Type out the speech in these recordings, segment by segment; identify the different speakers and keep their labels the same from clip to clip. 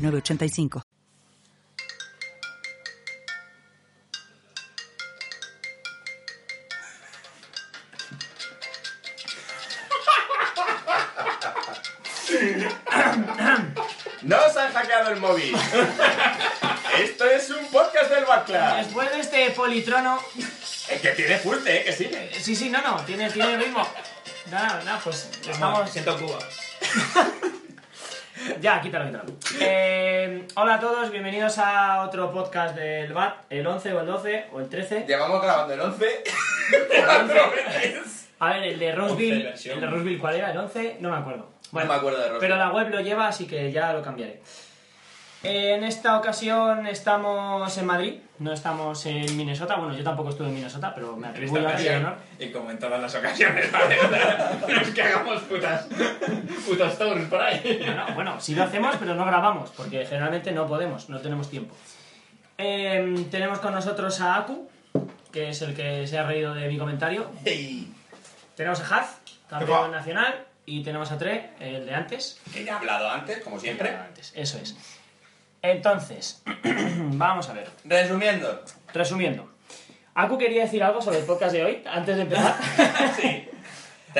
Speaker 1: 985.
Speaker 2: ¡No os han hackeado el móvil! ¡Esto es un podcast del Backlash!
Speaker 3: Después de este politrono...
Speaker 2: Es que tiene fuerte, ¿eh? Que sigue.
Speaker 3: Sí, sí, no, no, tiene, tiene ritmo. No, no, pues estamos...
Speaker 4: Siento Cuba.
Speaker 3: Ya, quítalo, quítalo. Eh, hola a todos, bienvenidos a otro podcast del BAT, el 11 o el 12 o el 13.
Speaker 2: Llevamos grabando el 11.
Speaker 3: Once.
Speaker 2: cuatro veces.
Speaker 3: A ver, el de
Speaker 4: Once
Speaker 3: Roseville,
Speaker 4: versión.
Speaker 3: el de Roseville, ¿cuál era? ¿El 11? No me acuerdo.
Speaker 2: me acuerdo de Roseville.
Speaker 3: Pero la web lo lleva, así que ya lo cambiaré. Eh, En esta ocasión estamos en Madrid, no estamos en Minnesota. Bueno, yo tampoco estuve en Minnesota, pero me
Speaker 4: En esta
Speaker 3: atribuyo a ese honor.
Speaker 4: ocasión, y como en todas las ocasiones, ¿vale? O sea, no es que hagamos putas, putas tours por ahí.
Speaker 3: No, no, bueno, sí lo hacemos, pero no grabamos, porque generalmente no podemos, no tenemos tiempo. Em, tenemos con nosotros a Aku, que es el que se ha reído de mi comentario.
Speaker 2: Ey,
Speaker 3: Tenemos a Haz, campeón nacional, y tenemos a Tre, el de antes.
Speaker 2: Que ya he hablado antes, como
Speaker 3: El de
Speaker 2: siempre.
Speaker 3: antes, Eso es. Entonces, vamos a ver.
Speaker 2: Resumiendo.
Speaker 3: Resumiendo. Aku quería decir algo sobre el podcast de hoy, antes de empezar.
Speaker 4: Sí.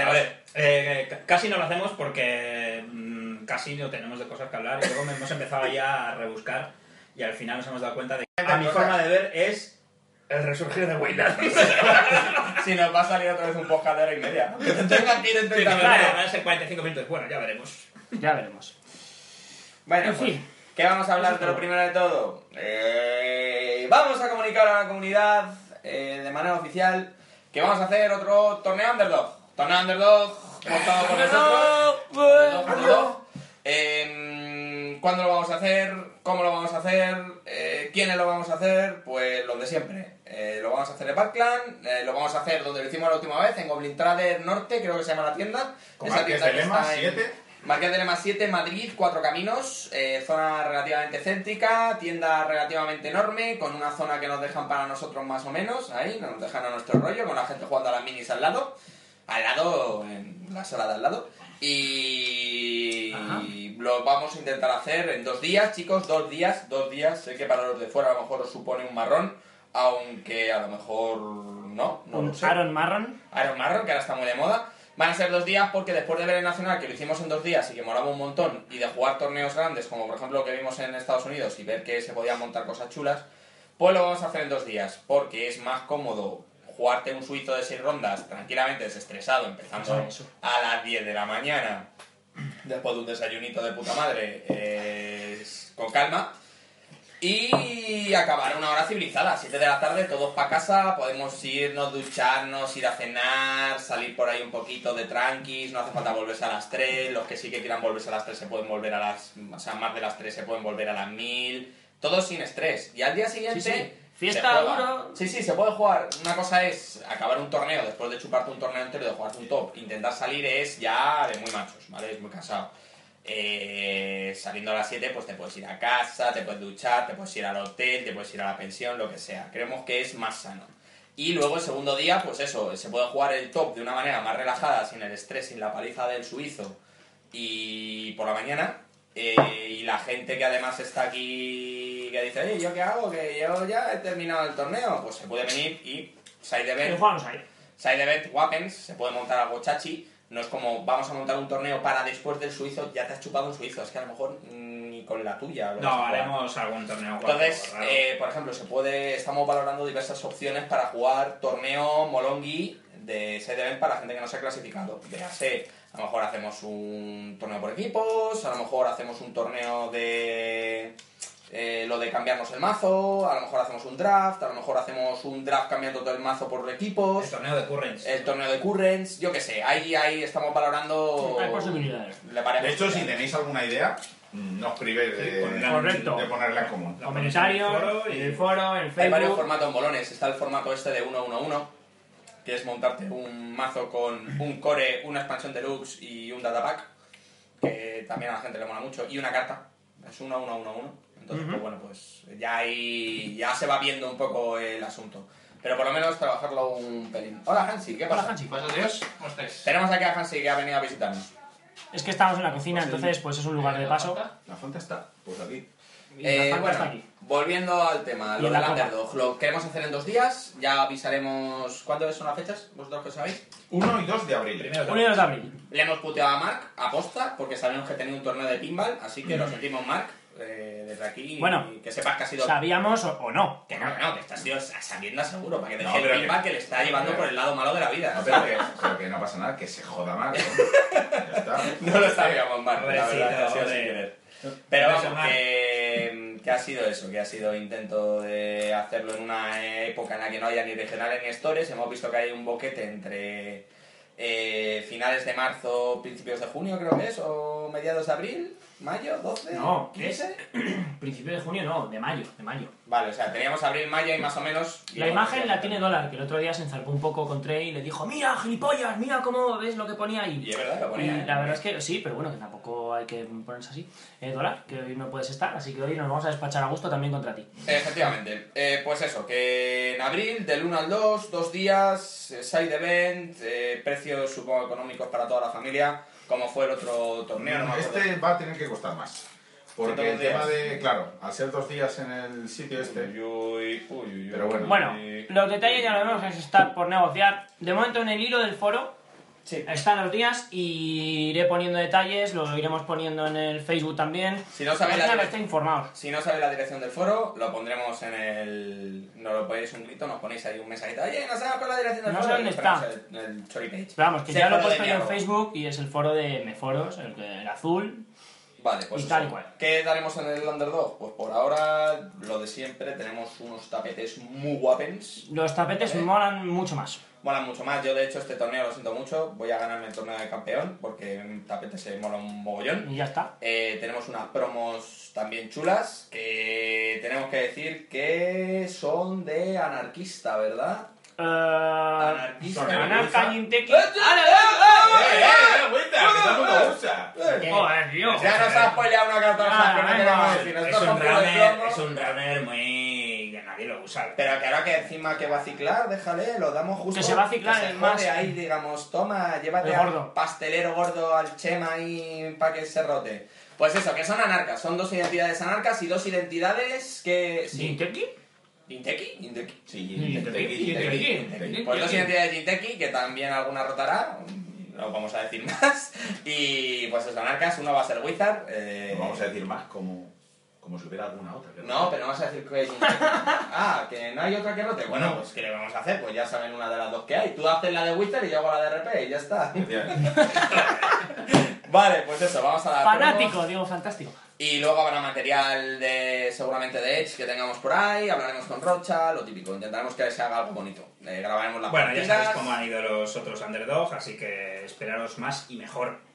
Speaker 4: A ver, eh, c- casi no lo hacemos porque mm, casi no tenemos de cosas que hablar y luego me- hemos empezado ya a rebuscar y al final nos hemos dado cuenta de que a mi
Speaker 2: Cosas.
Speaker 4: forma de ver es el resurgir de Wayland.
Speaker 2: Si nos va a salir otra vez un podcast de hora y media. Que te tenga que ir
Speaker 4: Sí,
Speaker 2: intentando.
Speaker 4: claro, van a ser 45 minutos. Bueno, ya veremos.
Speaker 3: ya veremos.
Speaker 2: Bueno,
Speaker 3: En
Speaker 2: pues,
Speaker 3: fin.
Speaker 2: ¿qué vamos a hablar de lo
Speaker 3: todo.
Speaker 2: primero de todo? Eh, vamos a comunicar a la comunidad eh, de manera oficial que vamos a hacer otro torneo underdog. Torneo underdog, montado por nosotros. Underdog, underdog. Eh, ¿Cuándo lo vamos a hacer? ¿Cómo lo vamos a hacer? Eh, ¿Quiénes lo vamos a hacer? Pues los de siempre. Eh, lo vamos a hacer en Batclan, eh, lo vamos a hacer donde lo hicimos la última vez, en Goblin Trader Norte, creo que se llama la tienda.
Speaker 5: Con
Speaker 2: Esa
Speaker 5: Marqués
Speaker 2: tienda
Speaker 5: de
Speaker 2: que
Speaker 5: Lema,
Speaker 2: está en-
Speaker 5: 7.
Speaker 2: Marqués de Lema 7, Madrid, cuatro caminos, eh, zona relativamente céntrica, tienda relativamente enorme, con una zona que nos dejan para nosotros más o menos, ahí, nos dejan a nuestro rollo, con la gente jugando a las minis al lado, al lado, en la sala de al lado, y
Speaker 3: Ajá.
Speaker 2: lo vamos a intentar hacer en dos días, chicos, dos días, dos días, sé que para los de fuera a lo mejor os supone un marrón, aunque a lo mejor no, no lo
Speaker 3: Un
Speaker 2: sé.
Speaker 3: Aaron Marron.
Speaker 2: Iron Marron, que ahora está muy de moda. Van a ser dos días porque después de ver el Nacional, que lo hicimos en dos días y que moraba un montón, y de jugar torneos grandes, como por ejemplo lo que vimos en Estados Unidos y ver que se podían montar cosas chulas, pues lo vamos a hacer en dos días, porque es más cómodo jugarte un suizo de seis rondas tranquilamente, desestresado, empezando
Speaker 3: Eso, eso.
Speaker 2: a las 10 de la mañana, después de un desayunito de puta madre, eh, con calma. Y acabar a una hora civilizada, 7 de la tarde, todos para casa, podemos irnos, ducharnos, ir a cenar, salir por ahí un poquito de tranquis, no hace falta volverse a las 3, los que sí que quieran volverse a las 3 se pueden volver a las, o sea, más de las 3 se pueden volver a las 1000, todo sin estrés. Y al día siguiente...
Speaker 3: Sí, sí.
Speaker 2: se
Speaker 3: Fiesta
Speaker 2: juega.
Speaker 3: duro.
Speaker 2: Sí, sí, se puede jugar. Una cosa es acabar un torneo después de chuparte un torneo entero, de jugarte un top, intentar salir es ya de muy machos, ¿vale? Es muy cansado. Eh, saliendo a las 7, pues te puedes ir a casa, te puedes duchar, te puedes ir al hotel, te puedes ir a la pensión, lo que sea. Creemos que es más sano. Y luego el segundo día, pues eso, se puede jugar el top de una manera más relajada, sin el estrés, sin la paliza del suizo y por la mañana. eh, y la gente que además está aquí, que dice, oye, ¿yo qué hago? Que yo ya he terminado el torneo. Pues se puede venir y side
Speaker 3: ¿Qué
Speaker 2: event
Speaker 3: jugamos ahí?
Speaker 2: Side event weapons, se puede montar algo chachi. No es como vamos a montar un torneo para después del suizo, ya te has chupado un suizo. Es que a lo mejor ni con la tuya. lo vas a
Speaker 4: No,
Speaker 2: jugar.
Speaker 4: haremos algún torneo. guapo,
Speaker 2: Entonces,
Speaker 4: raro.
Speaker 2: eh, por ejemplo, se puede, estamos valorando diversas opciones para jugar torneo Molongi de side event para la gente que no se ha clasificado. Véase, a lo mejor hacemos un torneo por equipos, a lo mejor hacemos un torneo de eh, lo de cambiarnos el mazo, a lo mejor hacemos un draft, a lo mejor hacemos un draft cambiando todo el mazo por equipos,
Speaker 4: el torneo de Currents.
Speaker 2: el torneo de currents, yo qué sé, ahí, ahí estamos valorando...
Speaker 3: Hay posibilidades.
Speaker 2: le varias
Speaker 5: De hecho, si
Speaker 2: posibilidades.
Speaker 5: tenéis alguna idea, No os privéis de,
Speaker 4: Ponla-
Speaker 3: Correcto.
Speaker 5: de ponerla en común.
Speaker 4: La
Speaker 3: Comentarios,
Speaker 4: ponéis en el foro y-
Speaker 3: en el foro, en
Speaker 2: Hay varios
Speaker 3: Facebook.
Speaker 2: formatos bolones. Está el formato este de 1-1-1, que es montarte un mazo con un core, una expansión deluxe y un datapack, que también a la gente le mola mucho, y una carta. Es 1-1-1-1. Entonces, pues bueno, pues ya ahí ya se va viendo un poco el asunto. Pero por lo menos trabajarlo un pelín. Hola Hansi, ¿qué pasa?
Speaker 5: Buenos días, Pues ¿cómo estáis?
Speaker 2: Tenemos aquí a Hansi que ha venido a visitarnos.
Speaker 3: Es que estamos en la cocina, entonces pues es un lugar de paso.
Speaker 5: La fuente está, pues aquí.
Speaker 3: Y la
Speaker 2: Eh,
Speaker 3: Fanta
Speaker 2: bueno,
Speaker 3: está aquí.
Speaker 2: volviendo al tema,
Speaker 3: Y
Speaker 2: lo
Speaker 3: en
Speaker 2: del
Speaker 3: la copa.
Speaker 2: Underdog, lo queremos hacer en dos días, ya avisaremos... ¿Cuándo son las fechas? ¿Vosotros que sabéis?
Speaker 5: 1 y 2 de abril.
Speaker 4: Primero,
Speaker 3: 1 y 2 de abril.
Speaker 2: Le hemos puteado a Mark aposta porque sabemos que tenía un torneo de pinball, así que lo sentimos, Mark, eh, desde aquí.
Speaker 3: Mm. Bueno,
Speaker 2: y que sepas que ha sido.
Speaker 3: Sabíamos o, o no.
Speaker 2: Que no, que no, que estás tío, a sabiendas seguro, para que deje
Speaker 5: No,
Speaker 2: el
Speaker 5: pero
Speaker 2: pinball que,
Speaker 5: que-
Speaker 2: le está llevando por el lado malo de la vida.
Speaker 5: No,
Speaker 2: o
Speaker 5: pero
Speaker 2: sea,
Speaker 5: que, pero que no pasa nada, que se joda mal. Ya está.
Speaker 2: no lo sabíamos, Mark, la
Speaker 4: Pobrecito,
Speaker 2: verdad, que ha sido sin
Speaker 4: hombre.
Speaker 2: querer. Pero
Speaker 4: Beso,
Speaker 2: vamos,
Speaker 4: Mark.
Speaker 2: que, que ha sido eso, que ha sido intento de hacerlo en una época en la que no haya ni regionales ni stores. Hemos visto que hay un boquete entre eh, finales de marzo, principios de junio, creo que es, o mediados de abril, mayo, 12,
Speaker 3: No, ¿qué?
Speaker 2: 15.
Speaker 3: Principio de junio no, de mayo, de mayo.
Speaker 2: Vale, o sea, teníamos abril, mayo y más o menos. y
Speaker 3: La
Speaker 2: bueno,
Speaker 3: imagen
Speaker 2: ya-
Speaker 3: la tiene Dólar, que el otro día se enzarpó un poco con Trey y le dijo, mira, gilipollas, mira cómo ves lo que ponía ahí.
Speaker 2: Y es verdad, lo ponía. ¿eh?
Speaker 3: Y la verdad es que sí, pero bueno, que tampoco hay que ponerse así. Eh, Dólar, que hoy no puedes estar, así que hoy nos vamos a despachar a gusto también contra ti.
Speaker 2: Efectivamente. Eh, pues eso, que en abril, del 1 al 2, dos días, eh, side event, eh, precios supongo económicos para toda la familia, como fue el otro torneo. no me acuerdo.
Speaker 5: Este va a tener que costar más.
Speaker 2: Son
Speaker 5: Porque
Speaker 2: dos
Speaker 5: el tema
Speaker 2: días.
Speaker 5: de, claro, al ser dos días en el sitio este,
Speaker 2: Uy, uy, uy, uy, uy.
Speaker 5: Pero bueno.
Speaker 3: Bueno,
Speaker 2: eh,
Speaker 3: los detalles ya los vemos, es estar por negociar. De momento en el hilo del foro
Speaker 2: Sí.
Speaker 3: están los días y iré poniendo detalles, lo iremos poniendo en el Facebook también.
Speaker 2: Si no sabéis la
Speaker 3: Mañana
Speaker 2: dire-
Speaker 3: esté informados.
Speaker 2: Si no sabéis la dirección del foro, lo pondremos en el... Nos lo ponéis un grito, nos ponéis ahí un mensajito. Oye, no sabemos cuál es la dirección del
Speaker 3: No sé
Speaker 2: foro. y
Speaker 3: dónde
Speaker 2: os ponemos
Speaker 3: está.
Speaker 2: El, el story page.
Speaker 3: Vamos, que
Speaker 2: Ese
Speaker 3: ya lo he
Speaker 2: foro de
Speaker 3: puesto yo en
Speaker 2: mierda.
Speaker 3: Facebook y es el foro de Meforos, el, que- el azul.
Speaker 2: Vale, pues
Speaker 3: Y
Speaker 2: eso.
Speaker 3: tal y cual.
Speaker 2: ¿Qué daremos en el Underdog? Pues por ahora, lo de siempre, tenemos unos tapetes muy guapens.
Speaker 3: Los tapetes
Speaker 2: Vale.
Speaker 3: molan mucho más.
Speaker 2: Molan mucho más. Yo, de hecho, este torneo lo siento mucho. Voy a ganarme el torneo de campeón porque en tapete se mola un mogollón.
Speaker 3: Y ya está.
Speaker 2: Eh, tenemos unas promos también chulas que tenemos que decir que son de anarquista, ¿verdad?
Speaker 3: Eh,
Speaker 2: Anarquista.
Speaker 5: Son
Speaker 3: Anarca Jinteki.
Speaker 5: ¡Eh, eh, agüita, que tampoco usa!
Speaker 2: ¿Eh?
Speaker 3: Joder, tío.
Speaker 2: Ya nos ha spoileado una carta
Speaker 3: Ah,
Speaker 2: más que no
Speaker 3: venga,
Speaker 2: queremos
Speaker 3: vale.
Speaker 2: decir.
Speaker 4: Es
Speaker 2: Nosotros
Speaker 4: un,
Speaker 2: con pelo de
Speaker 4: runner,
Speaker 2: plomo.
Speaker 4: es un runner muy... que nadie lo usa.
Speaker 2: Pero que ahora que encima que va a ciclar, déjale, lo damos justo.
Speaker 3: Que se va a ciclar,
Speaker 2: que se
Speaker 3: el
Speaker 2: jode
Speaker 3: más-
Speaker 2: ahí, digamos, toma, llévate
Speaker 3: El gordo.
Speaker 2: al pastelero gordo, al chema ahí, para que se rote. Pues eso, que son anarcas, son dos identidades anarcas y dos identidades que... Sí.
Speaker 3: Jinteki.
Speaker 2: ¿Inteki? ¿Inteki?
Speaker 5: Sí,
Speaker 3: Jinteki, Jinteki.
Speaker 2: Pues dos identidades de Jinteki, que también alguna rotará, no vamos a decir más. Y pues esos anarcas, uno va a ser Wizard. eh,
Speaker 5: No vamos a decir más como, como si hubiera alguna otra. que
Speaker 2: No, pero no vas a decir que es un tecno. Ah, que no hay otra que rote. Bueno,
Speaker 5: No.
Speaker 2: pues ¿qué le vamos a hacer? Pues ya saben una de las dos que hay. Tú haces la de Wither y yo hago la de RP y ya está.
Speaker 5: Efectivamente.
Speaker 2: Vale, pues eso, vamos a dar
Speaker 3: Fanático, digo, fantástico.
Speaker 2: Y luego habrá material de seguramente de Edge que tengamos por ahí, hablaremos con Rocha, lo típico. Intentaremos que se haga algo bonito. Eh, grabaremos las
Speaker 4: Bueno, ya
Speaker 2: partidas
Speaker 4: sabéis cómo han ido los otros underdog, así que esperaros más y mejor.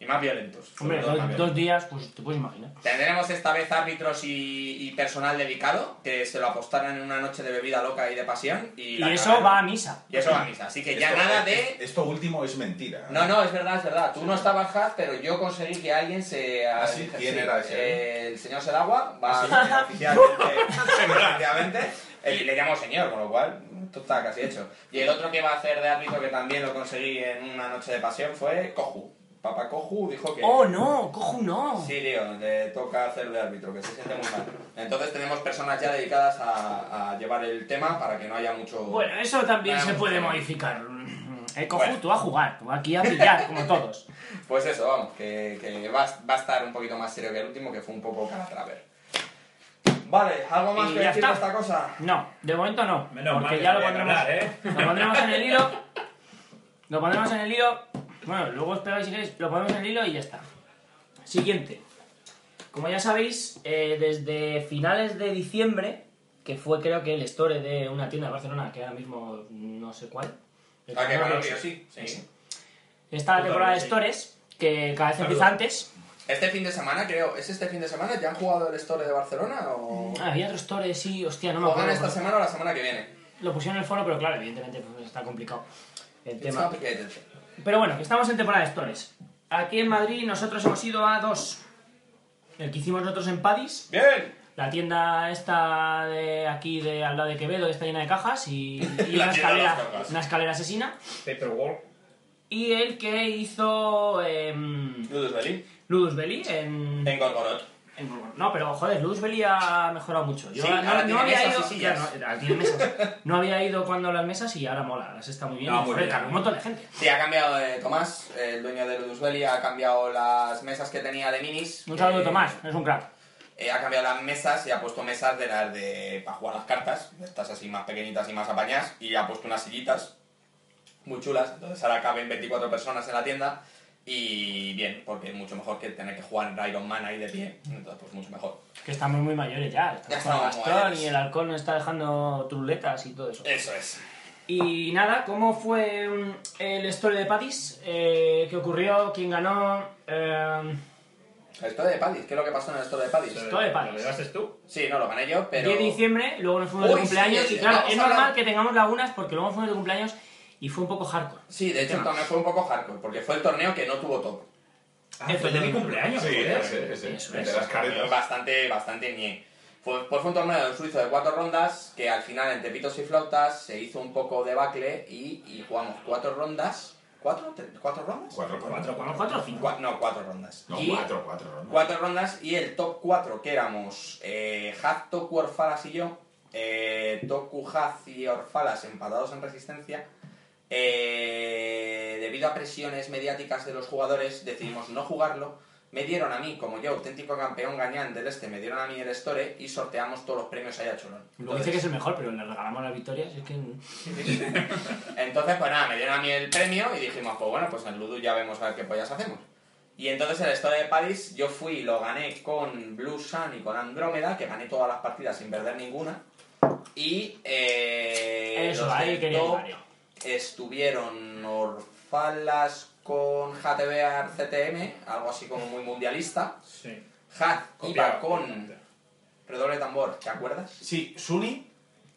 Speaker 2: y más violentos. sobre
Speaker 3: Hombre,
Speaker 2: todo más
Speaker 3: dos,
Speaker 2: violentos.
Speaker 3: dos días, pues te puedes imaginar.
Speaker 2: Tendremos esta vez árbitros y, y personal dedicado que se lo apostarán en una noche de bebida loca y de pasión. Y,
Speaker 3: Y
Speaker 2: la
Speaker 3: eso
Speaker 2: cagarán.
Speaker 3: va a misa.
Speaker 2: Y eso va a misa. Así que ya
Speaker 5: Esto-
Speaker 2: nada de.
Speaker 5: es- Esto último es mentira.
Speaker 2: No, no, es verdad, es verdad. Tú no estabas Haz, pero yo conseguí que alguien se...
Speaker 5: ¿Ah, sí? ¿Quién era ese? Ah,
Speaker 2: Eh, el señor Sedagua, va a oficialmente, efectivamente. Eh, le llamo señor, con lo cual, tú está casi hecho. Y el otro que va a hacer de árbitro, que también lo conseguí en una noche de pasión, fue Coju. Papá Coju dijo que...
Speaker 3: Oh, no, cojo no.
Speaker 2: Sí, tío, le toca hacer de árbitro, que se siente muy mal. Entonces tenemos personas ya dedicadas a, a llevar el tema para que no haya mucho...
Speaker 3: Bueno, eso también
Speaker 2: Ah,
Speaker 3: se
Speaker 2: bueno.
Speaker 3: puede modificar. El cojo,
Speaker 2: Bueno.
Speaker 3: tú a jugar, tú aquí a pillar, como todos.
Speaker 2: Pues eso, vamos, que, que va, a- va a estar un poquito más serio que el último, que fue un poco calatraver. Vale, ¿algo más
Speaker 3: Y
Speaker 2: que
Speaker 3: ya
Speaker 2: decir de
Speaker 3: está.
Speaker 2: esta cosa?
Speaker 3: No, de momento no.
Speaker 4: Menos mal
Speaker 3: porque
Speaker 4: que
Speaker 3: ya lo
Speaker 4: sabía
Speaker 3: pondremos,
Speaker 4: hablar, ¿eh?
Speaker 3: lo pondremos en el hilo. Lo pondremos en el hilo. Bueno, luego os pegáis si queréis. Lo ponemos en el hilo y ya está. Siguiente. Como ya sabéis, eh, desde finales de diciembre, que fue creo que el store de una tienda de Barcelona, que ahora mismo no sé cuál.
Speaker 2: Ah, que
Speaker 3: No
Speaker 2: bueno,
Speaker 3: sé.
Speaker 2: yo sí. sí.
Speaker 3: Está la temporada de stores, que cada vez empieza
Speaker 4: Pues Saludos.
Speaker 3: antes.
Speaker 2: Este fin de semana, creo, ¿es este fin de semana? ¿Ya han jugado el Store de Barcelona? O...
Speaker 3: Ah, había otros torres, sí, hostia, no me
Speaker 2: ¿Juegan
Speaker 3: acuerdo.
Speaker 2: esta
Speaker 3: pero-
Speaker 2: semana o la semana que viene?
Speaker 3: Lo pusieron en el foro, pero claro, evidentemente pues, está complicado el
Speaker 2: It's
Speaker 3: tema.
Speaker 2: complicated.
Speaker 3: Pero bueno, que estamos en temporada de Stores. Aquí en Madrid nosotros hemos ido a dos. El que hicimos nosotros en Padis,
Speaker 2: ¡Bien!
Speaker 3: la tienda esta de aquí de al lado de Quevedo, que está llena de cajas y, y
Speaker 2: La
Speaker 3: una,
Speaker 2: tienda de las
Speaker 3: escalera,
Speaker 2: cajas.
Speaker 3: una escalera asesina.
Speaker 4: Paperwork.
Speaker 3: Y el que hizo em,
Speaker 2: Ludus Belli.
Speaker 3: Ludus Belli en...
Speaker 2: En Gorgorot.
Speaker 3: en Gorgon. No, pero joder, Ludus Belli ha mejorado mucho. Yo
Speaker 2: Sí,
Speaker 3: no,
Speaker 2: ahora
Speaker 3: no
Speaker 2: tiene
Speaker 3: había
Speaker 2: mesas
Speaker 3: ido...
Speaker 2: y sillas.
Speaker 3: claro, no, ahora tiene mesas. No había ido cuando las mesas y ahora mola, las está muy bien.
Speaker 2: Ah,
Speaker 4: No,
Speaker 3: y
Speaker 4: muy
Speaker 3: joder,
Speaker 4: bien.
Speaker 3: cabe un montón de gente.
Speaker 2: Sí, ha cambiado de Tomás, el dueño de Ludus Belli, ha cambiado las mesas que tenía de minis.
Speaker 3: Un saludo
Speaker 2: eh,
Speaker 3: Tomás, es un crack.
Speaker 2: eh, ha cambiado las mesas y ha puesto mesas de las de para jugar las cartas, estas así más pequeñitas y más apañadas, y ha puesto unas sillitas muy chulas. Entonces ahora caben 24 personas en la tienda y bien, porque es mucho mejor que tener que jugar Iron Man ahí de pie. Entonces, pues mucho mejor.
Speaker 3: Que estamos muy mayores ya. Estamos
Speaker 2: Ya
Speaker 3: con
Speaker 2: estamos
Speaker 3: Gastón
Speaker 2: mayores.
Speaker 3: y el alcohol nos está dejando truletas y todo eso.
Speaker 2: Eso es.
Speaker 3: Y nada, ¿cómo fue mm, el story de Patis? Eh, ¿Qué ocurrió? ¿Quién ganó? Eh,
Speaker 2: El store de Padis, ¿qué es lo que pasó en el store de Padis?
Speaker 3: Todo de palos.
Speaker 4: ¿Lo llevaste tú?
Speaker 2: Sí, no, lo gané yo, pero.
Speaker 3: 10 de diciembre, luego nos fuimos de
Speaker 2: Uy, sí,
Speaker 3: cumpleaños.
Speaker 2: sí,
Speaker 3: y claro,
Speaker 2: vamos
Speaker 3: es
Speaker 2: a hablar-
Speaker 3: normal que tengamos lagunas porque luego fuimos de cumpleaños y fue un poco hardcore.
Speaker 2: Sí, de hecho el torneo fue un poco hardcore, porque fue el torneo que no tuvo top.
Speaker 4: Ah, fue el de mi cumpleaños.
Speaker 5: Sí,
Speaker 4: joder.
Speaker 5: ese, ese.
Speaker 3: Eso
Speaker 5: el
Speaker 3: es.
Speaker 5: de las
Speaker 2: Torneo
Speaker 5: carretas.
Speaker 2: bastante, bastante ñe. Fue, pues fue un torneo en suizo de cuatro rondas que al final entre pitos y flautas se hizo un poco de bacle y, y jugamos cuatro rondas. ¿Cuatro? ¿Tres- ¿Cuatro rondas?
Speaker 5: Cuatro,
Speaker 4: Cuatro,
Speaker 5: cuatro.
Speaker 4: cuatro.
Speaker 3: ¿Cuatro o cinco?
Speaker 2: Cua- no, cuatro rondas.
Speaker 5: No,
Speaker 2: Y
Speaker 5: cuatro, cuatro. ¿no?
Speaker 2: cuatro rondas y el top cuatro que éramos eh, Hazto, Orfalas y yo, eh, Toku, Haz y Orfalas empatados en resistencia. eh, debido a presiones mediáticas de los jugadores decidimos no jugarlo me dieron a mí, como yo, auténtico campeón gañán del este, me dieron a mí el Store y sorteamos todos los premios allá a Cholón.
Speaker 3: Lo dice que es el mejor, pero le regalamos las victorias. Es que...
Speaker 2: Entonces, pues nada, me dieron a mí el premio y dijimos, pues bueno, pues en Ludo ya vemos a ver qué pollas hacemos. Y entonces el Store de París, yo fui y lo gané con Blue Sun y con Andrómeda, que gané todas las partidas sin perder ninguna. Y eh,
Speaker 3: Eso,
Speaker 2: los
Speaker 3: ahí
Speaker 2: del
Speaker 3: quería
Speaker 2: top
Speaker 3: llegar yo.
Speaker 2: estuvieron Orfalas con JTBR CTM, algo así como muy mundialista.
Speaker 4: Sí.
Speaker 2: Haz iba
Speaker 4: Copiaba.
Speaker 2: con redoble tambor, ¿te acuerdas?
Speaker 5: Sí, Suni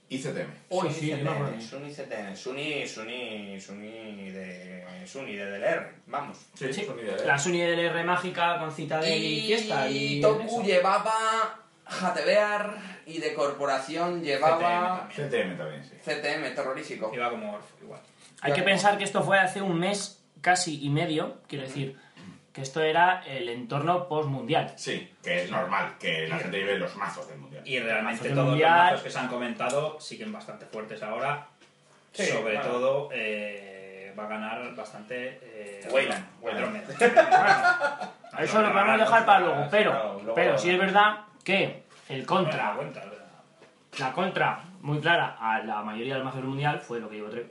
Speaker 5: y CTM.
Speaker 3: Uy, sí, yo me acuerdo.
Speaker 2: CTN, Suni CTN, Suni, Suni, Suni de Suni de DLR, vamos.
Speaker 5: Sí, Suni de
Speaker 3: La Sony LR mágica con Citadel y, Fiesta. Y
Speaker 2: Toku
Speaker 3: eso.
Speaker 2: llevaba Jatebear y de corporación llevaba
Speaker 4: CTM
Speaker 5: CTM también, sí.
Speaker 2: CTM terrorífico.
Speaker 4: Iba como Orf, igual.
Speaker 3: Hay que pensar que esto fue hace un mes casi y medio, quiero decir, que esto era el entorno postmundial.
Speaker 5: Sí, que es normal que la gente lleve los mazos del mundial.
Speaker 4: Y
Speaker 3: Mazos del
Speaker 4: realmente todos
Speaker 3: Mundial.
Speaker 4: los mazos que se han comentado siguen bastante fuertes ahora.
Speaker 2: Sí,
Speaker 4: Sobre
Speaker 2: claro.
Speaker 4: todo eh, va a ganar bastante. Eh,
Speaker 2: Weyland,
Speaker 4: Andrómeda.
Speaker 3: A Eso lo vamos a dejar para luego,
Speaker 2: Claro,
Speaker 3: pero,
Speaker 2: luego-
Speaker 3: pero sí es verdad que el
Speaker 4: Contra,
Speaker 3: contra,
Speaker 4: cuenta, ¿verdad?
Speaker 3: la contra muy clara a la mayoría del mazos del mundial fue lo que llevó Trek.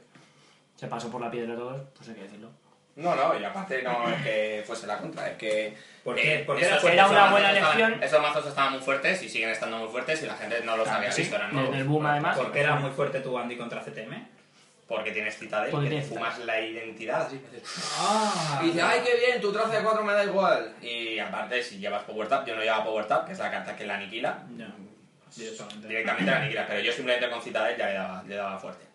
Speaker 3: Se pasó por la piedra a todos, pues hay que decirlo.
Speaker 2: No, no, y aparte no es que fuese la contra, es que...
Speaker 4: ¿Por qué?
Speaker 2: eh,
Speaker 4: ¿Por qué
Speaker 2: esos-
Speaker 4: era fuerte?
Speaker 3: Era
Speaker 2: esos
Speaker 3: una
Speaker 2: mazos
Speaker 3: buena
Speaker 2: estaban-
Speaker 3: elección.
Speaker 2: Esos mazos estaban muy fuertes y siguen estando muy fuertes y la gente no
Speaker 3: Claro
Speaker 2: los Pues había
Speaker 3: que sí,
Speaker 2: visto, eran
Speaker 3: desde
Speaker 2: nuevos.
Speaker 3: el boom, además.
Speaker 4: Porque era muy fuerte tu Andy contra CTM.
Speaker 2: Porque tienes citadel,
Speaker 3: Porque
Speaker 2: que te
Speaker 3: tienes Citadel.
Speaker 2: fumas la identidad, así me dices,
Speaker 4: Ah,
Speaker 2: Y dice, ay, qué bien, tu trozo de 4 me da igual. Y aparte, si llevas Power Tap, yo no llevaba Power Tap, que es la carta que la aniquila.
Speaker 4: No, directamente.
Speaker 2: Directamente la aniquila, pero yo simplemente con Citadel ya le daba, le daba fuerte.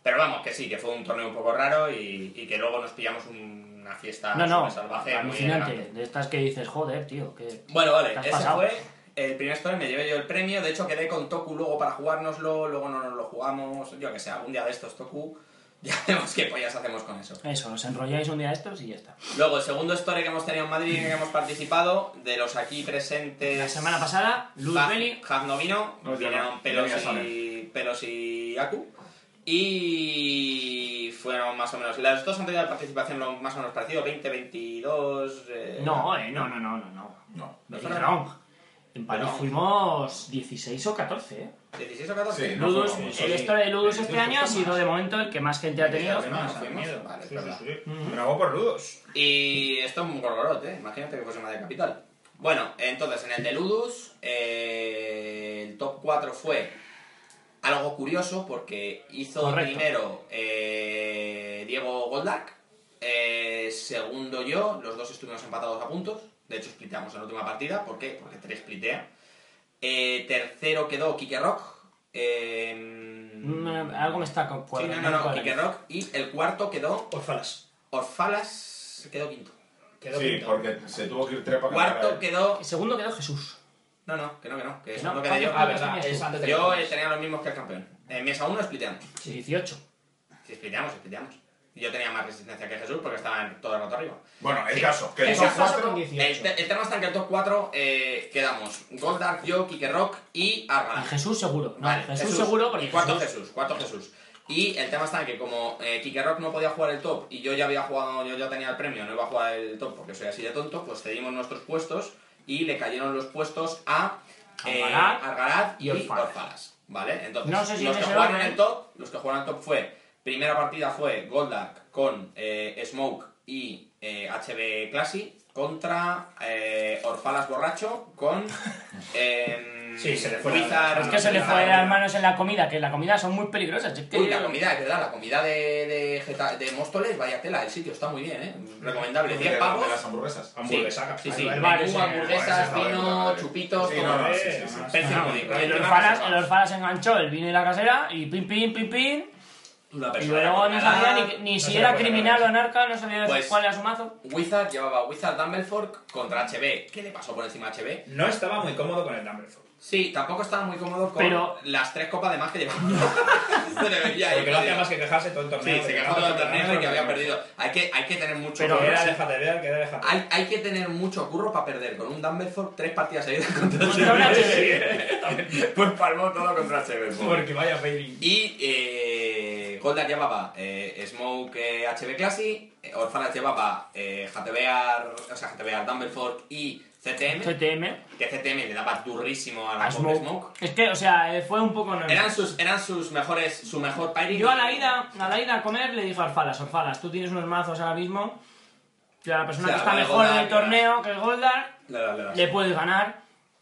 Speaker 2: Pero vamos, que sí, que fue un torneo un poco raro y, y que luego nos pillamos un- una fiesta
Speaker 3: No, no,
Speaker 2: súper salvaje muy
Speaker 3: alucinante,
Speaker 2: elegante.
Speaker 3: de estas que dices, joder, tío, que...
Speaker 2: Bueno, vale,
Speaker 3: ¿Te has
Speaker 2: ese
Speaker 3: pasado?
Speaker 2: fue el primer torneo, me llevé yo el premio. De hecho, quedé con Toku luego para jugárnoslo, luego no nos lo jugamos. Yo que sé, algún día de estos Toku, ya vemos qué pollas hacemos con eso.
Speaker 3: Eso, os enrolláis un día de estos y ya está.
Speaker 2: Luego, el segundo story que hemos tenido en Madrid en el que hemos participado, de los aquí presentes.
Speaker 3: La semana pasada, Luz
Speaker 2: Haz-
Speaker 3: Belli...
Speaker 2: Haz no vino,
Speaker 5: No, yo no.
Speaker 2: vinieron
Speaker 5: Yo
Speaker 2: Pelos
Speaker 5: ya
Speaker 2: y, Pelos y Aku. Y fueron más o menos. Las dos han tenido participación lo más o menos parecido, 20, 22. eh,
Speaker 3: No, eh, no, no, no, no, no.
Speaker 5: No.
Speaker 3: Me
Speaker 2: Pero-
Speaker 3: dijeron, En París
Speaker 2: Pero-
Speaker 3: fuimos 16 o 14, eh.
Speaker 2: 16 o 14.
Speaker 5: Sí, no
Speaker 3: Ludus,
Speaker 5: fuimos,
Speaker 3: el
Speaker 4: sí.
Speaker 3: story de Ludus
Speaker 4: Sí,
Speaker 3: este año ha
Speaker 4: justo
Speaker 3: sido
Speaker 4: más.
Speaker 3: de momento el que más gente ha tenido.
Speaker 2: Exacto.
Speaker 4: Además,
Speaker 2: Fuimos,
Speaker 4: además,
Speaker 2: fuimos. Vale,
Speaker 4: sí,
Speaker 2: verdad.
Speaker 4: sí, sí.
Speaker 3: Ujú.
Speaker 5: Bravo por Ludos.
Speaker 2: Y esto es un gorgorot, ¿eh? Imagínate que fuese Madrid Capital. Bueno, entonces en el de Ludus, eh, el top 4 fue algo curioso porque hizo
Speaker 3: Correcto.
Speaker 2: primero eh, Diego Goldak, eh, segundo yo, los dos estuvimos empatados a puntos. De hecho, spliteamos en la última partida. ¿Por qué? Porque 3 splitea. Eh, tercero quedó Kike Rock. eh,
Speaker 3: Mm, algo me está con
Speaker 2: sí,
Speaker 3: cuadra-
Speaker 2: no, no, no,
Speaker 3: cuadra.
Speaker 2: Kike Rock. Y el cuarto quedó
Speaker 4: Orfalas.
Speaker 2: Orfalas. Quedó quinto.
Speaker 4: Quedó
Speaker 5: Sí,
Speaker 4: quinto.
Speaker 5: porque se tuvo que ir tres para
Speaker 2: Cuarto
Speaker 5: que...
Speaker 2: quedó.
Speaker 3: El segundo quedó Jesús.
Speaker 2: No, no, que no, que no. Que
Speaker 3: Que
Speaker 2: eso
Speaker 3: no,
Speaker 2: no quedé yo.
Speaker 4: Ah, verdad, es antes de
Speaker 2: Yo
Speaker 4: que-
Speaker 2: eh, tenía los mismos que el campeón. En mesa 1 spliteamos.
Speaker 3: 18.
Speaker 2: Sí, spliteamos, spliteamos. Yo tenía más resistencia que Jesús porque estaba en- todo el rato arriba.
Speaker 5: Bueno, el caso, que
Speaker 2: El
Speaker 5: el
Speaker 2: caso
Speaker 5: cuatro...
Speaker 3: con
Speaker 2: El,
Speaker 3: 18.
Speaker 2: te- el tema está en que el top 4 eh, quedamos Goldark, yo, Kike Rock y
Speaker 3: Y
Speaker 2: Argalán.
Speaker 3: Jesús seguro. No,
Speaker 2: Vale,
Speaker 3: Jesús, seguro porque
Speaker 2: y cuarto
Speaker 3: Jesús-
Speaker 2: Jesús, cuarto Jesús. Y el tema está en que como eh, Kike Rock no podía jugar el top y yo ya había jugado, yo ya tenía el premio, no iba a jugar el top porque soy así de tonto, pues cedimos nuestros puestos y le cayeron los puestos a
Speaker 3: Algaraz
Speaker 2: Algaraz y,
Speaker 3: y Orfalas.
Speaker 2: Orfalas, ¿Vale? Entonces,
Speaker 3: No sé si
Speaker 2: los
Speaker 3: en
Speaker 2: que
Speaker 3: ese
Speaker 2: jugaron
Speaker 3: orden.
Speaker 2: el top, los que jugaron el top fue, primera partida fue Goldark con eh, Smoke y eh, HB Classy contra eh, Orfalas Borracho con... em,
Speaker 4: Sí, se le fue la-
Speaker 2: Wizard-
Speaker 3: Es que se le
Speaker 4: Ah,
Speaker 3: fue
Speaker 4: no.
Speaker 3: las manos en la comida, que la comida son muy peligrosas. Es que-
Speaker 2: Uy, la comida, es verdad, la comida de, de, Geta- de Móstoles, vaya tela, el sitio está muy bien, ¿eh? Recomendable, 10 pavos.
Speaker 5: De las hamburguesas.
Speaker 4: Hamburguesa.
Speaker 2: Sí, sí,
Speaker 4: Ahí va el
Speaker 2: menú,
Speaker 4: bar ese,
Speaker 2: hamburguesas,
Speaker 5: ese está de puta
Speaker 2: vino,
Speaker 5: madre.
Speaker 2: chupitos,
Speaker 5: Sí,
Speaker 2: todo.
Speaker 5: no, no,
Speaker 4: Eh,
Speaker 5: sí, sí, sí.
Speaker 2: Precio
Speaker 3: No,
Speaker 2: módico.
Speaker 3: el Orfalas, el Orfalas enganchó el vino y la casera y pim, pim, pim, pim.
Speaker 2: Una
Speaker 3: Y
Speaker 2: persona
Speaker 3: luego no
Speaker 2: condenada.
Speaker 3: sabía ni, ni
Speaker 4: no
Speaker 3: si
Speaker 4: se
Speaker 3: era
Speaker 4: puede
Speaker 3: criminal o
Speaker 4: ganar.
Speaker 3: anarca, no sabía
Speaker 2: Pues-
Speaker 3: cuál era su mazo.
Speaker 2: Wizard llevaba Wizard Dumbledore contra HB, que le pasó por encima a HB.
Speaker 4: No estaba muy cómodo con el Dumbledore.
Speaker 2: Sí, tampoco estaba muy cómodo con
Speaker 3: Pero-
Speaker 2: las tres copas de más que llevaba. se le veía ahí.
Speaker 4: Porque no hacía más que quejarse todo el torneo.
Speaker 2: Sí, se quejó del torneo y que había perdido. Hay que, hay que tener mucho
Speaker 4: Pero
Speaker 2: cuidado,
Speaker 4: era
Speaker 2: sí.
Speaker 4: déjate ver, que era déjate ver.
Speaker 2: Hay, hay que tener mucho curro para perder. Con un Dumbledore, tres partidas seguidas contra
Speaker 3: Contra un
Speaker 2: HB. pues palmó todo contra HB. pobre.
Speaker 4: Porque vaya baby.
Speaker 2: Y eh, Goldak llevaba eh, Smoke eh, HB Classy, eh, Orfanas llevaba eh, Jatebear, o sea, Jatebear Dumbledore y CTM,
Speaker 3: CTM.
Speaker 2: que CTM le daba durísimo a la
Speaker 3: A
Speaker 2: pobre
Speaker 3: Smoke.
Speaker 2: Ah, Smoke.
Speaker 3: Es que, o sea, eh, fue un poco... no-
Speaker 2: Eran sus, eran sus mejores, su mejor pairing.
Speaker 3: Yo a la ida, a la ida a comer le dije a Orfalas, Orfalas, tú tienes unos mazos ahora mismo que a la persona
Speaker 2: O sea,
Speaker 3: que está
Speaker 2: vale,
Speaker 3: mejor en
Speaker 2: Goldar,
Speaker 3: el torneo, que es Goldar,
Speaker 2: Le das, le das.
Speaker 3: le puedes ganar.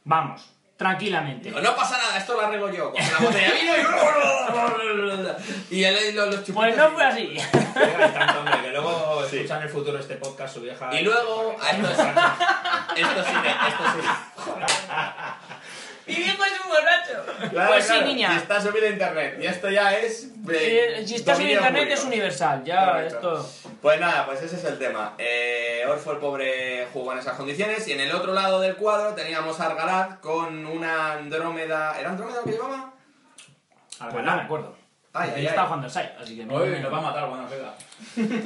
Speaker 3: Vamos, tranquilamente.
Speaker 2: Digo, no pasa nada, esto lo arreglo yo. Con la botella de vino y... y él los, los chupitos.
Speaker 3: Pues no fue así.
Speaker 4: Llega tanto, hombre, que luego escuchan en el futuro este podcast su vieja.
Speaker 2: Y luego, a esto sí, esto sí, esto sí.
Speaker 3: Mi viejo es un borracho. pues sí, niña.
Speaker 2: Si está subido a internet, y esto ya es...
Speaker 3: Eh, Si estás en internet es universal, ya
Speaker 2: Correcto.
Speaker 3: esto.
Speaker 2: Pues nada, pues ese es el tema. Eh, Orfo el pobre jugó en esas condiciones y en el otro lado del cuadro teníamos a Argalad con una Andrómeda... ¿Era Andrómeda lo que llevaba?
Speaker 4: Al
Speaker 3: Pues no me acuerdo.
Speaker 2: Ay, ay,
Speaker 3: Yo
Speaker 2: ay.
Speaker 3: estaba jugando al Sai, así que no.
Speaker 4: Hoy
Speaker 3: me-
Speaker 4: nos va a matar, bueno, pega.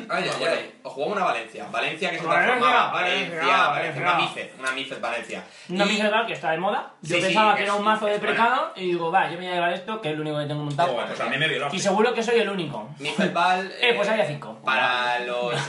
Speaker 2: Ay, ay, ay. O jugaba una Valencia. Valencia que se
Speaker 3: Valencia,
Speaker 2: transformaba. Valencia,
Speaker 3: Valencia, Valencia.
Speaker 2: Valencia. Una Mifed, una Mifed Valencia.
Speaker 3: Una
Speaker 2: Y-
Speaker 3: Michelbal que está de moda. Yo
Speaker 2: Sí, sí,
Speaker 3: pensaba que
Speaker 2: es-
Speaker 3: era un mazo de
Speaker 2: es
Speaker 3: precado y digo, va, yo me voy a llevar esto, que es lo único que tengo montado.
Speaker 4: Pues a mí me violó.
Speaker 3: Y seguro que soy el único.
Speaker 2: Mifed Val...
Speaker 3: Eh, pues había cinco.
Speaker 2: Para los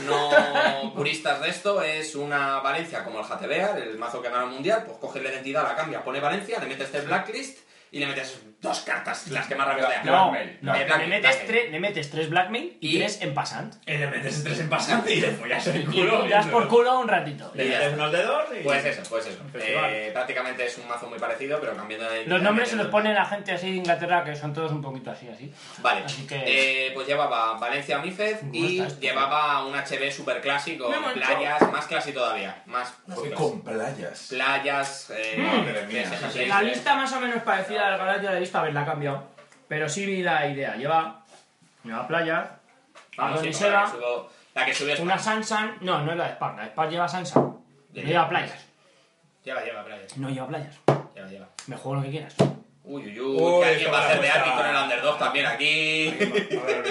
Speaker 2: no puristas de esto, es una Valencia como el Jatebear, el mazo que gana el mundial, pues coges la identidad, la cambias, pone Valencia, le metes este blacklist y le metes dos cartas, las que más rápido te dan.
Speaker 3: No,
Speaker 5: Blackmail.
Speaker 3: no,
Speaker 2: Eh,
Speaker 3: le,
Speaker 2: Blackmail,
Speaker 3: metes
Speaker 2: Blackmail.
Speaker 3: tres, le metes tres blackmail y
Speaker 2: Y-
Speaker 3: tres en passant.
Speaker 4: Y le metes tres en pasante y le follas el
Speaker 3: Y
Speaker 4: culo.
Speaker 3: das por culo un ratito.
Speaker 4: Le metes unos dedos y.
Speaker 2: Pues eso, pues eso.
Speaker 4: Festival.
Speaker 2: Eh, prácticamente es un mazo muy parecido, pero cambiando de...
Speaker 3: Los nombres se los pone la gente así de Inglaterra, que son todos un poquito así, así.
Speaker 2: Vale,
Speaker 3: Así que-
Speaker 2: Eh, pues llevaba Valencia Mifed
Speaker 3: ¿Cómo
Speaker 2: y
Speaker 3: está esto?
Speaker 2: llevaba un HB super clásico,
Speaker 3: Me he manchado.
Speaker 2: playas, más classy todavía, más
Speaker 5: Fue con playas.
Speaker 2: playas, eh,
Speaker 5: Madre
Speaker 2: de
Speaker 5: mía.
Speaker 2: esas
Speaker 5: Sí,
Speaker 3: Mm. La
Speaker 2: series.
Speaker 3: lista más o menos parecida al Galatia de la lista, a ver, la ha cambiado. Pero sí vi la idea. Lleva una playa,
Speaker 2: Vamos,
Speaker 3: Adonis
Speaker 2: Ah, sí, como la que
Speaker 3: Eva.
Speaker 2: subo- la que subió es
Speaker 3: una Sansan. No, no es la de Spar, la de Spar lleva Sansan. No
Speaker 2: Lleva.
Speaker 3: lleva playas.
Speaker 2: Lleva, lleva, playas.
Speaker 3: No lleva playas.
Speaker 2: Lleva, lleva.
Speaker 3: Me juego lo que quieras.
Speaker 2: Uy, uy, uy.
Speaker 4: Uy,
Speaker 2: que alguien
Speaker 4: esto
Speaker 2: va a
Speaker 4: me
Speaker 2: hacer de
Speaker 4: gusta.
Speaker 2: árbitro en el underdog también aquí.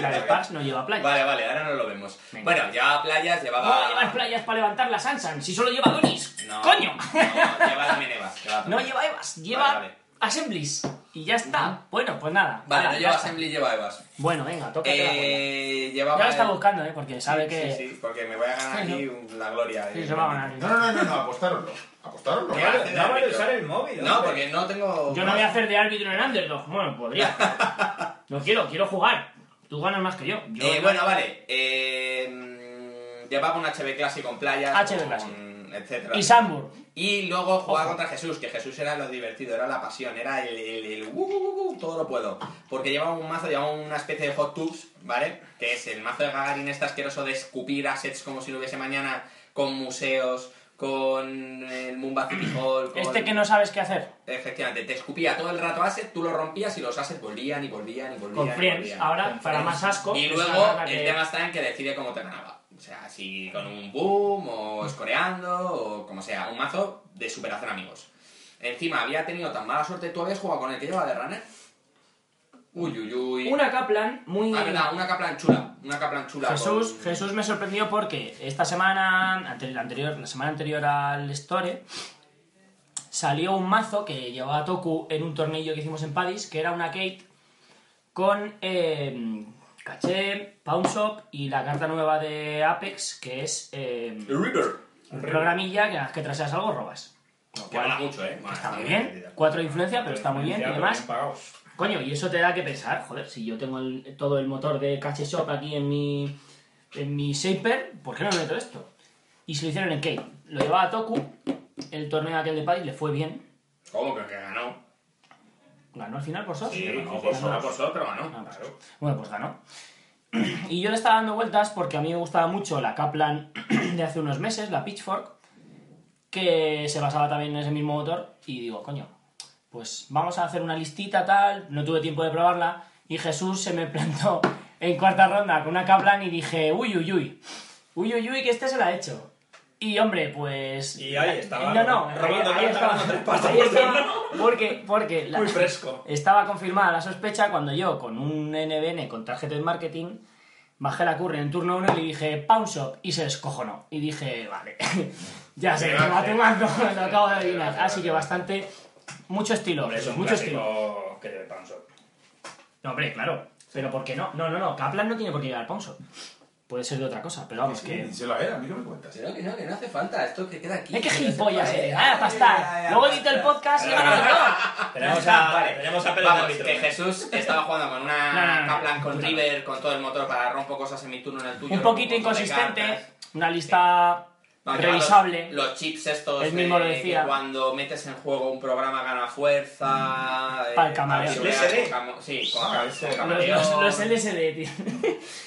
Speaker 3: La de Spar no lleva playas.
Speaker 2: vale, vale, ahora no lo vemos.
Speaker 3: Venga.
Speaker 2: Bueno, llevaba playas,
Speaker 3: ¿Cómo va a llevar
Speaker 2: llevaba.
Speaker 3: playas para levantar la Sansan si solo lleva Donis?
Speaker 2: No,
Speaker 3: ¡Coño!
Speaker 2: No, lleva también Evas. lleva
Speaker 3: No
Speaker 2: también.
Speaker 3: lleva Evas, lleva
Speaker 2: Vale, vale.
Speaker 3: Assemblies. Y ya está. Bueno, pues nada.
Speaker 2: Vale,
Speaker 3: Hala,
Speaker 2: no
Speaker 3: ya
Speaker 2: lleva
Speaker 3: está.
Speaker 2: Assembly, lleva Evas.
Speaker 3: Bueno, venga, toca
Speaker 2: Eh, llevaba.
Speaker 3: Ya lo está
Speaker 2: el-
Speaker 3: buscando, ¿eh? Porque sabe que...
Speaker 2: Sí, sí, porque me voy a ganar
Speaker 3: Sí,
Speaker 2: aquí un- la gloria.
Speaker 3: Sí,
Speaker 2: eh.
Speaker 3: se va a ganar.
Speaker 5: No, no, no, no, no, apostároslo. Apostároslo.
Speaker 2: ¿Qué
Speaker 5: vale.
Speaker 2: hace?
Speaker 4: No vale usar el móvil.
Speaker 2: No,
Speaker 4: hombre.
Speaker 2: porque no tengo.
Speaker 3: Yo no voy a hacer de árbitro en Underdog. Bueno, podría. No quiero, quiero jugar. Tú ganas más que yo. Yo-
Speaker 2: Eh, bueno, vale. Eh, mm, llevaba un HB clásico con playas.
Speaker 3: HB
Speaker 2: con-
Speaker 3: Classic.
Speaker 2: Etcétera.
Speaker 3: Y Sambur.
Speaker 2: Y luego jugaba contra Jesús, que Jesús era lo divertido, era la pasión, era el, el, el uh, uh, uh, todo lo puedo. Porque llevaba un mazo, llevaba una especie de hot tubs, ¿vale? Que es el mazo de Gagarin este asqueroso de escupir assets como si no hubiese mañana, con museos, con el Mumba City Hall, con...
Speaker 3: Este que no sabes qué hacer.
Speaker 2: Efectivamente, te escupía todo el rato asset, tú lo rompías y los assets volvían y volvían y volvían.
Speaker 3: Con
Speaker 2: y
Speaker 3: Friends,
Speaker 2: volvían.
Speaker 3: ahora,
Speaker 4: con
Speaker 3: para
Speaker 4: Friends.
Speaker 3: más asco.
Speaker 2: Y
Speaker 3: es
Speaker 2: luego
Speaker 3: ahora la
Speaker 2: el
Speaker 3: que-
Speaker 2: tema está en que decide cómo te ganaba. O sea, si con un boom o escoreando o como sea, un mazo de superación amigos. Encima había tenido tan mala suerte, tú habías jugado con el que lleva de runner. Uy, uy, uy.
Speaker 3: Una Kaplan muy...
Speaker 2: Ah, verdad, una caplan chula. Una caplan chula.
Speaker 3: Jesús,
Speaker 2: con-
Speaker 3: Jesús me sorprendió porque esta semana, ante- la anterior, la semana anterior al Store, salió un mazo que llevaba a Toku en un tornillo que hicimos en Padis, que era una Kate con eh, caché, Pawn Shop y la carta nueva de Apex, que es eh,
Speaker 2: River.
Speaker 3: un programilla que, que traseas algo robas. Lo
Speaker 2: Que
Speaker 3: cual
Speaker 2: mola mucho, eh. Mola.
Speaker 3: está muy bien, cuatro de influencia, pero está muy bien y
Speaker 4: Pero
Speaker 3: demás.
Speaker 4: pagados.
Speaker 3: Coño, y eso te da que pensar, joder, si yo tengo el- todo el motor de Cache Shop aquí en mi, en mi Shaper, ¿por qué no meto esto? Y se lo hicieron en Kate. Lo llevaba a Toku, el torneo aquel de Paddy le fue bien.
Speaker 2: ¿Cómo que, que ganó?
Speaker 3: Ganó al final por soft.
Speaker 2: Sí,
Speaker 3: Ganó, ganó.
Speaker 2: ganó por solo, por solo, pero ganó.
Speaker 3: Ah, pues,
Speaker 2: Claro.
Speaker 3: Bueno, pues ganó. Y yo le estaba dando vueltas porque a mí me gustaba mucho la Kaplan de hace unos meses, la Pitchfork, que se basaba también en ese mismo motor. Y digo, coño, pues vamos a hacer una listita tal. No tuve tiempo de probarla. Y Jesús se me plantó en cuarta ronda con una Kaplan y dije, uy, uy, uy. Uy, uy, uy, que este se la ha hecho. Y hombre, pues.
Speaker 4: Y ahí estaba,
Speaker 3: No, no,
Speaker 4: robando
Speaker 3: ahí- ahí
Speaker 4: carta,
Speaker 3: estaba.
Speaker 4: dando tres pasos
Speaker 3: Ahí
Speaker 4: por
Speaker 3: estaba,
Speaker 4: turno.
Speaker 3: Porque, porque. la-
Speaker 4: Muy fresco.
Speaker 3: estaba confirmada la sospecha cuando yo, con un NBN con tarjeta de marketing, bajé la curry en turno 1 y le dije Pawn Shop y se descojonó. Y dije, vale, ya sé,
Speaker 4: Gracias.
Speaker 3: matemático, lo acabo de adivinar.
Speaker 4: Gracias.
Speaker 3: Así que bastante, mucho estilo,
Speaker 4: Hombre, es un
Speaker 3: mucho estilo.
Speaker 4: clásico que lleve Pound Shop.
Speaker 3: No, hombre, claro, pero ¿por qué no? No, no, no, Kaplan no tiene por qué llegar Pawn Shop. Puede ser de otra cosa, pero vamos, que.
Speaker 5: Sí, díselo a él, a mí no me cuentas. ¿eh?
Speaker 2: Pero que no, que no hace falta, esto que queda aquí.
Speaker 3: ¡Eh, qué
Speaker 2: Que no hace
Speaker 3: gilipollas
Speaker 2: falta,
Speaker 3: eres!
Speaker 2: eh.
Speaker 3: ¡Ah, pastar! Luego edito el podcast y ya me lo acabo.
Speaker 4: Tenemos
Speaker 2: Ah,
Speaker 4: a,
Speaker 2: vale.
Speaker 4: tenemos a Pedro
Speaker 2: Vamos,
Speaker 4: de árbitro.
Speaker 2: que Jesús estaba jugando con una
Speaker 3: No, no, no, no.
Speaker 2: Kaplan con River, con todo el motor para rompo cosas en mi turno en el tuyo.
Speaker 3: Un
Speaker 2: rompo
Speaker 3: poquito
Speaker 2: montón de
Speaker 3: inconsistente,
Speaker 2: cartas.
Speaker 3: una lista
Speaker 2: No, lleva
Speaker 3: revisable.
Speaker 2: Los, los chips estos
Speaker 3: Él
Speaker 2: de-
Speaker 3: mismo lo
Speaker 2: de
Speaker 3: decía.
Speaker 2: que cuando metes en juego un programa gana fuerza.
Speaker 3: Pa'l camareo.
Speaker 2: para tirolear
Speaker 4: LSD.
Speaker 2: con camo- Sí, con,
Speaker 5: Ah,
Speaker 2: con
Speaker 5: eso.
Speaker 3: Los,
Speaker 2: camareo.
Speaker 3: los, los LSD, tío.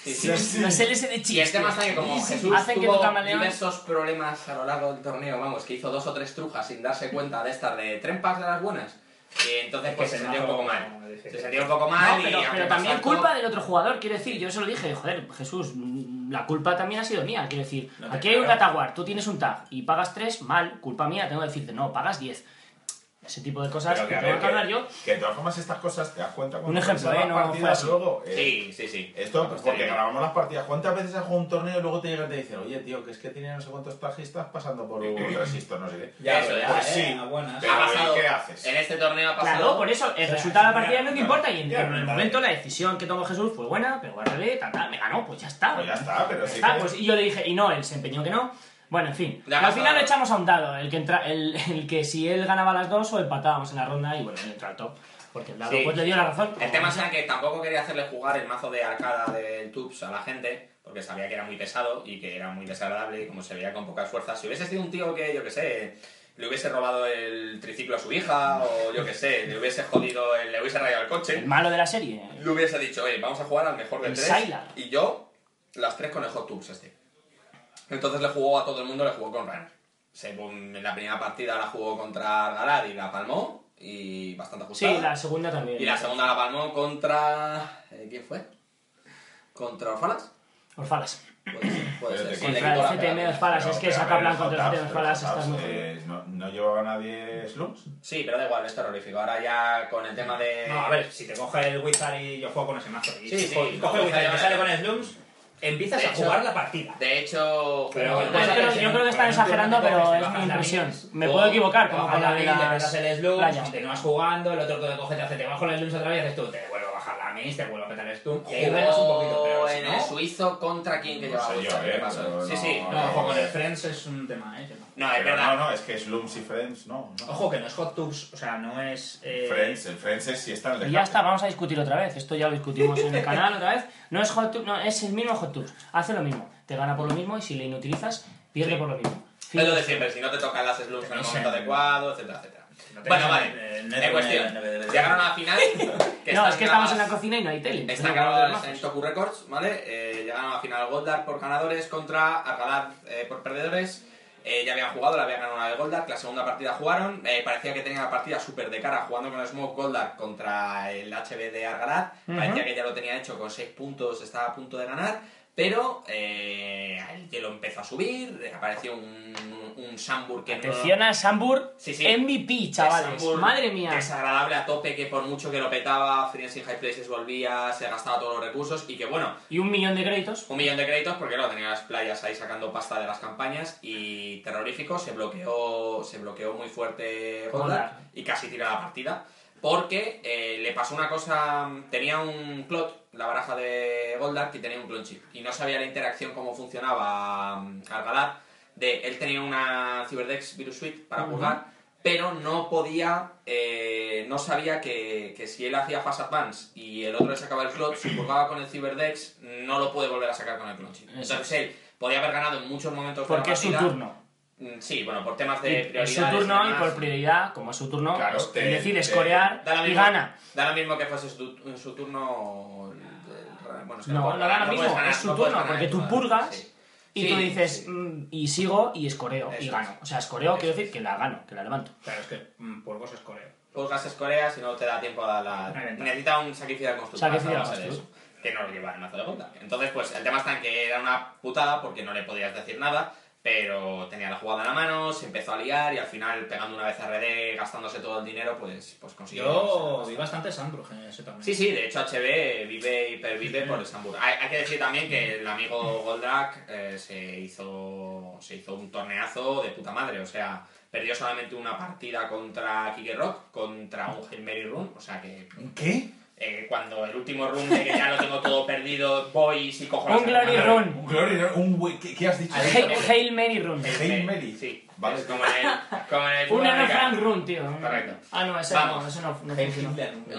Speaker 2: Sí, sí.
Speaker 3: Los, los LSD
Speaker 2: Y el
Speaker 3: chistes.
Speaker 2: tema está que como Jesús
Speaker 3: Hacen que
Speaker 2: tuvo
Speaker 3: tu camaleón-
Speaker 2: diversos problemas a lo largo del torneo, vamos, que hizo dos o tres trujas sin darse cuenta de estas de trempas de las buenas, y entonces
Speaker 4: Es
Speaker 2: pues
Speaker 4: que se
Speaker 2: se sentía un
Speaker 4: enojó,
Speaker 2: poco
Speaker 4: como
Speaker 2: mal.
Speaker 4: dije.
Speaker 2: Se sentía un poco mal
Speaker 3: No,
Speaker 2: y...
Speaker 3: pero,
Speaker 2: aunque
Speaker 3: pero
Speaker 2: pasó
Speaker 3: también
Speaker 2: todo-
Speaker 3: culpa del otro jugador, quiero decir, yo se lo dije, joder, Jesús, mm, la culpa también ha sido mía, quiero decir,
Speaker 4: No te
Speaker 3: aquí hay un
Speaker 4: creo.
Speaker 3: cataguar, tú tienes un tag y pagas 3, mal, culpa mía, tengo que decirte, no, pagas 10. Ese tipo de cosas
Speaker 5: Pero que,
Speaker 3: que
Speaker 5: a
Speaker 3: tengo
Speaker 5: ver,
Speaker 3: que hablar yo.
Speaker 5: que de todas formas estas cosas te das cuenta cuando
Speaker 3: Un ejemplo, ¿eh?
Speaker 5: empiezan las
Speaker 3: No fue
Speaker 5: partidas
Speaker 3: así.
Speaker 5: luego. eh,
Speaker 2: Sí, sí, sí.
Speaker 5: Esto,
Speaker 2: Pues
Speaker 5: porque
Speaker 2: te-
Speaker 5: grabamos las partidas. ¿Cuántas veces has jugado un torneo y luego te llegan y te dicen, oye, tío, que es que tiene no sé cuántos tajistas pasando por un resisto, no sé qué?
Speaker 4: Ya,
Speaker 2: Eso,
Speaker 4: pero,
Speaker 2: ya,
Speaker 4: eh,
Speaker 5: sí.
Speaker 4: a buenas.
Speaker 5: Pero,
Speaker 2: Ha pasado-
Speaker 5: ¿y qué haces?
Speaker 2: En este torneo ha pasado...
Speaker 3: Claro, por eso, el resultado de la partida no te
Speaker 4: claro,
Speaker 3: importa y en,
Speaker 4: claro,
Speaker 3: en el
Speaker 4: claro.
Speaker 3: momento la decisión que tomó Jesús fue buena, pero guardé, tal, tal, me ganó, pues ya está.
Speaker 5: Pues ya está, pero
Speaker 3: Ya
Speaker 5: sí
Speaker 3: está,
Speaker 5: que-
Speaker 3: pues, y yo le dije, y no, él se empeñó que no. Bueno, en fin.
Speaker 2: Le ha
Speaker 3: al
Speaker 2: pasado.
Speaker 3: final lo echamos a un dado, el que, entra, el, el que si él ganaba las dos o empatábamos en la ronda y bueno, él entró al top. Porque el dado
Speaker 2: Sí.
Speaker 3: pues le dio la razón.
Speaker 2: El tema era que tampoco quería hacerle jugar el mazo de arcada del Tubs a la gente, porque sabía que era muy pesado y que era muy desagradable y como se veía con pocas fuerzas. Si hubiese sido un tío que, yo que sé, le hubiese robado el triciclo a su hija, o yo que sé, le hubiese jodido, el- le hubiese rayado el
Speaker 3: El
Speaker 2: coche,
Speaker 3: malo de la serie.
Speaker 2: le hubiese dicho, oye, vamos a jugar al mejor de
Speaker 3: El
Speaker 2: tres.
Speaker 3: Sylar.
Speaker 2: Y yo, las tres con el Hot Tubs este. Entonces le jugó a todo el mundo, le jugó con Ran. Según en la primera partida la jugó contra Galad y la palmó, y bastante ajustada.
Speaker 3: Sí, la segunda también.
Speaker 2: Y la segunda la palmó contra. eh, ¿Quién fue? ¿Contra Orfalas?
Speaker 3: Orfalas.
Speaker 2: Puede ser, puede ser.
Speaker 5: Pero
Speaker 2: sí,
Speaker 5: te
Speaker 2: le
Speaker 3: contra
Speaker 2: quitó la
Speaker 3: el CTM
Speaker 2: pegada.
Speaker 3: Orfalas, es que
Speaker 5: pero,
Speaker 3: saca
Speaker 5: a ver,
Speaker 3: blanco contra el
Speaker 5: Hotubs,
Speaker 3: CTM Orfalas,
Speaker 5: pero
Speaker 3: estás muy
Speaker 5: Hotubs,
Speaker 3: jodido.
Speaker 5: eh, no- ¿No llevaba nadie slums?
Speaker 2: Sí, pero da igual, es terrorífico. Ahora ya con el tema de.
Speaker 4: No, a ver, si te coge el Wizard y yo juego con ese mazo. Y
Speaker 2: Sí,
Speaker 4: si
Speaker 2: sí,
Speaker 4: coge-
Speaker 2: no,
Speaker 4: coge el Wizard y
Speaker 2: no,
Speaker 4: te
Speaker 2: no.
Speaker 4: sale con Slums, empiezas
Speaker 2: De
Speaker 4: a
Speaker 2: hecho-
Speaker 4: jugar la partida.
Speaker 2: De hecho,
Speaker 4: Pero
Speaker 2: jugó-
Speaker 4: bueno,
Speaker 3: Pues
Speaker 4: Bueno,
Speaker 3: yo creo- yo creo que están
Speaker 4: pero no
Speaker 3: exagerando,
Speaker 4: te
Speaker 3: pero
Speaker 4: coges,
Speaker 3: es
Speaker 4: te
Speaker 3: mi
Speaker 4: bajas la
Speaker 3: impresión.
Speaker 4: mil,
Speaker 3: Me
Speaker 2: o-
Speaker 3: puedo equivocar,
Speaker 4: Te
Speaker 3: como
Speaker 4: bajas
Speaker 3: con la
Speaker 4: la
Speaker 3: de
Speaker 4: mil, te
Speaker 3: las
Speaker 4: das el Slums,
Speaker 3: playas.
Speaker 4: continúas jugando, el otro te coge, te hace, te bajo el Slums otra vez, haces tú, te vuelvo a bajar la mil, te vuelvo a petar el Slum. Y ahí ganas un poquito, pero
Speaker 2: jugó
Speaker 4: si
Speaker 2: en el
Speaker 4: no...
Speaker 2: suizo contra quien que
Speaker 5: No
Speaker 2: llevaba
Speaker 5: sé
Speaker 2: bolsa,
Speaker 5: yo,
Speaker 2: ¿qué
Speaker 5: eh,
Speaker 2: pasa?
Speaker 5: pero
Speaker 2: Sí, sí.
Speaker 5: no.
Speaker 4: No, ojo, con el Friends es un tema, eh.
Speaker 2: No, es
Speaker 5: Pero
Speaker 2: verdad.
Speaker 5: No, no, es que slums y friends, no. no.
Speaker 4: Ojo, que no es Hot Tubs, o sea, no es... eh,
Speaker 5: Friends, el friends es si están
Speaker 3: Y ya está, vamos a discutir otra vez. Esto ya lo discutimos en el canal otra vez. No es Hot Tub- no, es el mismo Hot Tubs. Hace lo mismo. Te gana por lo mismo y si le inutilizas, pierde por lo mismo. Fin.
Speaker 2: Es lo de siempre, si no te tocan las slums en el
Speaker 4: Tenéis
Speaker 2: momento
Speaker 4: en-
Speaker 2: adecuado, etcétera, etcétera.
Speaker 4: No tenéis
Speaker 2: Bueno,
Speaker 4: en-
Speaker 2: vale.
Speaker 4: en- en-
Speaker 2: En cuestión.
Speaker 4: en- en- en-
Speaker 2: Llegaron a la final.
Speaker 3: no, es que estamos en la
Speaker 2: grabadas-
Speaker 3: cocina y no hay tele.
Speaker 2: Están
Speaker 3: No,
Speaker 2: grabados
Speaker 3: no,
Speaker 2: en
Speaker 3: no.
Speaker 2: Toku Records, ¿vale? Eh, llegaron a la final Goldar por ganadores contra Arcalar por eh, perdedores. Eh, ya habían jugado, la habían ganado una de Goldark, la segunda partida jugaron, eh, parecía que tenían la partida súper de cara jugando con Smoke Goldark contra el HB de Argarat,
Speaker 3: Ujú.
Speaker 2: parecía que ya lo tenía hecho con 6 puntos, estaba a punto de ganar, pero eh, el hielo empezó a subir, eh, apareció un, un Sambur que no-
Speaker 3: Atención a Sambur,
Speaker 2: Sí, sí.
Speaker 3: MVP, chavales.
Speaker 2: Sambur
Speaker 3: Madre mía.
Speaker 2: Desagradable a tope, que por mucho que lo petaba, Freelancing High Places volvía, se gastaba todos los recursos y que bueno,
Speaker 3: Y un millón de créditos.
Speaker 2: un millón de créditos porque claro, tenía las playas ahí sacando pasta de las campañas y terrorífico se bloqueó se bloqueó muy fuerte Goddard
Speaker 3: Goddard.
Speaker 2: y casi tira la partida porque eh, le pasó una cosa tenía un clot la baraja de Goldar y tenía un clon chip y no sabía la interacción cómo funcionaba mm, Algalad de él tenía una Cyberdex Virus Suite para
Speaker 3: Ujú.
Speaker 2: jugar pero no podía, eh, no sabía que, que si él hacía Fast Advance y el otro le sacaba el clot, si jugaba con el Cyberdex, no lo puede volver a sacar con el clot. chip.
Speaker 3: Eso
Speaker 2: Entonces él podía haber ganado en muchos momentos
Speaker 3: Porque
Speaker 2: de la
Speaker 3: es su
Speaker 2: partida.
Speaker 3: turno.
Speaker 2: Mm, Sí, bueno, por temas de
Speaker 3: Y- Es
Speaker 2: prioridades.
Speaker 3: su turno y
Speaker 2: demás.
Speaker 3: por prioridad, como es su turno,
Speaker 5: Claro,
Speaker 3: pues,
Speaker 5: te-
Speaker 3: él decide
Speaker 5: te-
Speaker 3: escorear
Speaker 2: Da lo
Speaker 3: y
Speaker 2: mismo-
Speaker 3: gana.
Speaker 2: Da lo mismo que fuese su, tu- su turno. eh, Bueno, es que
Speaker 3: No,
Speaker 2: puedes
Speaker 3: no
Speaker 2: ganar,
Speaker 3: da lo
Speaker 2: puedes
Speaker 3: mismo,
Speaker 2: ganar,
Speaker 3: es su
Speaker 2: no puedes
Speaker 3: turno,
Speaker 2: ganar
Speaker 3: porque
Speaker 2: en
Speaker 3: tú
Speaker 2: turno.
Speaker 3: purgas
Speaker 2: Sí.
Speaker 3: y
Speaker 2: Sí,
Speaker 3: tú dices,
Speaker 2: sí.
Speaker 3: "Mm, y sigo y escoreo, y
Speaker 2: Eso
Speaker 3: gano.
Speaker 2: es.
Speaker 3: O sea, escoreo
Speaker 2: Eso
Speaker 3: quiero
Speaker 2: es.
Speaker 3: decir que la gano, que la levanto.
Speaker 4: Claro, es que mm, Purgos es Corea.
Speaker 2: Purgas escoreas y no te da tiempo a la...
Speaker 4: Una ventaja.
Speaker 2: Necesita un sacrificio de construcción.
Speaker 3: Sacrificio de
Speaker 2: para hacer
Speaker 3: construcción.
Speaker 2: eso, Que no lo lleva el mazo de Golda. Entonces, pues, el tema está en que era una putada porque no le podías decir nada, pero tenía la jugada en la mano, se empezó a liar y al final, pegando una vez a RD, gastándose todo el dinero, pues, pues consiguió...
Speaker 4: Yo vi bastante Sandbrook en ese torneo.
Speaker 2: Sí, sí, de hecho HB vive y pervive por el Sambur. Hay, hay que decir también que el amigo Goldrack eh, se, hizo, se hizo un torneazo de puta madre, o sea, perdió solamente una partida contra Kike Rock, contra un Henry Run, o sea que
Speaker 5: ¿Qué?
Speaker 2: eh, cuando el último run de que ya lo tengo todo perdido, voy y si cojo
Speaker 3: Un Glory
Speaker 2: segunda-
Speaker 3: Run.
Speaker 5: Un glory, ¿no? un güey- ¿qué, qué has dicho?
Speaker 2: Ahí.
Speaker 3: Hail, Hail Mary Run.
Speaker 5: Hail Mary.
Speaker 2: Sí,
Speaker 5: Vale.
Speaker 2: es como en el... Como en el fútbol
Speaker 3: Un Ana
Speaker 2: americano.
Speaker 3: Frank Run, tío.
Speaker 2: Correcto.
Speaker 3: Ah, no, ese
Speaker 2: Vamos.
Speaker 3: no, ese no, no
Speaker 4: Heil
Speaker 3: funciona.
Speaker 4: Hitler.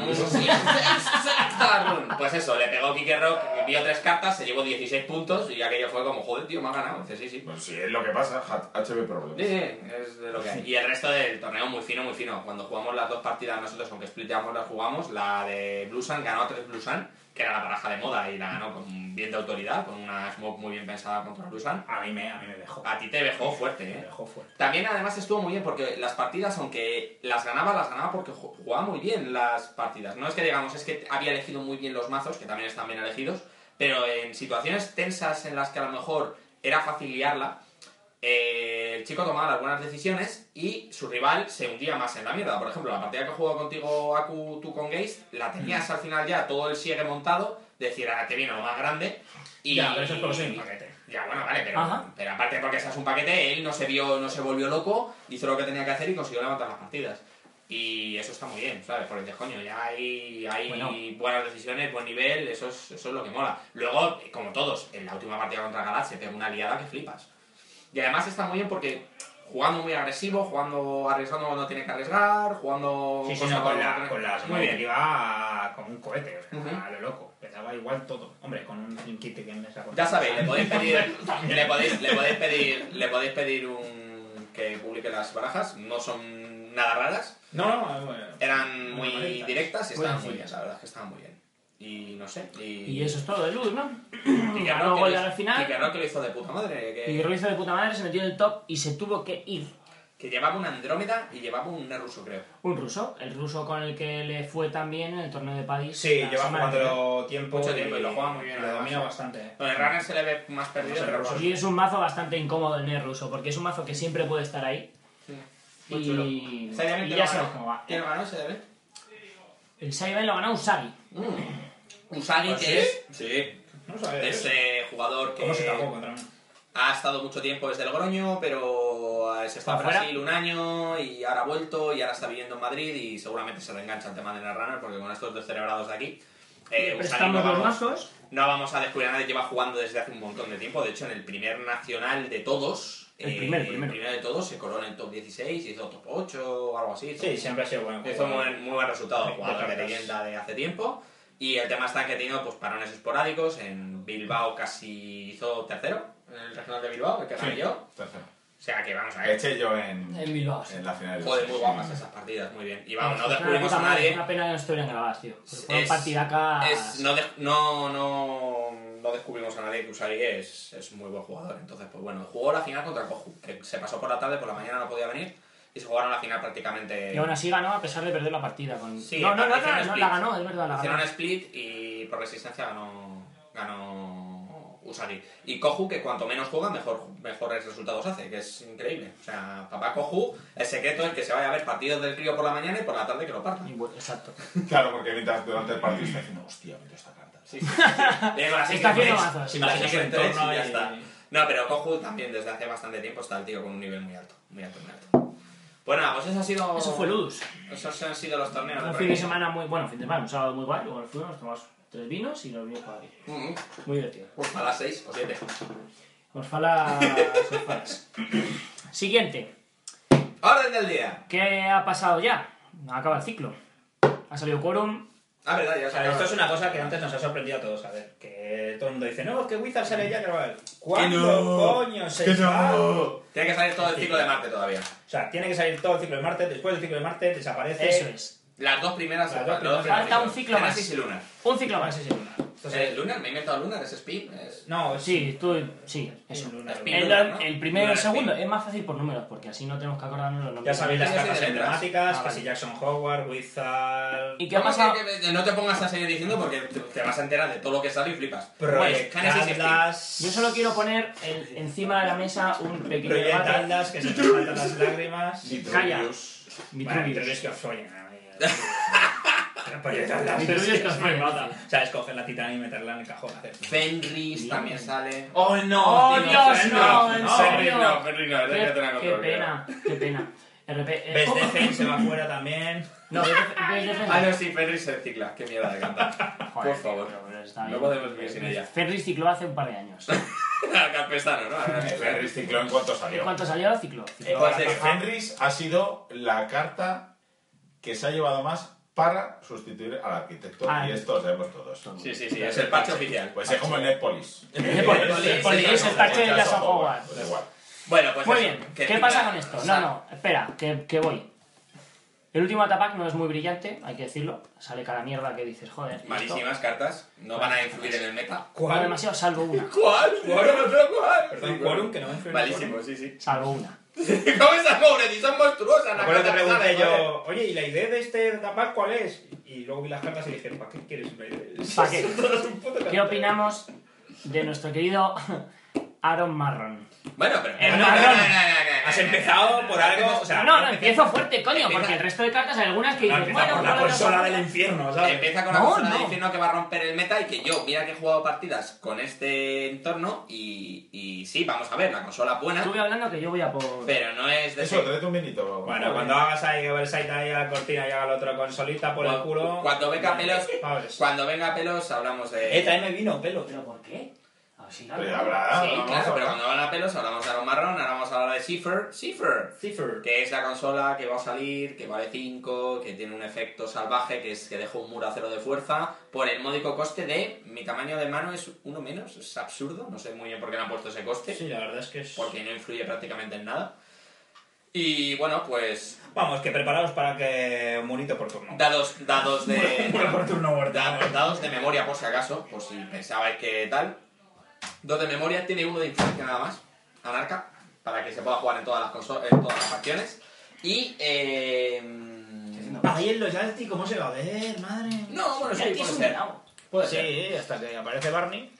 Speaker 2: Pues eso, le pegó Kike Rock, vio tres cartas, se llevó 16 puntos y aquello fue como, joder, tío, me ha ganado. Dice, sí, sí.
Speaker 5: Pues sí, es lo que pasa, ha- HB
Speaker 2: Sí,
Speaker 5: Problem.
Speaker 2: sí, es de lo que hay. Y el resto del torneo muy fino, muy fino. Cuando jugamos las dos partidas nosotros, aunque splitamos las jugamos, la de Blusan ganó a tres Blusan, que era la baraja de moda y la ganó con bien de autoridad, con una smoke muy bien pensada contra Blusan.
Speaker 4: A mí me, a mí me dejó.
Speaker 2: A ti te dejó fuerte,
Speaker 4: Me
Speaker 2: ¿eh?
Speaker 4: dejó fuerte.
Speaker 2: También además estuvo muy bien porque las partidas, aunque las ganaba, las ganaba porque ju- jugaba muy bien las partidas. No es que digamos, es que había elegido muy bien los mazos, que también están bien elegidos, pero en situaciones tensas en las que a lo mejor era fácil liarla, eh, el chico tomaba las buenas decisiones y su rival se hundía más en la mierda. Por ejemplo, la partida que jugó contigo Aku, tú con Geist, la
Speaker 4: Mm.
Speaker 2: tenías al final ya todo el siegue montado, decir, ahora te viene lo más grande. Y,
Speaker 4: Ya, pero eso es porque soy un paquete.
Speaker 2: ya, bueno, vale, pero,
Speaker 3: Ajá.
Speaker 2: pero aparte porque seas un paquete, él no se vio, no se volvió loco, hizo lo que tenía que hacer y consiguió levantar las partidas. Y eso está muy bien, ¿sabes? Porque dices, coño, ya hay, hay
Speaker 3: Bueno.
Speaker 2: buenas decisiones, buen nivel, eso es, eso es lo que mola. Luego, como todos, en la última partida contra Galat se pega una liada que flipas. Y además está muy bien porque jugando muy agresivo, jugando arriesgando cuando tiene que arriesgar, jugando
Speaker 4: Sí, sí,
Speaker 2: cosas
Speaker 4: no, con
Speaker 2: cuando
Speaker 4: la,
Speaker 2: tiene-
Speaker 4: con la
Speaker 2: muy bien.
Speaker 4: que iba como un cohete, o sea,
Speaker 2: Ujú.
Speaker 4: a lo loco. Le daba igual todo. Hombre, con un kit que me sacó. Ah,
Speaker 2: Ya sabéis, le podéis pedir, le podéis, le podéis pedir, le podéis pedir un que publique las barajas. No son nada raras,
Speaker 4: No, no, eh, bueno.
Speaker 2: eran muy
Speaker 4: Muy
Speaker 2: directas y estaban
Speaker 3: Muy
Speaker 2: muy bien.
Speaker 3: sencillas.
Speaker 2: La verdad es que estaban muy bien. Y no sé. Y,
Speaker 3: Y eso es todo de luz, ¿no?
Speaker 2: Y que
Speaker 3: Ganó
Speaker 2: Rock
Speaker 3: Goldar
Speaker 2: lo-
Speaker 3: al final.
Speaker 2: Y que Rock lo hizo de puta madre.
Speaker 3: Y
Speaker 2: Que,
Speaker 3: Ruiz de puta madre se metió en el top y se tuvo que ir.
Speaker 2: que llevaba un Andrómeda y llevaba un ruso, creo.
Speaker 3: Un ruso, el ruso con el que le fue también en el torneo de París.
Speaker 4: Sí,
Speaker 3: la
Speaker 4: lleva
Speaker 3: semana anterior.
Speaker 4: jugándolo tiempo.
Speaker 2: Mucho tiempo y lo juega muy bien,
Speaker 4: Lo
Speaker 2: además.
Speaker 4: domina bastante. eh.
Speaker 2: Bueno, el Runner se le ve más perdido,
Speaker 3: Pues
Speaker 4: No sé,
Speaker 2: pero
Speaker 4: Russo
Speaker 2: bueno.
Speaker 3: Y es un mazo bastante incómodo el Ned ruso, porque es un mazo que siempre puede estar ahí.
Speaker 2: Sí. Muy chulo.
Speaker 3: Y,
Speaker 2: Sayamen,
Speaker 3: y
Speaker 2: ¿quién
Speaker 3: ya
Speaker 2: lo ganó?
Speaker 3: sabes cómo va.
Speaker 2: ¿Quién lo ganó? Sayamen?
Speaker 3: El Saiben lo ganó Usagi.
Speaker 2: Mm. Usagi,
Speaker 4: ¿Ah, sí?
Speaker 2: que es. Sí.
Speaker 4: No sabía.
Speaker 2: Es
Speaker 4: eso.
Speaker 2: eh, jugador que.
Speaker 4: ¿Cómo se tapó contra mí?
Speaker 2: Ha estado mucho tiempo desde Logroño, pero eh, se fue a
Speaker 3: ¿Afuera?
Speaker 2: Brasil un año y ahora ha vuelto y ahora está viviendo en Madrid y seguramente se reengancha el tema de Netrunner porque con estos descerebrados de aquí... eh, Usagi
Speaker 3: Prestamos
Speaker 2: no,
Speaker 3: los
Speaker 2: vamos,
Speaker 3: mazos.
Speaker 2: no vamos a descubrir a nadie, lleva jugando desde hace un montón de tiempo. De hecho, en el primer nacional de todos... eh,
Speaker 3: El primer, el primero.
Speaker 2: de todos se coló en el top 16, hizo top 8 o algo así.
Speaker 4: Sí, siempre ha sido bueno.
Speaker 2: Hizo muy, buen- muy buen resultado el
Speaker 4: Sí,
Speaker 2: jugador de
Speaker 4: correctas.
Speaker 2: leyenda de hace tiempo. Y el tema está en que ha tenido pues, parones esporádicos. En Bilbao casi hizo tercero, en el regional de Bilbao, el que gané
Speaker 4: Sí.
Speaker 2: yo.
Speaker 5: Tercero.
Speaker 2: O sea que vamos a ver.
Speaker 5: Eché yo en,
Speaker 3: En Bilbao.
Speaker 5: en la final.
Speaker 2: Joder, muy guapas esas partidas, muy bien. Y vamos, no
Speaker 3: Es una
Speaker 2: descubrimos
Speaker 3: puta
Speaker 2: a
Speaker 3: madre,
Speaker 2: nadie.
Speaker 3: Es una pena que no estuvieran grabadas, tío. Porque Fueron
Speaker 2: Es-
Speaker 3: partidacas.
Speaker 2: Es- no, de- no, no, no no descubrimos a nadie que Usari es, es muy buen jugador. Entonces, pues bueno, jugó la final contra Koju, que se pasó por la tarde, por la mañana no podía venir, y se jugaron la final prácticamente...
Speaker 3: Y aún así ganó a pesar de perder la partida. Con...
Speaker 2: Sí,
Speaker 3: no, no, no,
Speaker 2: hicieron
Speaker 3: no, no,
Speaker 2: split.
Speaker 3: la ganó, es verdad, la
Speaker 2: Hicieron
Speaker 3: ganó.
Speaker 2: un split y por resistencia ganó, ganó Usagi. Y Koju, que cuanto menos juega, mejor, mejores resultados hace, que es increíble. O sea, papá Koju, el secreto es que se vaya a ver partidos del crío por la mañana y por la tarde que lo
Speaker 3: Y
Speaker 2: partan.
Speaker 3: bueno, Exacto.
Speaker 5: Claro, porque mientras durante el partido está diciendo, hostia, meto esta carta.
Speaker 2: Sí, sí, sí. Eh, así
Speaker 3: Está haciendo
Speaker 2: que tres,
Speaker 3: mazos.
Speaker 2: imagina
Speaker 4: Imagina
Speaker 2: que
Speaker 4: su
Speaker 2: tres
Speaker 4: entorno
Speaker 2: y ya
Speaker 4: y-
Speaker 2: está. No, pero Koju también desde hace bastante tiempo está el tío con un nivel muy alto, muy alto, muy alto. Bueno, pues eso ha sido...
Speaker 3: Eso fue Ludus.
Speaker 2: Esos han sido los torneos.
Speaker 3: Un
Speaker 2: por
Speaker 3: fin de
Speaker 2: aquí.
Speaker 3: semana muy bueno, fin de semana, un sábado muy guay, luego nos fuimos, tomamos tres vinos y nos vimos para aquí.
Speaker 2: Mm, mm.
Speaker 3: Muy divertido.
Speaker 2: Pues a las 6 o 7.
Speaker 3: Os falas, os falas. Siguiente.
Speaker 2: Orden del día.
Speaker 3: ¿Qué ha pasado ya? Acaba el ciclo. Ha salido quórum.
Speaker 2: Ah, verdad, ya
Speaker 4: O sea,
Speaker 2: sabes.
Speaker 4: esto es una cosa que antes nos ha sorprendido a todos, a ver, que todo el mundo dice, no, es que Wizard sale ya, que va a ver. ¿Cuándo coño se va?
Speaker 5: no!
Speaker 2: Tiene que salir todo el ciclo de Marte todavía.
Speaker 4: O sea, tiene que salir todo el ciclo de Marte, después del ciclo de Marte desaparece.
Speaker 3: Eso es.
Speaker 2: Las dos primeras.
Speaker 4: Las dos
Speaker 2: los dos
Speaker 4: primeras.
Speaker 2: primeros
Speaker 3: Falta un
Speaker 2: ciclos.
Speaker 3: ciclo más.
Speaker 2: Genesis y Lunar.
Speaker 3: Un ciclo más.
Speaker 4: Ese es el lunar. Entonces,
Speaker 2: Eh, ¿Lunar? ¿Me he inventado Lunar? ¿Es Spin? Es-
Speaker 4: no,
Speaker 3: Sí, tú, sí, eso.
Speaker 4: El lunar.
Speaker 2: Spin.
Speaker 3: El,
Speaker 2: Lunar, ¿no?
Speaker 3: el primero y el
Speaker 2: Lunar
Speaker 3: segundo
Speaker 2: Spin.
Speaker 3: es más fácil por números, porque así no tenemos que acordarnos los
Speaker 4: Ya
Speaker 3: nombres.
Speaker 4: sabéis las
Speaker 2: Yo soy
Speaker 4: cartas
Speaker 2: de letras.
Speaker 4: emblemáticas,
Speaker 3: Ah,
Speaker 4: que
Speaker 3: vale.
Speaker 4: si Jackson Howard, Wizard...
Speaker 3: ¿Y qué ha
Speaker 2: Vamos
Speaker 3: pasado?
Speaker 2: a que- que no te pongas a seguir diciendo porque te- te vas a enterar de todo lo que sale y flipas. Pues, Genesis y Spin.
Speaker 4: Proyectadas...
Speaker 3: Yo solo quiero poner el- encima de la mesa un pequeño debate.
Speaker 4: Proyectadas, que se te faltan las lágrimas...
Speaker 3: Calla.
Speaker 4: Bueno,
Speaker 3: Vitruvius.
Speaker 4: Vitruvius que os follen. a ver. Pero pues, Proyectadas.
Speaker 3: Vitruvius que os follen.
Speaker 4: O sea, es coger la titana y meterla en el cajón. hacer-
Speaker 2: Fenris también sale.
Speaker 4: ¡Oh, no!
Speaker 3: ¡Oh,
Speaker 4: tío,
Speaker 3: Dios,
Speaker 4: Fenris,
Speaker 3: no! ¡En
Speaker 4: no.
Speaker 3: serio!
Speaker 2: no, Henry no, Henry no te la
Speaker 3: Qué, qué
Speaker 2: controlo.
Speaker 3: pena, qué pena. RP. eh,
Speaker 4: Best Defense se va fuera también.
Speaker 3: No, Best Def- Best Defense.
Speaker 2: Ah, no, sí, Fenris se cicla. Qué mierda de cantar.
Speaker 3: Joder,
Speaker 2: Por favor.
Speaker 3: pero- pero está
Speaker 2: No
Speaker 3: bien. Eh,
Speaker 2: podemos vivir sin ella.
Speaker 3: Ferris cicló hace un par de años.
Speaker 2: Campestano, ¿no? Ahora
Speaker 5: El
Speaker 2: mismo.
Speaker 5: Henry cicló en cuanto
Speaker 3: ¿En
Speaker 5: salió.
Speaker 3: cuánto salió? Cicló.
Speaker 2: Eh,
Speaker 3: cicló.
Speaker 2: pues,
Speaker 5: El
Speaker 2: eh,
Speaker 5: Henrys ha sido la carta que se ha llevado más para sustituir al arquitecto.
Speaker 3: Ah,
Speaker 5: y esto lo sabemos todos.
Speaker 2: Sí, sí, sí. Es el parche oficial.
Speaker 5: Pues es como el Netpolis.
Speaker 3: Netpolis,
Speaker 5: Eh,
Speaker 3: Netpolis,
Speaker 5: sí,
Speaker 3: es el parche de
Speaker 5: Jason
Speaker 3: Jason Howard.
Speaker 5: Pues igual.
Speaker 2: Bueno, pues
Speaker 3: Muy
Speaker 2: eso,
Speaker 3: bien,
Speaker 2: que
Speaker 3: ¿qué
Speaker 2: cicla-
Speaker 3: pasa con esto?
Speaker 2: o sea,
Speaker 3: No, no, espera, que, que voy. El último Atapac no es muy brillante, hay que decirlo. Sale cada mierda que dices, joder. ¿y esto?
Speaker 2: Malísimas cartas. No van a influir en el meta.
Speaker 3: No demasiado, salvo una.
Speaker 2: ¿Cuál? ¿Cuál? ¿Cuál?
Speaker 4: Perdón, Quorum, que no me influye en
Speaker 2: Malísimo, sí, sí.
Speaker 3: Salvo una.
Speaker 2: ¿Cómo esas pobres? Y son monstruosas.
Speaker 4: Me
Speaker 2: las
Speaker 4: acuerdo que
Speaker 2: cartas
Speaker 4: pregunté
Speaker 2: que salen,
Speaker 4: yo, oye, ¿y la idea de este tapar cuál es? Y luego vi las cartas y dije, ¿para qué quieres una idea?
Speaker 3: ¿Para qué?
Speaker 4: Son todas un puto
Speaker 3: ¿Qué
Speaker 4: cartel.
Speaker 3: opinamos de nuestro querido Aaron Marron?
Speaker 2: ¿vale? Bueno, pero...
Speaker 3: El
Speaker 2: No, no, no,
Speaker 3: marrón.
Speaker 2: no, no, no, no,
Speaker 4: Has
Speaker 2: no,
Speaker 4: empezado por algo, o sea,
Speaker 3: no, no,
Speaker 4: empieza-
Speaker 3: empiezo fuerte, coño, porque
Speaker 2: Empieza-
Speaker 3: el resto de cartas hay algunas que
Speaker 4: no,
Speaker 3: dices,
Speaker 4: empieza
Speaker 3: bueno,
Speaker 4: por la
Speaker 3: bueno,
Speaker 4: consola
Speaker 3: no-
Speaker 4: del infierno, ¿sabes?
Speaker 2: Empieza con la
Speaker 3: No,
Speaker 2: persona
Speaker 3: no.
Speaker 2: diciendo que va a romper el meta y que yo, mira que he jugado partidas con este entorno y, y sí, vamos a ver, la consola es buena,
Speaker 3: Estuve hablando que yo voy a por...
Speaker 2: pero no es de
Speaker 5: Eso, tráete un vinito.
Speaker 4: Bueno, cuando hagas ahí oversight ahí a la cortina y haga la otra consolita por el
Speaker 2: Cuando-
Speaker 4: culo...
Speaker 2: cuando venga pelos-
Speaker 4: Pabres.
Speaker 2: Cuando venga pelos hablamos
Speaker 4: Eh,
Speaker 2: de...
Speaker 4: tráeme vino, pelo.
Speaker 3: ¿Pero por qué? A ver si no-
Speaker 5: Pero ya habrá,
Speaker 3: Sí,
Speaker 5: vamos
Speaker 2: Claro, pero
Speaker 5: a hablar.
Speaker 2: cuando van a pelos hablamos de Aaron Marrón, ahora vamos a hablar de Cipher. Cipher.
Speaker 4: Cipher.
Speaker 2: que es la consola que va a salir, que vale 5, que tiene un efecto salvaje, que es que deja un muro a cero de fuerza, por el módico coste de mi tamaño de mano es uno menos, es absurdo, no sé muy bien por qué le han puesto ese coste,
Speaker 4: Sí, la verdad es que es...
Speaker 2: porque no influye prácticamente en nada. Y bueno, pues
Speaker 4: Vamos, que preparaos para que... Un monito por turno.
Speaker 2: dados, dados de...
Speaker 4: Muro por turno muerto.
Speaker 2: da- dados de memoria por si acaso, por si pensabais que tal. Dos de memoria, tiene uno de influencia nada más, anarca, para que se pueda jugar en todas las conso- en todas las facciones. Y eh,
Speaker 4: Ahí en los Yalti, ¿cómo se va a ver, madre?
Speaker 2: No, bueno, sí,
Speaker 3: Ya que
Speaker 2: puede
Speaker 3: es un
Speaker 2: ser.
Speaker 3: helado.
Speaker 2: Puede ser.
Speaker 4: Sí, hasta que aparece Barney.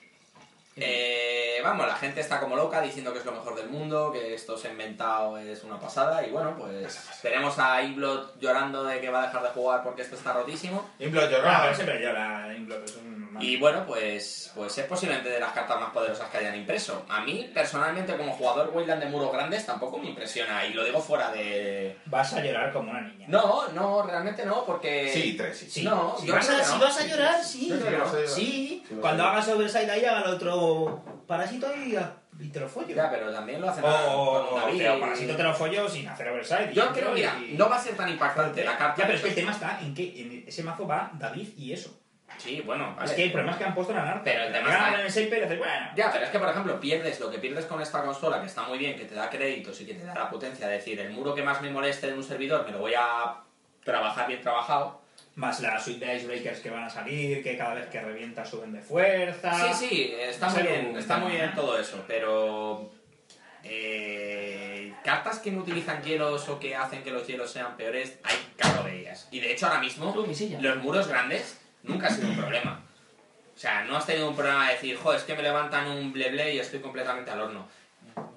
Speaker 2: Eh, vamos, la gente está como loca diciendo que es lo mejor del mundo, que esto se ha inventado, es una pasada. Y bueno, pues tenemos a Inblot llorando de que va a dejar de jugar porque esto está rotísimo.
Speaker 5: Implo
Speaker 4: Ah,
Speaker 5: llorado.
Speaker 4: pero siempre llora Inglot, es un...
Speaker 2: Y bueno, pues, pues es posiblemente de las cartas más poderosas que hayan impreso. A mí, personalmente, como jugador Wayland de muros grandes, tampoco me impresiona. Y lo digo fuera de...
Speaker 4: Vas a llorar como una niña.
Speaker 2: No, no, realmente no, porque...
Speaker 5: Sí, tres, sí.
Speaker 4: Sí,
Speaker 2: No,
Speaker 4: si,
Speaker 2: yo
Speaker 4: vas
Speaker 2: creo
Speaker 4: a,
Speaker 2: que no.
Speaker 4: si vas a llorar, sí.
Speaker 5: Yo creo que vas a llorar.
Speaker 4: Sí,
Speaker 5: Sí, vas
Speaker 4: cuando
Speaker 5: a llorar.
Speaker 4: hagas oversight ahí haga el otro parásito y, y te Oh, lo follo.
Speaker 2: Ya, pero también lo hacen
Speaker 4: o
Speaker 2: con
Speaker 4: o-
Speaker 2: David.
Speaker 4: te- o parásito te lo follo sin hacer oversight.
Speaker 2: Yo creo, mira,
Speaker 4: y-
Speaker 2: no va a ser tan impactante la carta.
Speaker 4: Ya, pero es que el tema está en que en ese mazo va David y eso.
Speaker 2: Sí, bueno, vale.
Speaker 4: Es que el problema es que han puesto en la narta.
Speaker 2: Pero el tema
Speaker 4: Ganan
Speaker 2: está-
Speaker 4: en el shaper y haces, bueno.
Speaker 2: Ya, pero es que, por ejemplo, pierdes lo que pierdes con esta consola, que está muy bien, que te da créditos y que te da la potencia. Es decir, el muro que más me moleste en un servidor me lo voy a trabajar bien trabajado.
Speaker 4: más la suite de Icebreakers que van a salir, que cada vez que revienta suben de fuerza. Eh,
Speaker 2: Sí, sí, está
Speaker 4: No sé
Speaker 2: muy bien,
Speaker 4: cómo-
Speaker 2: está muy bien todo eso, pero eh, cartas que no utilizan hielos o que hacen que los hielos sean peores, hay carro de ellas. Y de hecho ahora mismo
Speaker 3: Tú, mi silla.
Speaker 2: los muros grandes nunca ha sido un problema. O sea, no has tenido un problema de decir, joder, es que me levantan un bleble y estoy completamente al horno.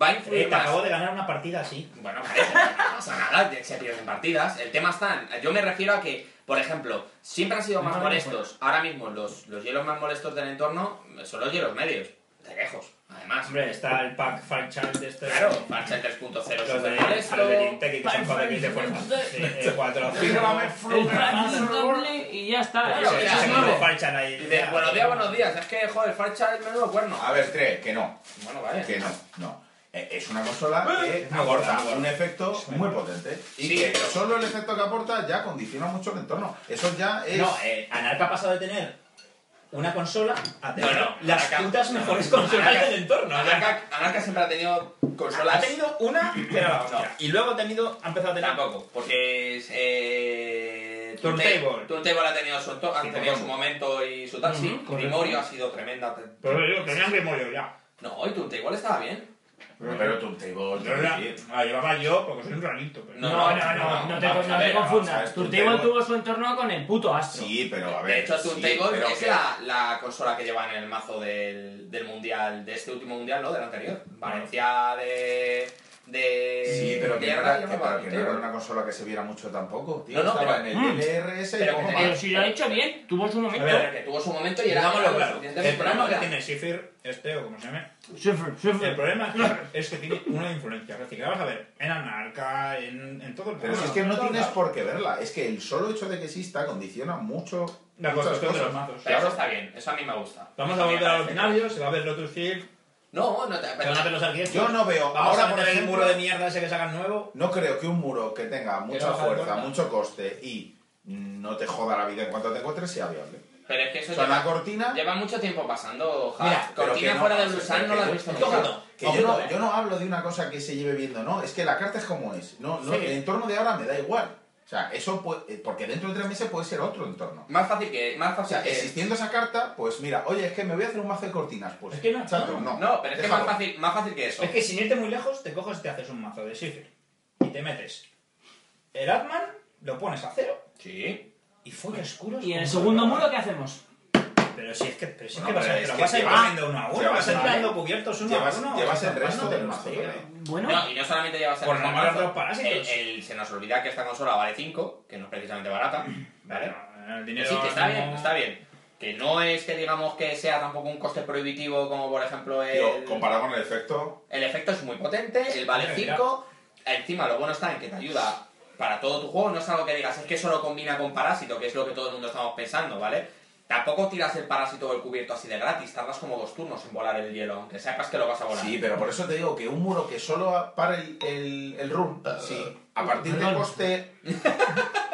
Speaker 2: Va a influir
Speaker 4: Eh, te
Speaker 2: más-
Speaker 4: acabo de ganar una partida así.
Speaker 2: bueno, vale, pero no pasa nada, que se pierden partidas. El tema está, en- yo me refiero a que, por ejemplo, siempre han sido más
Speaker 3: No, no, no,
Speaker 2: molestos. Ahora mismo los, los hielos más molestos del entorno eh, son los hielos medios, de lejos, además.
Speaker 4: Hombre, está el pack Fight Child de este.
Speaker 2: Claro, Parche 3.0 es
Speaker 4: Los de
Speaker 2: súper molesto.
Speaker 4: los de Nintendo que son
Speaker 3: Pack
Speaker 4: cuatro de
Speaker 3: Fight
Speaker 4: fuerza. Sí, eh, cuatro.
Speaker 5: Fíjame,
Speaker 3: El
Speaker 5: fruta.
Speaker 3: pack es doble y ya está.
Speaker 2: Claro,
Speaker 3: Eso
Speaker 2: que
Speaker 3: es
Speaker 4: Ese
Speaker 2: ya es
Speaker 3: así.
Speaker 4: nuevo
Speaker 2: nueve.
Speaker 4: Fight Child ahí.
Speaker 2: Y de buenos días, buenos días. Es que, joder, Farcha es menudo cuerno. Ah,
Speaker 5: A ver, tres, que no.
Speaker 2: Bueno, vale.
Speaker 5: Que no, no. Eh, Es una consola
Speaker 2: Ah,
Speaker 5: que
Speaker 4: Es una
Speaker 5: aporta
Speaker 4: consola.
Speaker 5: un efecto
Speaker 4: Es una
Speaker 5: muy
Speaker 4: consola.
Speaker 5: potente. Y
Speaker 2: Sí,
Speaker 5: que
Speaker 2: pero-
Speaker 5: solo el efecto que aporta ya condiciona mucho el entorno. Eso ya es.
Speaker 4: No, eh, Anarca ha pasado de tener una consola a tener
Speaker 2: No, no,
Speaker 4: las
Speaker 2: Anarca-
Speaker 4: putas mejores
Speaker 2: no,
Speaker 4: consolas
Speaker 2: Anarca-
Speaker 4: del entorno.
Speaker 2: Anarca, Anarca siempre ha tenido
Speaker 4: Ha
Speaker 2: consolas.
Speaker 4: tenido una, pero la hostia. Y luego ha tenido, ha empezado a tener
Speaker 2: Tampoco, porque es, eh,
Speaker 4: Turntable.
Speaker 2: Turntable Turntable ha tenido su, anto- ha
Speaker 4: Sí,
Speaker 2: tenido su
Speaker 4: correcto.
Speaker 2: momento y su tal. Sí,
Speaker 3: Ujú, correcto.
Speaker 2: Grimorio ha sido tremenda. te-
Speaker 4: Pero yo tenía que mollo ya.
Speaker 2: No, y Turntable estaba bien.
Speaker 5: Pero, pero tú te digo, te
Speaker 4: Yo la,
Speaker 5: decir,
Speaker 4: la Ah, llevaba yo porque soy un ranito. Pero...
Speaker 3: No, no, no, no, te,
Speaker 5: vamos
Speaker 3: no
Speaker 5: a
Speaker 3: te
Speaker 5: ver, vamos a ver,
Speaker 3: confundas. Turntable
Speaker 5: Turntable-
Speaker 3: tuvo su entorno con el puto astro.
Speaker 5: Sí, pero a ver.
Speaker 2: De hecho,
Speaker 5: sí,
Speaker 2: Turntable
Speaker 5: pero
Speaker 2: es
Speaker 5: que-
Speaker 2: la, la consola que llevan en el mazo del, del mundial, de este último mundial, ¿no? Del anterior. Valencia de. de
Speaker 5: Sí, pero que, no
Speaker 2: mierda
Speaker 5: era, que-
Speaker 2: llevaba
Speaker 5: pero que no era
Speaker 2: Turntable.
Speaker 5: una consola que se viera mucho tampoco, tío.
Speaker 2: No, no,
Speaker 5: Estaba
Speaker 2: pero-
Speaker 5: en el LRS y
Speaker 2: pero
Speaker 5: poco
Speaker 2: como-
Speaker 5: más.
Speaker 3: Pero si lo ha hecho bien, tuvo su momento.
Speaker 4: A
Speaker 2: Pero que tuvo su momento y era.
Speaker 4: Digámoslo
Speaker 2: era
Speaker 4: claro.
Speaker 2: suficientemente
Speaker 4: El problema que
Speaker 2: buena.
Speaker 4: tiene Shifir, este o como se llame,
Speaker 3: Suffer, suffer.
Speaker 4: el problema es que- es que tiene una influencia. Es decir, que vamos a ver, en Anarca, en, en todo el
Speaker 5: Pero si es que no tienes por qué verla, es que el solo hecho de que exista condiciona mucho
Speaker 4: La
Speaker 5: muchas
Speaker 4: construcción de los
Speaker 5: cosas.
Speaker 4: mazos.
Speaker 2: Pero
Speaker 5: Claro.
Speaker 2: eso está bien, eso a mí me gusta.
Speaker 4: Vamos
Speaker 2: Eso
Speaker 4: a
Speaker 2: mí me
Speaker 4: volver a los
Speaker 2: parece
Speaker 4: binarios, se va a ver Lotus Field,
Speaker 2: No, no te.
Speaker 4: se van a ver los arquitectos.
Speaker 5: Yo no veo,
Speaker 4: Vamos
Speaker 5: ahora
Speaker 4: a
Speaker 5: por
Speaker 4: meter el
Speaker 5: ejemplo,
Speaker 4: muro de mierda ese que sacan nuevo.
Speaker 5: no creo que un muro que tenga mucha
Speaker 4: baja de
Speaker 5: fuerza,
Speaker 4: cuerda.
Speaker 5: mucho coste y no te joda la vida en cuanto te encuentres sea viable.
Speaker 2: Pero es que eso
Speaker 5: O sea,
Speaker 2: lleva-
Speaker 5: la cortina...
Speaker 2: Lleva mucho tiempo pasando, ja.
Speaker 4: Mira,
Speaker 5: pero
Speaker 2: Cortina
Speaker 5: que no,
Speaker 2: fuera de
Speaker 5: o sea,
Speaker 2: Busan
Speaker 5: que
Speaker 2: no la has
Speaker 5: yo-
Speaker 2: visto
Speaker 5: que
Speaker 2: nunca.
Speaker 4: yo-
Speaker 5: Que yo,
Speaker 4: Ojo,
Speaker 5: no,
Speaker 4: eh.
Speaker 5: yo no hablo de una cosa que se lleve viendo, no, es que la carta es como es. No, no,
Speaker 4: Sí.
Speaker 5: El entorno de ahora me da igual. O sea, eso puede, porque dentro de tres meses puede ser otro entorno.
Speaker 2: Más fácil que. Más
Speaker 5: O
Speaker 2: fácil
Speaker 5: sea,
Speaker 2: que-
Speaker 5: existiendo esa carta, pues mira, oye, es que me voy a hacer un mazo de cortinas. Pues
Speaker 4: Es que no,
Speaker 5: chato,
Speaker 4: no.
Speaker 5: no.
Speaker 2: No, pero es que
Speaker 5: déjalo.
Speaker 2: más fácil, más fácil que eso.
Speaker 4: Es que sin irte muy lejos, te coges y te haces un mazo de Shifir. Y te metes el Atman, lo pones a cero
Speaker 2: Sí.
Speaker 4: y follas culos.
Speaker 3: ¿Y en el
Speaker 4: como
Speaker 3: segundo
Speaker 4: locos.
Speaker 3: muro qué hacemos?
Speaker 4: Pero si es que, pero si es
Speaker 5: No,
Speaker 4: que vas,
Speaker 5: pero
Speaker 4: a,
Speaker 5: es
Speaker 4: pero
Speaker 5: que
Speaker 4: vas a ir
Speaker 5: llevas-
Speaker 4: poniendo uno a uno,
Speaker 5: llevas
Speaker 4: vas a ir
Speaker 5: una-
Speaker 4: tirando cubiertos uno
Speaker 5: Llevas,
Speaker 4: a uno.
Speaker 5: llevas el
Speaker 4: hasta
Speaker 5: resto
Speaker 4: cuando te
Speaker 5: del
Speaker 4: los
Speaker 5: mazo
Speaker 4: llega.
Speaker 5: también.
Speaker 3: Bueno,
Speaker 2: No, y no solamente llevas el
Speaker 4: Por
Speaker 2: mismo
Speaker 4: nombrar
Speaker 2: mazo.
Speaker 4: los parásitos.
Speaker 2: El- el- se nos olvida que esta consola vale 5, que no es precisamente barata. ¿Vale?
Speaker 4: Bueno, el
Speaker 2: Que
Speaker 4: dinero
Speaker 2: sí, que eh, está
Speaker 4: no-
Speaker 2: bien, está bien. Que no es que digamos que sea tampoco un coste prohibitivo como por ejemplo el.
Speaker 5: Tío, comparado con el efecto,
Speaker 2: El efecto es muy potente, el vale
Speaker 4: Hombre, mira.
Speaker 2: 5. Encima, lo bueno está en que te ayuda para todo tu juego. No es algo que digas, es que solo combina con parásito, que es lo que todo el mundo estamos pensando, ¿vale? Tampoco tiras el parásito o el cubierto así de gratis, tardas como dos turnos en volar el hielo, aunque sepas que lo vas a volar.
Speaker 5: sí, pero por eso te digo que un muro que solo para el, el, el run, eh, sí, a partir de
Speaker 3: Perdón.
Speaker 5: coste.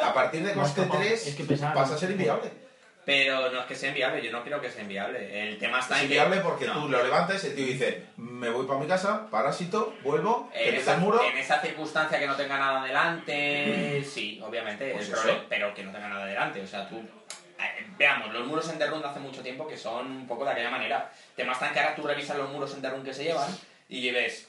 Speaker 5: A partir de
Speaker 3: Me ha
Speaker 5: coste
Speaker 3: escapado.
Speaker 5: 3,
Speaker 3: Es que pensaba-
Speaker 5: pasa a ser inviable.
Speaker 2: Pero no es que sea enviable, yo no creo que sea enviable. El tema está
Speaker 5: Es
Speaker 2: en que-
Speaker 5: inviable porque
Speaker 2: no.
Speaker 5: tú lo levantas y el tío dice: Me voy para mi casa, parásito, vuelvo, te
Speaker 2: En
Speaker 5: metes
Speaker 2: esa,
Speaker 5: el muro.
Speaker 2: en esa circunstancia que no tenga nada delante, sí, obviamente,
Speaker 5: Pues
Speaker 2: el
Speaker 5: eso.
Speaker 2: problema, pero que no tenga nada delante. O sea, tú. eh, Veamos, los muros en Derrund hace mucho tiempo que son un poco de aquella manera. Temas tan que ahora tú revisas los muros en Derrund que se llevan y ves.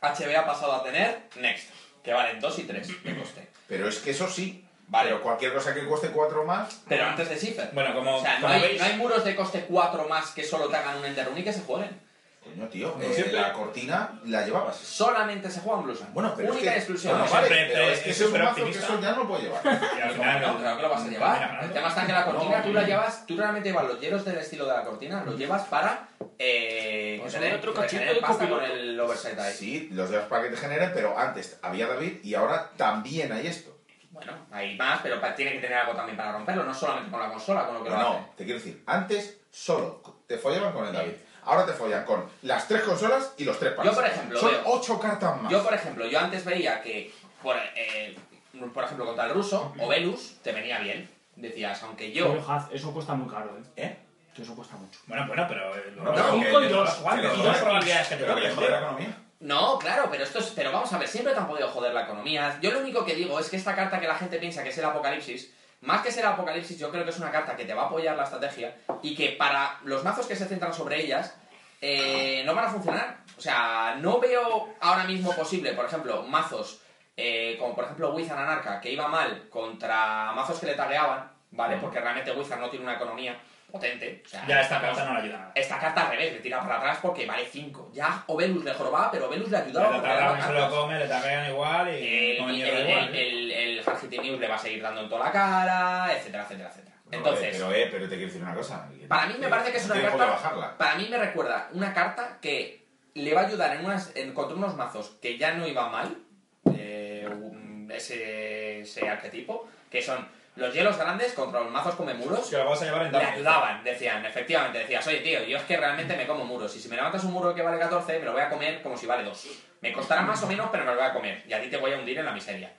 Speaker 2: HB ha pasado a tener Next, que valen 2 y 3 de coste.
Speaker 5: Pero es que eso sí.
Speaker 2: Vale.
Speaker 5: Pero cualquier cosa que cueste 4 más.
Speaker 2: Pero antes de Cipher.
Speaker 4: Bueno, como,
Speaker 2: o sea, no
Speaker 4: como
Speaker 2: hay,
Speaker 4: veis,
Speaker 2: no hay muros de coste 4 más que solo te hagan un Enderrun y que se jueguen.
Speaker 5: Coño, tío,
Speaker 4: Como
Speaker 5: eh,
Speaker 4: siempre.
Speaker 5: la cortina la llevabas.
Speaker 2: Solamente se juegan blusa.
Speaker 5: Bueno, pero
Speaker 2: Única
Speaker 5: es que,
Speaker 2: y exclusivamente.
Speaker 5: Bueno,
Speaker 4: Como
Speaker 5: vale,
Speaker 4: siempre,
Speaker 5: pero
Speaker 4: eh,
Speaker 5: es que
Speaker 4: es
Speaker 5: eso es un mazo que
Speaker 4: superoptimista.
Speaker 5: eso ya no lo puedo llevar.
Speaker 4: y al
Speaker 2: No,
Speaker 4: final,
Speaker 2: no, claro que lo vas a llevar. El tema está en que la cortina tú la llevas, tú realmente llevas los hielos del estilo de la cortina, los llevas para eh,
Speaker 3: Pues
Speaker 2: que te
Speaker 3: un
Speaker 2: den-
Speaker 3: otro
Speaker 2: que te
Speaker 3: cachito
Speaker 2: den
Speaker 3: de
Speaker 2: pasta con
Speaker 3: copiloto.
Speaker 2: el oversight ahí.
Speaker 5: Sí, los llevas para que te generen, pero antes había David y ahora también hay esto.
Speaker 2: Bueno, hay más, pero pa- tiene que tener algo también para romperlo, no solamente con la consola, con lo que
Speaker 5: Pero
Speaker 2: lo
Speaker 5: no,
Speaker 2: hace.
Speaker 5: te quiero decir, antes solo te follaban con el David. Ahora te follan con las tres consolas y los tres pares.
Speaker 2: por ejemplo,
Speaker 5: Son
Speaker 2: veo-
Speaker 5: ocho cartas más.
Speaker 2: Yo, por ejemplo, yo antes veía que, por, eh, por ejemplo, contra el ruso, o Velus, te venía bien. Decías, aunque yo...
Speaker 3: Pero, Haz, eso cuesta muy caro, ¿eh?
Speaker 5: ¿Eh?
Speaker 3: Que Eso cuesta mucho.
Speaker 4: Bueno, bueno, pero. eh, lo-
Speaker 5: No, pero
Speaker 4: cinco
Speaker 5: que-
Speaker 4: y dos, Juan,
Speaker 5: que
Speaker 4: y
Speaker 5: los
Speaker 4: dos
Speaker 5: dos-
Speaker 4: probabilidades que te
Speaker 5: Pero que le
Speaker 4: toquen,
Speaker 5: jode la
Speaker 4: joder.
Speaker 5: economía.
Speaker 2: No, claro, pero esto es, pero vamos a ver, siempre te han podido joder la economía. Yo lo único que digo es que esta carta que la gente piensa que es el apocalipsis, Más que ser Apocalipsis, yo creo que es una carta que te va a apoyar la estrategia y que para los mazos que se centran sobre ellas eh, no van a funcionar. O sea, no veo ahora mismo posible, por ejemplo, mazos eh, como por ejemplo Wizard Anarca, que iba mal contra mazos que le tagueaban, ¿vale? Porque realmente Wizard no tiene una economía potente. O sea,
Speaker 4: Ya esta carta no le ayuda nada.
Speaker 2: esta carta al revés, le tira para atrás porque vale 5. Ya Obelus le jorobaba, pero Obelus le ayudaba.
Speaker 4: Le
Speaker 2: porque le daba
Speaker 4: tagan, se lo
Speaker 2: cartas.
Speaker 4: come, le tagan igual y
Speaker 2: Eh,
Speaker 4: come
Speaker 2: el,
Speaker 4: mierda igual.
Speaker 2: el, el, el Hard Hitting News le va a seguir dando en toda la cara, etcétera, etcétera, etcétera. Entonces,
Speaker 5: pero, eh, pero te quiero decir una cosa.
Speaker 2: para mí me parece que es
Speaker 5: No
Speaker 2: una
Speaker 5: tiene por
Speaker 2: carta.
Speaker 5: qué bajarla.
Speaker 2: Para mí me recuerda una carta que le va a ayudar en unas, en- contra unos mazos que ya no iban mal. eh, un- ese, ese arquetipo, que son los hielos grandes contra los mazos come muros.
Speaker 4: Si lo vas a llevar en
Speaker 2: Le
Speaker 4: tabla.
Speaker 2: ayudaban, decían, efectivamente, decías, oye tío, yo es que realmente me como muros, y si me levantas un muro que vale 14, me lo voy a comer como si vale 2. Me costará más o menos, pero me lo voy a comer, y a ti te voy a hundir en la miseria.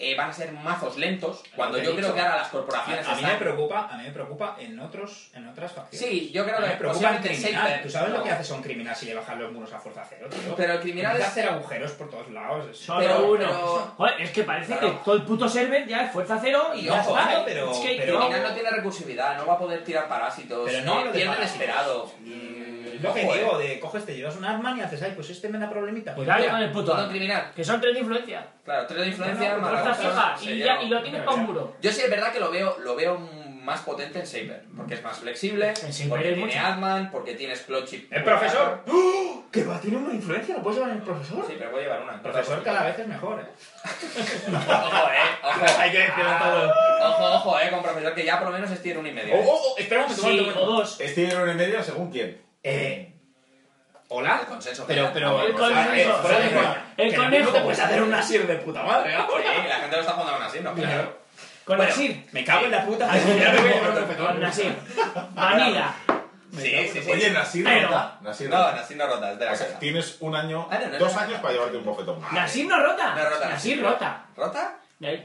Speaker 2: Eh, van a ser mazos lentos, cuando
Speaker 4: Lo que
Speaker 2: yo
Speaker 4: he
Speaker 2: creo
Speaker 4: dicho.
Speaker 2: que ahora las corporaciones
Speaker 4: A, a mí me
Speaker 2: están-
Speaker 4: preocupa, a mí me preocupa en otros, en otras facciones.
Speaker 2: Sí, yo creo
Speaker 4: A mí
Speaker 2: que
Speaker 4: me preocupa el
Speaker 2: posiblemente
Speaker 4: criminal.
Speaker 2: Saber-
Speaker 4: ¿Tú sabes
Speaker 2: no.
Speaker 4: lo que haces a un criminal si le bajan los muros a fuerza cero, tío?
Speaker 2: Pero el criminal
Speaker 4: Empieza
Speaker 2: es-
Speaker 4: a hacer agujeros por todos lados. es-
Speaker 3: Solo
Speaker 2: Pero-
Speaker 3: uno.
Speaker 2: pero-
Speaker 3: Joder, es que parece
Speaker 2: Claro.
Speaker 3: que todo el puto server ya es fuerza cero y,
Speaker 4: Y
Speaker 3: ya
Speaker 4: ojo,
Speaker 3: está.
Speaker 4: eh, pero-
Speaker 3: es que
Speaker 2: El
Speaker 4: pero-
Speaker 3: yo-
Speaker 2: criminal no tiene recursividad, no va a poder tirar parásitos,
Speaker 4: Pero no
Speaker 2: eh,
Speaker 4: hablo de
Speaker 2: pierde el
Speaker 4: parásitos.
Speaker 2: esperado.
Speaker 4: Es
Speaker 2: Mm,
Speaker 4: Lo que
Speaker 2: ojo, eh.
Speaker 4: digo, de coges, te llevas un arma y haces, ay, pues este me da problemita.
Speaker 3: Pues dale con el puto.
Speaker 2: Todo criminal.
Speaker 3: Que son tres de influencia.
Speaker 2: Claro, tres de influencia, más la
Speaker 3: Fuerza
Speaker 2: razón,
Speaker 3: fija
Speaker 2: pues se
Speaker 3: y,
Speaker 2: lleva-
Speaker 3: ya, y lo tienes para un muro.
Speaker 2: Yo sí es verdad que lo veo, lo veo más potente en Saber, porque es más flexible,
Speaker 3: Saber
Speaker 2: porque
Speaker 3: es
Speaker 2: tiene
Speaker 3: mucho.
Speaker 2: Adman, porque tienes Clotchip.
Speaker 4: ¡El profesor! ¡Oh! ¿Que va? ¿Tiene una influencia? ¿Lo puedes llevar en el profesor?
Speaker 2: Sí, pero voy a llevar una.
Speaker 4: El profesor cada vez es mejor, ¿eh?
Speaker 2: Ojo, eh,
Speaker 4: Hay
Speaker 2: ojo.
Speaker 4: que decirlo todo.
Speaker 2: Ojo, ojo, eh, con profesor que ya por lo menos es tier un y medio.
Speaker 4: Oh,
Speaker 2: eh.
Speaker 4: oh, oh, espera un momento, un
Speaker 3: Sí,
Speaker 4: momento,
Speaker 3: o
Speaker 4: un momento.
Speaker 3: dos.
Speaker 5: Este dinero en medio según quién.
Speaker 2: oh.
Speaker 4: Eh, ¿Hola?
Speaker 2: El consenso
Speaker 4: Pero,
Speaker 2: general. Ah, pues,
Speaker 4: pero...
Speaker 3: El
Speaker 4: o sea,
Speaker 3: conejo.
Speaker 4: eh, fuera de
Speaker 3: El
Speaker 4: coña. Que en
Speaker 3: conejo.
Speaker 4: no te puedes hacer una sir de puta madre,
Speaker 2: Sí,
Speaker 4: ahora.
Speaker 2: la gente lo está jugando aún así, ¿no? Claro.
Speaker 3: Con
Speaker 2: Bueno,
Speaker 3: Nasir.
Speaker 4: Me cago en la puta. Ya me voy a llevar un profesor.
Speaker 3: Con Nasir. Vanilla.
Speaker 2: Sí, sí, sí.
Speaker 5: Oye, Nasir
Speaker 3: Pero-
Speaker 5: rota. Nasir
Speaker 2: no,
Speaker 5: rota.
Speaker 2: así no rotas, de la
Speaker 5: O
Speaker 2: casa.
Speaker 5: sea, tienes un año,
Speaker 2: Ah, no, no,
Speaker 5: dos
Speaker 2: no, no.
Speaker 5: años para llevarte un bofetón.
Speaker 3: Nasir no rota.
Speaker 2: No rota.
Speaker 3: Nasir rota.
Speaker 2: ¿Rota?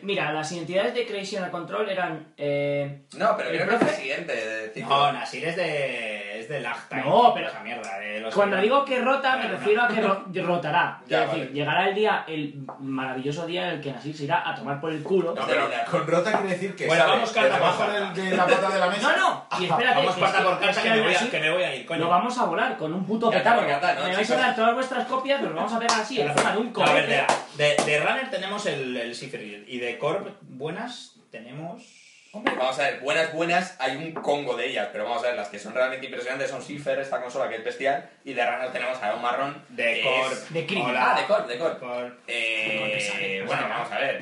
Speaker 3: Mira, las identidades de Crazy a Control eran. Eh...
Speaker 2: No, pero
Speaker 3: ¿El
Speaker 2: creo que es
Speaker 3: profe?
Speaker 2: el siguiente de ciclo.
Speaker 4: No, Nasir es de... es de Lagtime.
Speaker 3: No, pero-
Speaker 4: Esa mierda eh, de los...
Speaker 3: Cuando digo que rota, me
Speaker 4: Pero no.
Speaker 3: refiero a que ro- rotará.
Speaker 2: Ya,
Speaker 3: es decir,
Speaker 2: vale.
Speaker 3: llegará el día, el maravilloso día en el que Nasir se irá a tomar por el culo.
Speaker 5: No, pero con rota quiere decir que
Speaker 4: Bueno,
Speaker 5: sale
Speaker 4: vamos
Speaker 5: de
Speaker 4: carta por
Speaker 5: debajo
Speaker 4: carta.
Speaker 5: del- de la pata de la mesa.
Speaker 3: No, no, y espérate.
Speaker 4: Vamos
Speaker 3: que es
Speaker 4: carta
Speaker 3: que-
Speaker 4: por carta
Speaker 3: es
Speaker 4: que me voy a-
Speaker 3: Nasir
Speaker 4: que me voy a ir, coño.
Speaker 3: Lo vamos a volar con un puto
Speaker 2: Carta
Speaker 3: petardo.
Speaker 2: por carta, ¿no,
Speaker 3: me vais a
Speaker 2: chicos?
Speaker 3: dar todas vuestras copias, nos vamos a pegar así, encima de un
Speaker 4: A ver,
Speaker 3: cohete.
Speaker 4: de, de- de Runner tenemos el, el Sifril y de Corp buenas tenemos...
Speaker 2: Hombre, vamos a ver, buenas, buenas, hay un congo de ellas, pero vamos a ver, las que son realmente impresionantes son Cipher, esta consola que es bestial, y de Runner tenemos a un marrón.
Speaker 4: De
Speaker 2: que
Speaker 4: Corp.
Speaker 2: es-
Speaker 3: de crimen.
Speaker 4: Hola.
Speaker 2: Ah, de Corp, de Corp.
Speaker 4: Corp.
Speaker 2: Eh,
Speaker 3: Corp,
Speaker 2: bueno,
Speaker 3: sale.
Speaker 2: vamos a ver.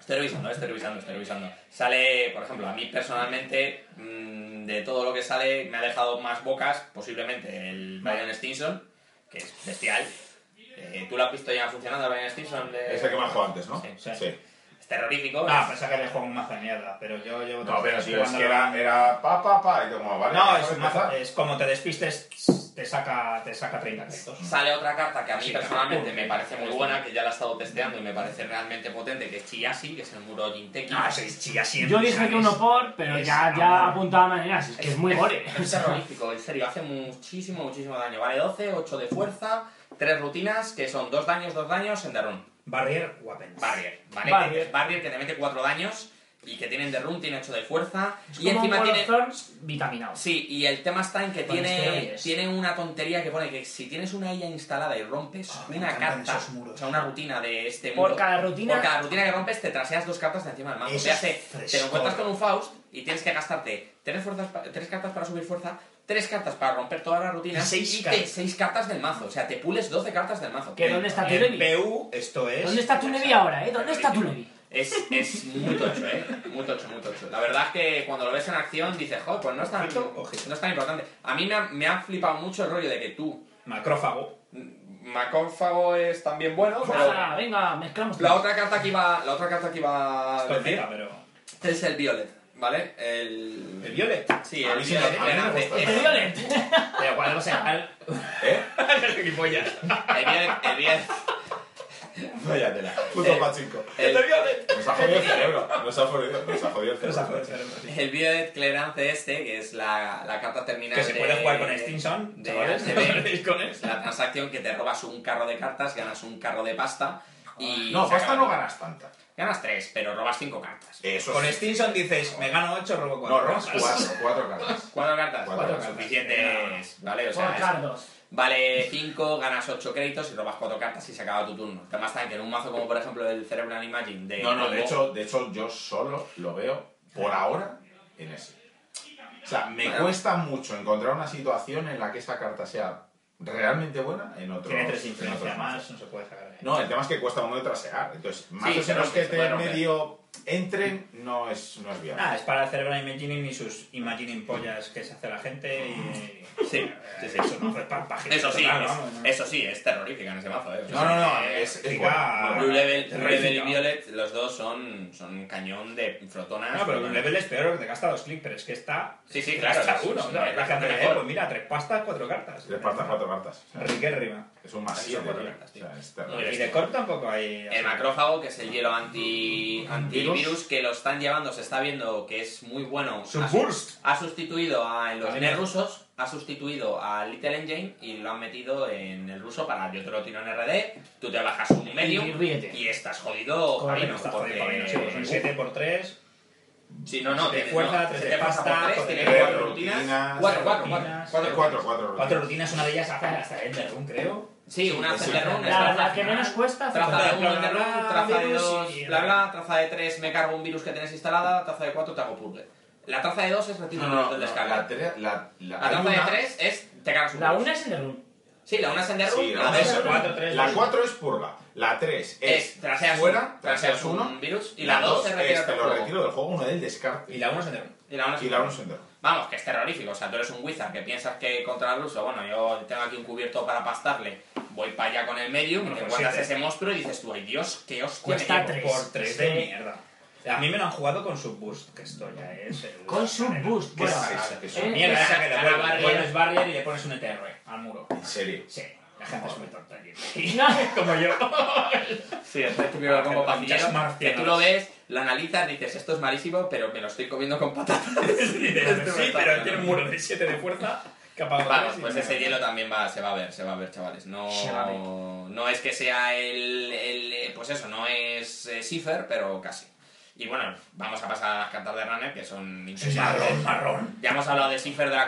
Speaker 2: Estoy revisando, estoy revisando, estoy revisando. Sale, por ejemplo, a mí personalmente, mm, de todo lo que sale, me ha dejado más bocas, posiblemente el Brian Stinson, que es bestial. Eh, ¿Tú lo has visto ya funcionando, el Brian Stinson? De...
Speaker 5: Es el que bajó antes, ¿no?
Speaker 2: Sí,
Speaker 4: sí.
Speaker 2: Es terrorífico.
Speaker 4: eh, Ah,
Speaker 2: es-
Speaker 4: pensaba que le juego un mazo de mierda, pero yo llevo...
Speaker 5: No, pero
Speaker 4: tres
Speaker 5: tío, es
Speaker 4: jugando-
Speaker 5: que era, era pa, pa, pa, y como, vale,
Speaker 4: No,
Speaker 5: vamos
Speaker 4: es,
Speaker 5: a
Speaker 4: un mazo-
Speaker 5: empezar.
Speaker 4: es como te despistes, te saca, te saca 30 créditos.
Speaker 2: Sale otra carta que a mí
Speaker 4: Sí,
Speaker 2: personalmente
Speaker 4: claro.
Speaker 2: me parece muy buena, que ya la he estado testeando y me parece realmente potente, que es Chiyasi, que es el muro Jinteki.
Speaker 3: Ah,
Speaker 4: No, es, es chilla siempre.
Speaker 3: Yo dije que uno por, pero
Speaker 4: es-
Speaker 3: ya, ya apuntaba maneras, es que es muy gore.
Speaker 2: Es terrorífico, en serio, hace muchísimo, muchísimo daño. Vale 12, 8 de fuerza, 3 rutinas, que son 2 daños, 2 daños en Derrun.
Speaker 4: Barrier Weapons.
Speaker 2: Barrier, ¿vale?
Speaker 3: Barrier.
Speaker 2: Que- Barrier que te mete 4 daños y que tiene en Derrun, tiene 8 de fuerza.
Speaker 3: Es
Speaker 2: Y
Speaker 3: como
Speaker 2: encima
Speaker 3: un Wall of
Speaker 2: tiene...
Speaker 3: Thorns vitaminado.
Speaker 2: Sí, y el tema está en que
Speaker 3: Con
Speaker 2: tiene,
Speaker 3: esteroides.
Speaker 2: tiene una tontería que pone que si tienes una IA instalada y rompes
Speaker 4: Ah, me
Speaker 2: una
Speaker 4: encantan
Speaker 2: carta,
Speaker 4: esos muros.
Speaker 2: o sea, una rutina de este
Speaker 3: Por
Speaker 2: muro,
Speaker 3: cada rutina-
Speaker 2: por cada rutina que rompes, te traseas dos cartas de encima del mazo.
Speaker 4: Eso
Speaker 2: Te,
Speaker 4: es
Speaker 2: hace- te lo
Speaker 4: frescor.
Speaker 2: encuentras con un Faust y tienes que gastarte tres, fuerzas pa- tres cartas para subir fuerza, tres cartas para romper todas las rutinas
Speaker 4: Y seis
Speaker 2: y te-
Speaker 4: cartas.
Speaker 2: seis cartas del mazo. O sea, te pules 12 cartas del mazo.
Speaker 3: Que dónde está tu
Speaker 4: En
Speaker 3: Levi?
Speaker 4: PU, esto es...
Speaker 3: ¿Dónde está tu Levi ahora, eh? ¿Dónde está tu Levi?
Speaker 2: Es, es muy tocho, ¿eh? Muy tocho, muy tocho. La verdad es que cuando lo ves en acción dices, joder, pues no es tan,
Speaker 4: Ojito, ojito.
Speaker 2: no es tan importante. A mí me ha, me ha flipado mucho el rollo de que tú
Speaker 4: Macrófago.
Speaker 2: Macófago es también bueno, pero
Speaker 3: Ah, venga, mezclamos.
Speaker 2: la otra carta que iba, la otra carta que iba a
Speaker 4: Esto es
Speaker 2: decir este
Speaker 4: meta, pero...
Speaker 2: es el Violet, ¿vale? El,
Speaker 4: El Violet.
Speaker 2: sí,
Speaker 5: A
Speaker 2: el
Speaker 5: mí sí
Speaker 2: Violet,
Speaker 5: me- a mí me
Speaker 2: el-
Speaker 5: gusta.
Speaker 2: el-
Speaker 3: El Violet.
Speaker 4: Pero cuando se al...
Speaker 5: ¿Eh?
Speaker 4: el gilipollas.
Speaker 2: el Violet, el Violet,
Speaker 5: Váyatela.
Speaker 2: Eh,
Speaker 5: Puto pachico.
Speaker 2: el-
Speaker 4: El Violet.
Speaker 5: Nos ha jodido el cerebro. Nos ha jodido, nos ha jodido el
Speaker 4: Pero se
Speaker 5: cerebro.
Speaker 4: puede hacer, sí.
Speaker 2: el Violet Clearance este, que es la, la carta terminal
Speaker 4: Que se
Speaker 2: de-
Speaker 4: puede jugar con Stinson,
Speaker 2: de
Speaker 4: chavales.
Speaker 2: ACB.
Speaker 4: ¿No sabéis con él?
Speaker 2: Es la transacción que te robas un carro de cartas, ganas un carro de pasta y
Speaker 5: No,
Speaker 2: se
Speaker 5: pasta
Speaker 2: acaba.
Speaker 5: no ganas tanta.
Speaker 2: Ganas 3, pero robas 5 cartas.
Speaker 5: Eso
Speaker 4: Con
Speaker 5: sí.
Speaker 4: Stinson dices, me gano 8, robo 4.
Speaker 5: No, robas cuatro, cuatro cartas.
Speaker 2: 4 cartas,
Speaker 5: Cuatro cartas.
Speaker 2: suficientes. Vale, o sea,
Speaker 3: Por
Speaker 2: es-
Speaker 3: cardos.
Speaker 2: Vale 5, ganas 8 créditos y robas 4 cartas y se acaba tu turno. Te más que en un mazo como por ejemplo el Cerebral Imagine de...
Speaker 5: No, no, de
Speaker 2: Combo,
Speaker 5: hecho, de hecho yo solo lo veo por ahora en ese. O sea, me
Speaker 2: Bueno.
Speaker 5: cuesta mucho encontrar una situación en la que esa carta sea realmente buena en otros.
Speaker 4: Tiene 3
Speaker 5: en
Speaker 4: influencias
Speaker 5: otros
Speaker 4: más,
Speaker 5: mazos.
Speaker 4: no se puede sacar de ahí.
Speaker 5: No, el tema es que cuesta uno de trasear. Entonces, mazos
Speaker 2: se
Speaker 5: en los
Speaker 2: rompe,
Speaker 5: que
Speaker 2: se puede
Speaker 5: te
Speaker 2: romper.
Speaker 5: medio entren no es, no es viable.
Speaker 4: Ah, es para hacer Brain Imagining y sus Imagining pollas que se hace la gente y...
Speaker 2: Sí, sí, sí.
Speaker 4: Eso no fue para página.
Speaker 2: Mm. Eso sí,
Speaker 4: total,
Speaker 2: es,
Speaker 4: vamos, ¿no?
Speaker 2: eso sí, es terrorífica en ese mazo, eh. O sea,
Speaker 5: No, no, no,
Speaker 2: eh,
Speaker 5: es, es
Speaker 4: Chica,
Speaker 5: bueno,
Speaker 2: Blue
Speaker 5: bueno.
Speaker 2: Level, Blue
Speaker 4: terrorífica.
Speaker 2: Level y Violet, los dos son, son cañón de frotonas.
Speaker 5: Ah,
Speaker 4: No, pero
Speaker 2: frotonas.
Speaker 4: un level es peor que te gasta dos clics, pero es que está...
Speaker 2: Sí, sí, claro,
Speaker 4: Está
Speaker 2: es-
Speaker 4: uno,
Speaker 2: es
Speaker 4: ¿no? La
Speaker 2: bastante
Speaker 4: gente dice,
Speaker 2: mejor.
Speaker 4: eh, pues mira, tres pastas, cuatro cartas.
Speaker 5: Tres partas, cuatro cartas. O sea,
Speaker 4: Riquérrima.
Speaker 5: Es un
Speaker 2: Así son
Speaker 5: masivo.
Speaker 2: cuatro cartas, tío.
Speaker 5: es
Speaker 2: No,
Speaker 5: terrible.
Speaker 4: Y de corp tampoco hay...
Speaker 2: El macrófago, que es el hielo anti, antivirus, que lo están llevando, se está viendo que es muy bueno.
Speaker 4: Su
Speaker 2: Ha su-
Speaker 4: burst.
Speaker 2: Ha sustituido a en los
Speaker 4: A mí
Speaker 2: genes
Speaker 4: me-
Speaker 2: rusos, ha sustituido a Little Engine y lo han metido en el ruso para yo te lo tiro en RD, tú te bajas un medio
Speaker 3: Y ríete.
Speaker 2: y estás jodido.
Speaker 3: Correcto,
Speaker 2: Pabino,
Speaker 4: Está
Speaker 2: porque-
Speaker 4: jodido, Pabino, sí, pues son 7 por 3.
Speaker 2: Sí, no, no,
Speaker 4: Te
Speaker 2: tienes-
Speaker 4: fuerza,
Speaker 2: no,
Speaker 4: te
Speaker 2: se te pasa
Speaker 4: pasta,
Speaker 2: por tres,
Speaker 4: te
Speaker 2: tienes
Speaker 5: tres
Speaker 2: cuatro rutinas.
Speaker 5: rutinas,
Speaker 2: Cuatro,
Speaker 4: tres
Speaker 2: cuatro, cuatro.
Speaker 4: rutinas.
Speaker 2: cuatro,
Speaker 5: Cuatro, cuatro.
Speaker 4: Cuatro rutinas, una de ellas hace hasta Ender Room, creo.
Speaker 2: Sí, una
Speaker 5: sí,
Speaker 2: hacer
Speaker 5: sí.
Speaker 2: run,
Speaker 3: La,
Speaker 2: es
Speaker 3: la que menos cuesta
Speaker 2: Traza
Speaker 4: Bla,
Speaker 2: de
Speaker 3: fíjate.
Speaker 2: uno
Speaker 4: bla,
Speaker 2: en the
Speaker 4: bla,
Speaker 2: room,
Speaker 4: bla,
Speaker 2: traza de
Speaker 4: virus
Speaker 2: dos,
Speaker 4: y-
Speaker 2: bla bla, traza de tres, me cargo un virus que tenés instalada, traza de cuatro, te hago purge. La traza de dos es retiro
Speaker 5: No,
Speaker 2: el
Speaker 5: no,
Speaker 2: virus
Speaker 5: no,
Speaker 2: del
Speaker 5: la,
Speaker 2: descarga.
Speaker 5: tre- la, la,
Speaker 2: La
Speaker 5: hay
Speaker 2: traza de
Speaker 5: una-
Speaker 2: tres es te cargas un
Speaker 3: La
Speaker 2: virus.
Speaker 3: una es en el room.
Speaker 2: Sí, la una es en the room,
Speaker 5: Sí,
Speaker 2: la
Speaker 5: la
Speaker 2: dos es
Speaker 4: otra
Speaker 2: room.
Speaker 4: cuatro, tres,
Speaker 5: La
Speaker 4: dos.
Speaker 5: 4 es purga, la 3 es
Speaker 2: Es Eh, traseas
Speaker 5: fuera,
Speaker 2: un-
Speaker 5: traseas
Speaker 2: traseas un
Speaker 5: 1,
Speaker 2: virus, y la dos es
Speaker 5: es
Speaker 2: retirarte
Speaker 5: te
Speaker 2: el
Speaker 5: lo
Speaker 2: juego. Ah,
Speaker 5: retiro del juego, uno del
Speaker 4: Y
Speaker 5: descarte
Speaker 4: la 1 es Ender Room.
Speaker 2: Y la una es
Speaker 5: y la 1 es entero.
Speaker 2: Vamos, que es terrorífico. O sea, tú eres un wizard que piensas que contra el ruso, bueno, yo tengo aquí un cubierto para pastarle, voy para allá con el medium,
Speaker 4: Bueno,
Speaker 2: te
Speaker 4: pues
Speaker 2: encuentras
Speaker 4: siete.
Speaker 2: ese monstruo y dices tú, ay Dios, qué hostia
Speaker 3: Cuesta
Speaker 2: me llevo".
Speaker 3: tres.
Speaker 4: Por 3 de
Speaker 3: Sí.
Speaker 4: mierda. A mí me lo han jugado con Subboost, que esto ya es. el-
Speaker 3: Con Subboost,
Speaker 5: ¿Qué
Speaker 3: bueno.
Speaker 5: es eso? ¿Qué es eso?
Speaker 3: eh,
Speaker 4: Mierda,
Speaker 2: Esa
Speaker 4: esa que le
Speaker 2: cara
Speaker 4: vuelve- le
Speaker 2: barrier.
Speaker 4: pones barrier y le pones un ETR al muro.
Speaker 5: En serio.
Speaker 4: Sí, la gente es muy tonta allí.
Speaker 3: No.
Speaker 4: Como yo.
Speaker 2: Sí, es el típico combo
Speaker 4: Muchas
Speaker 2: pacillero que
Speaker 4: marcianas.
Speaker 2: tú lo ves, lo analizas, dices, esto es malísimo, pero me lo estoy comiendo con patatas.
Speaker 3: Este
Speaker 4: sí, pero tiene un muro de 7 de fuerza que apaga
Speaker 2: Vamos,
Speaker 4: tres y
Speaker 2: pues
Speaker 4: no-
Speaker 2: ese hielo también va, se va a ver, se va a ver, chavales. No,
Speaker 3: Se va a ver.
Speaker 2: no es que sea el, el, eh, Pues eso, no es eh, Cipher, pero casi. Y bueno, vamos a pasar a las cartas de Runner, que son
Speaker 4: Es marrón,
Speaker 2: impresionantes.
Speaker 4: marrón.
Speaker 2: Ya hemos hablado de Cipher de la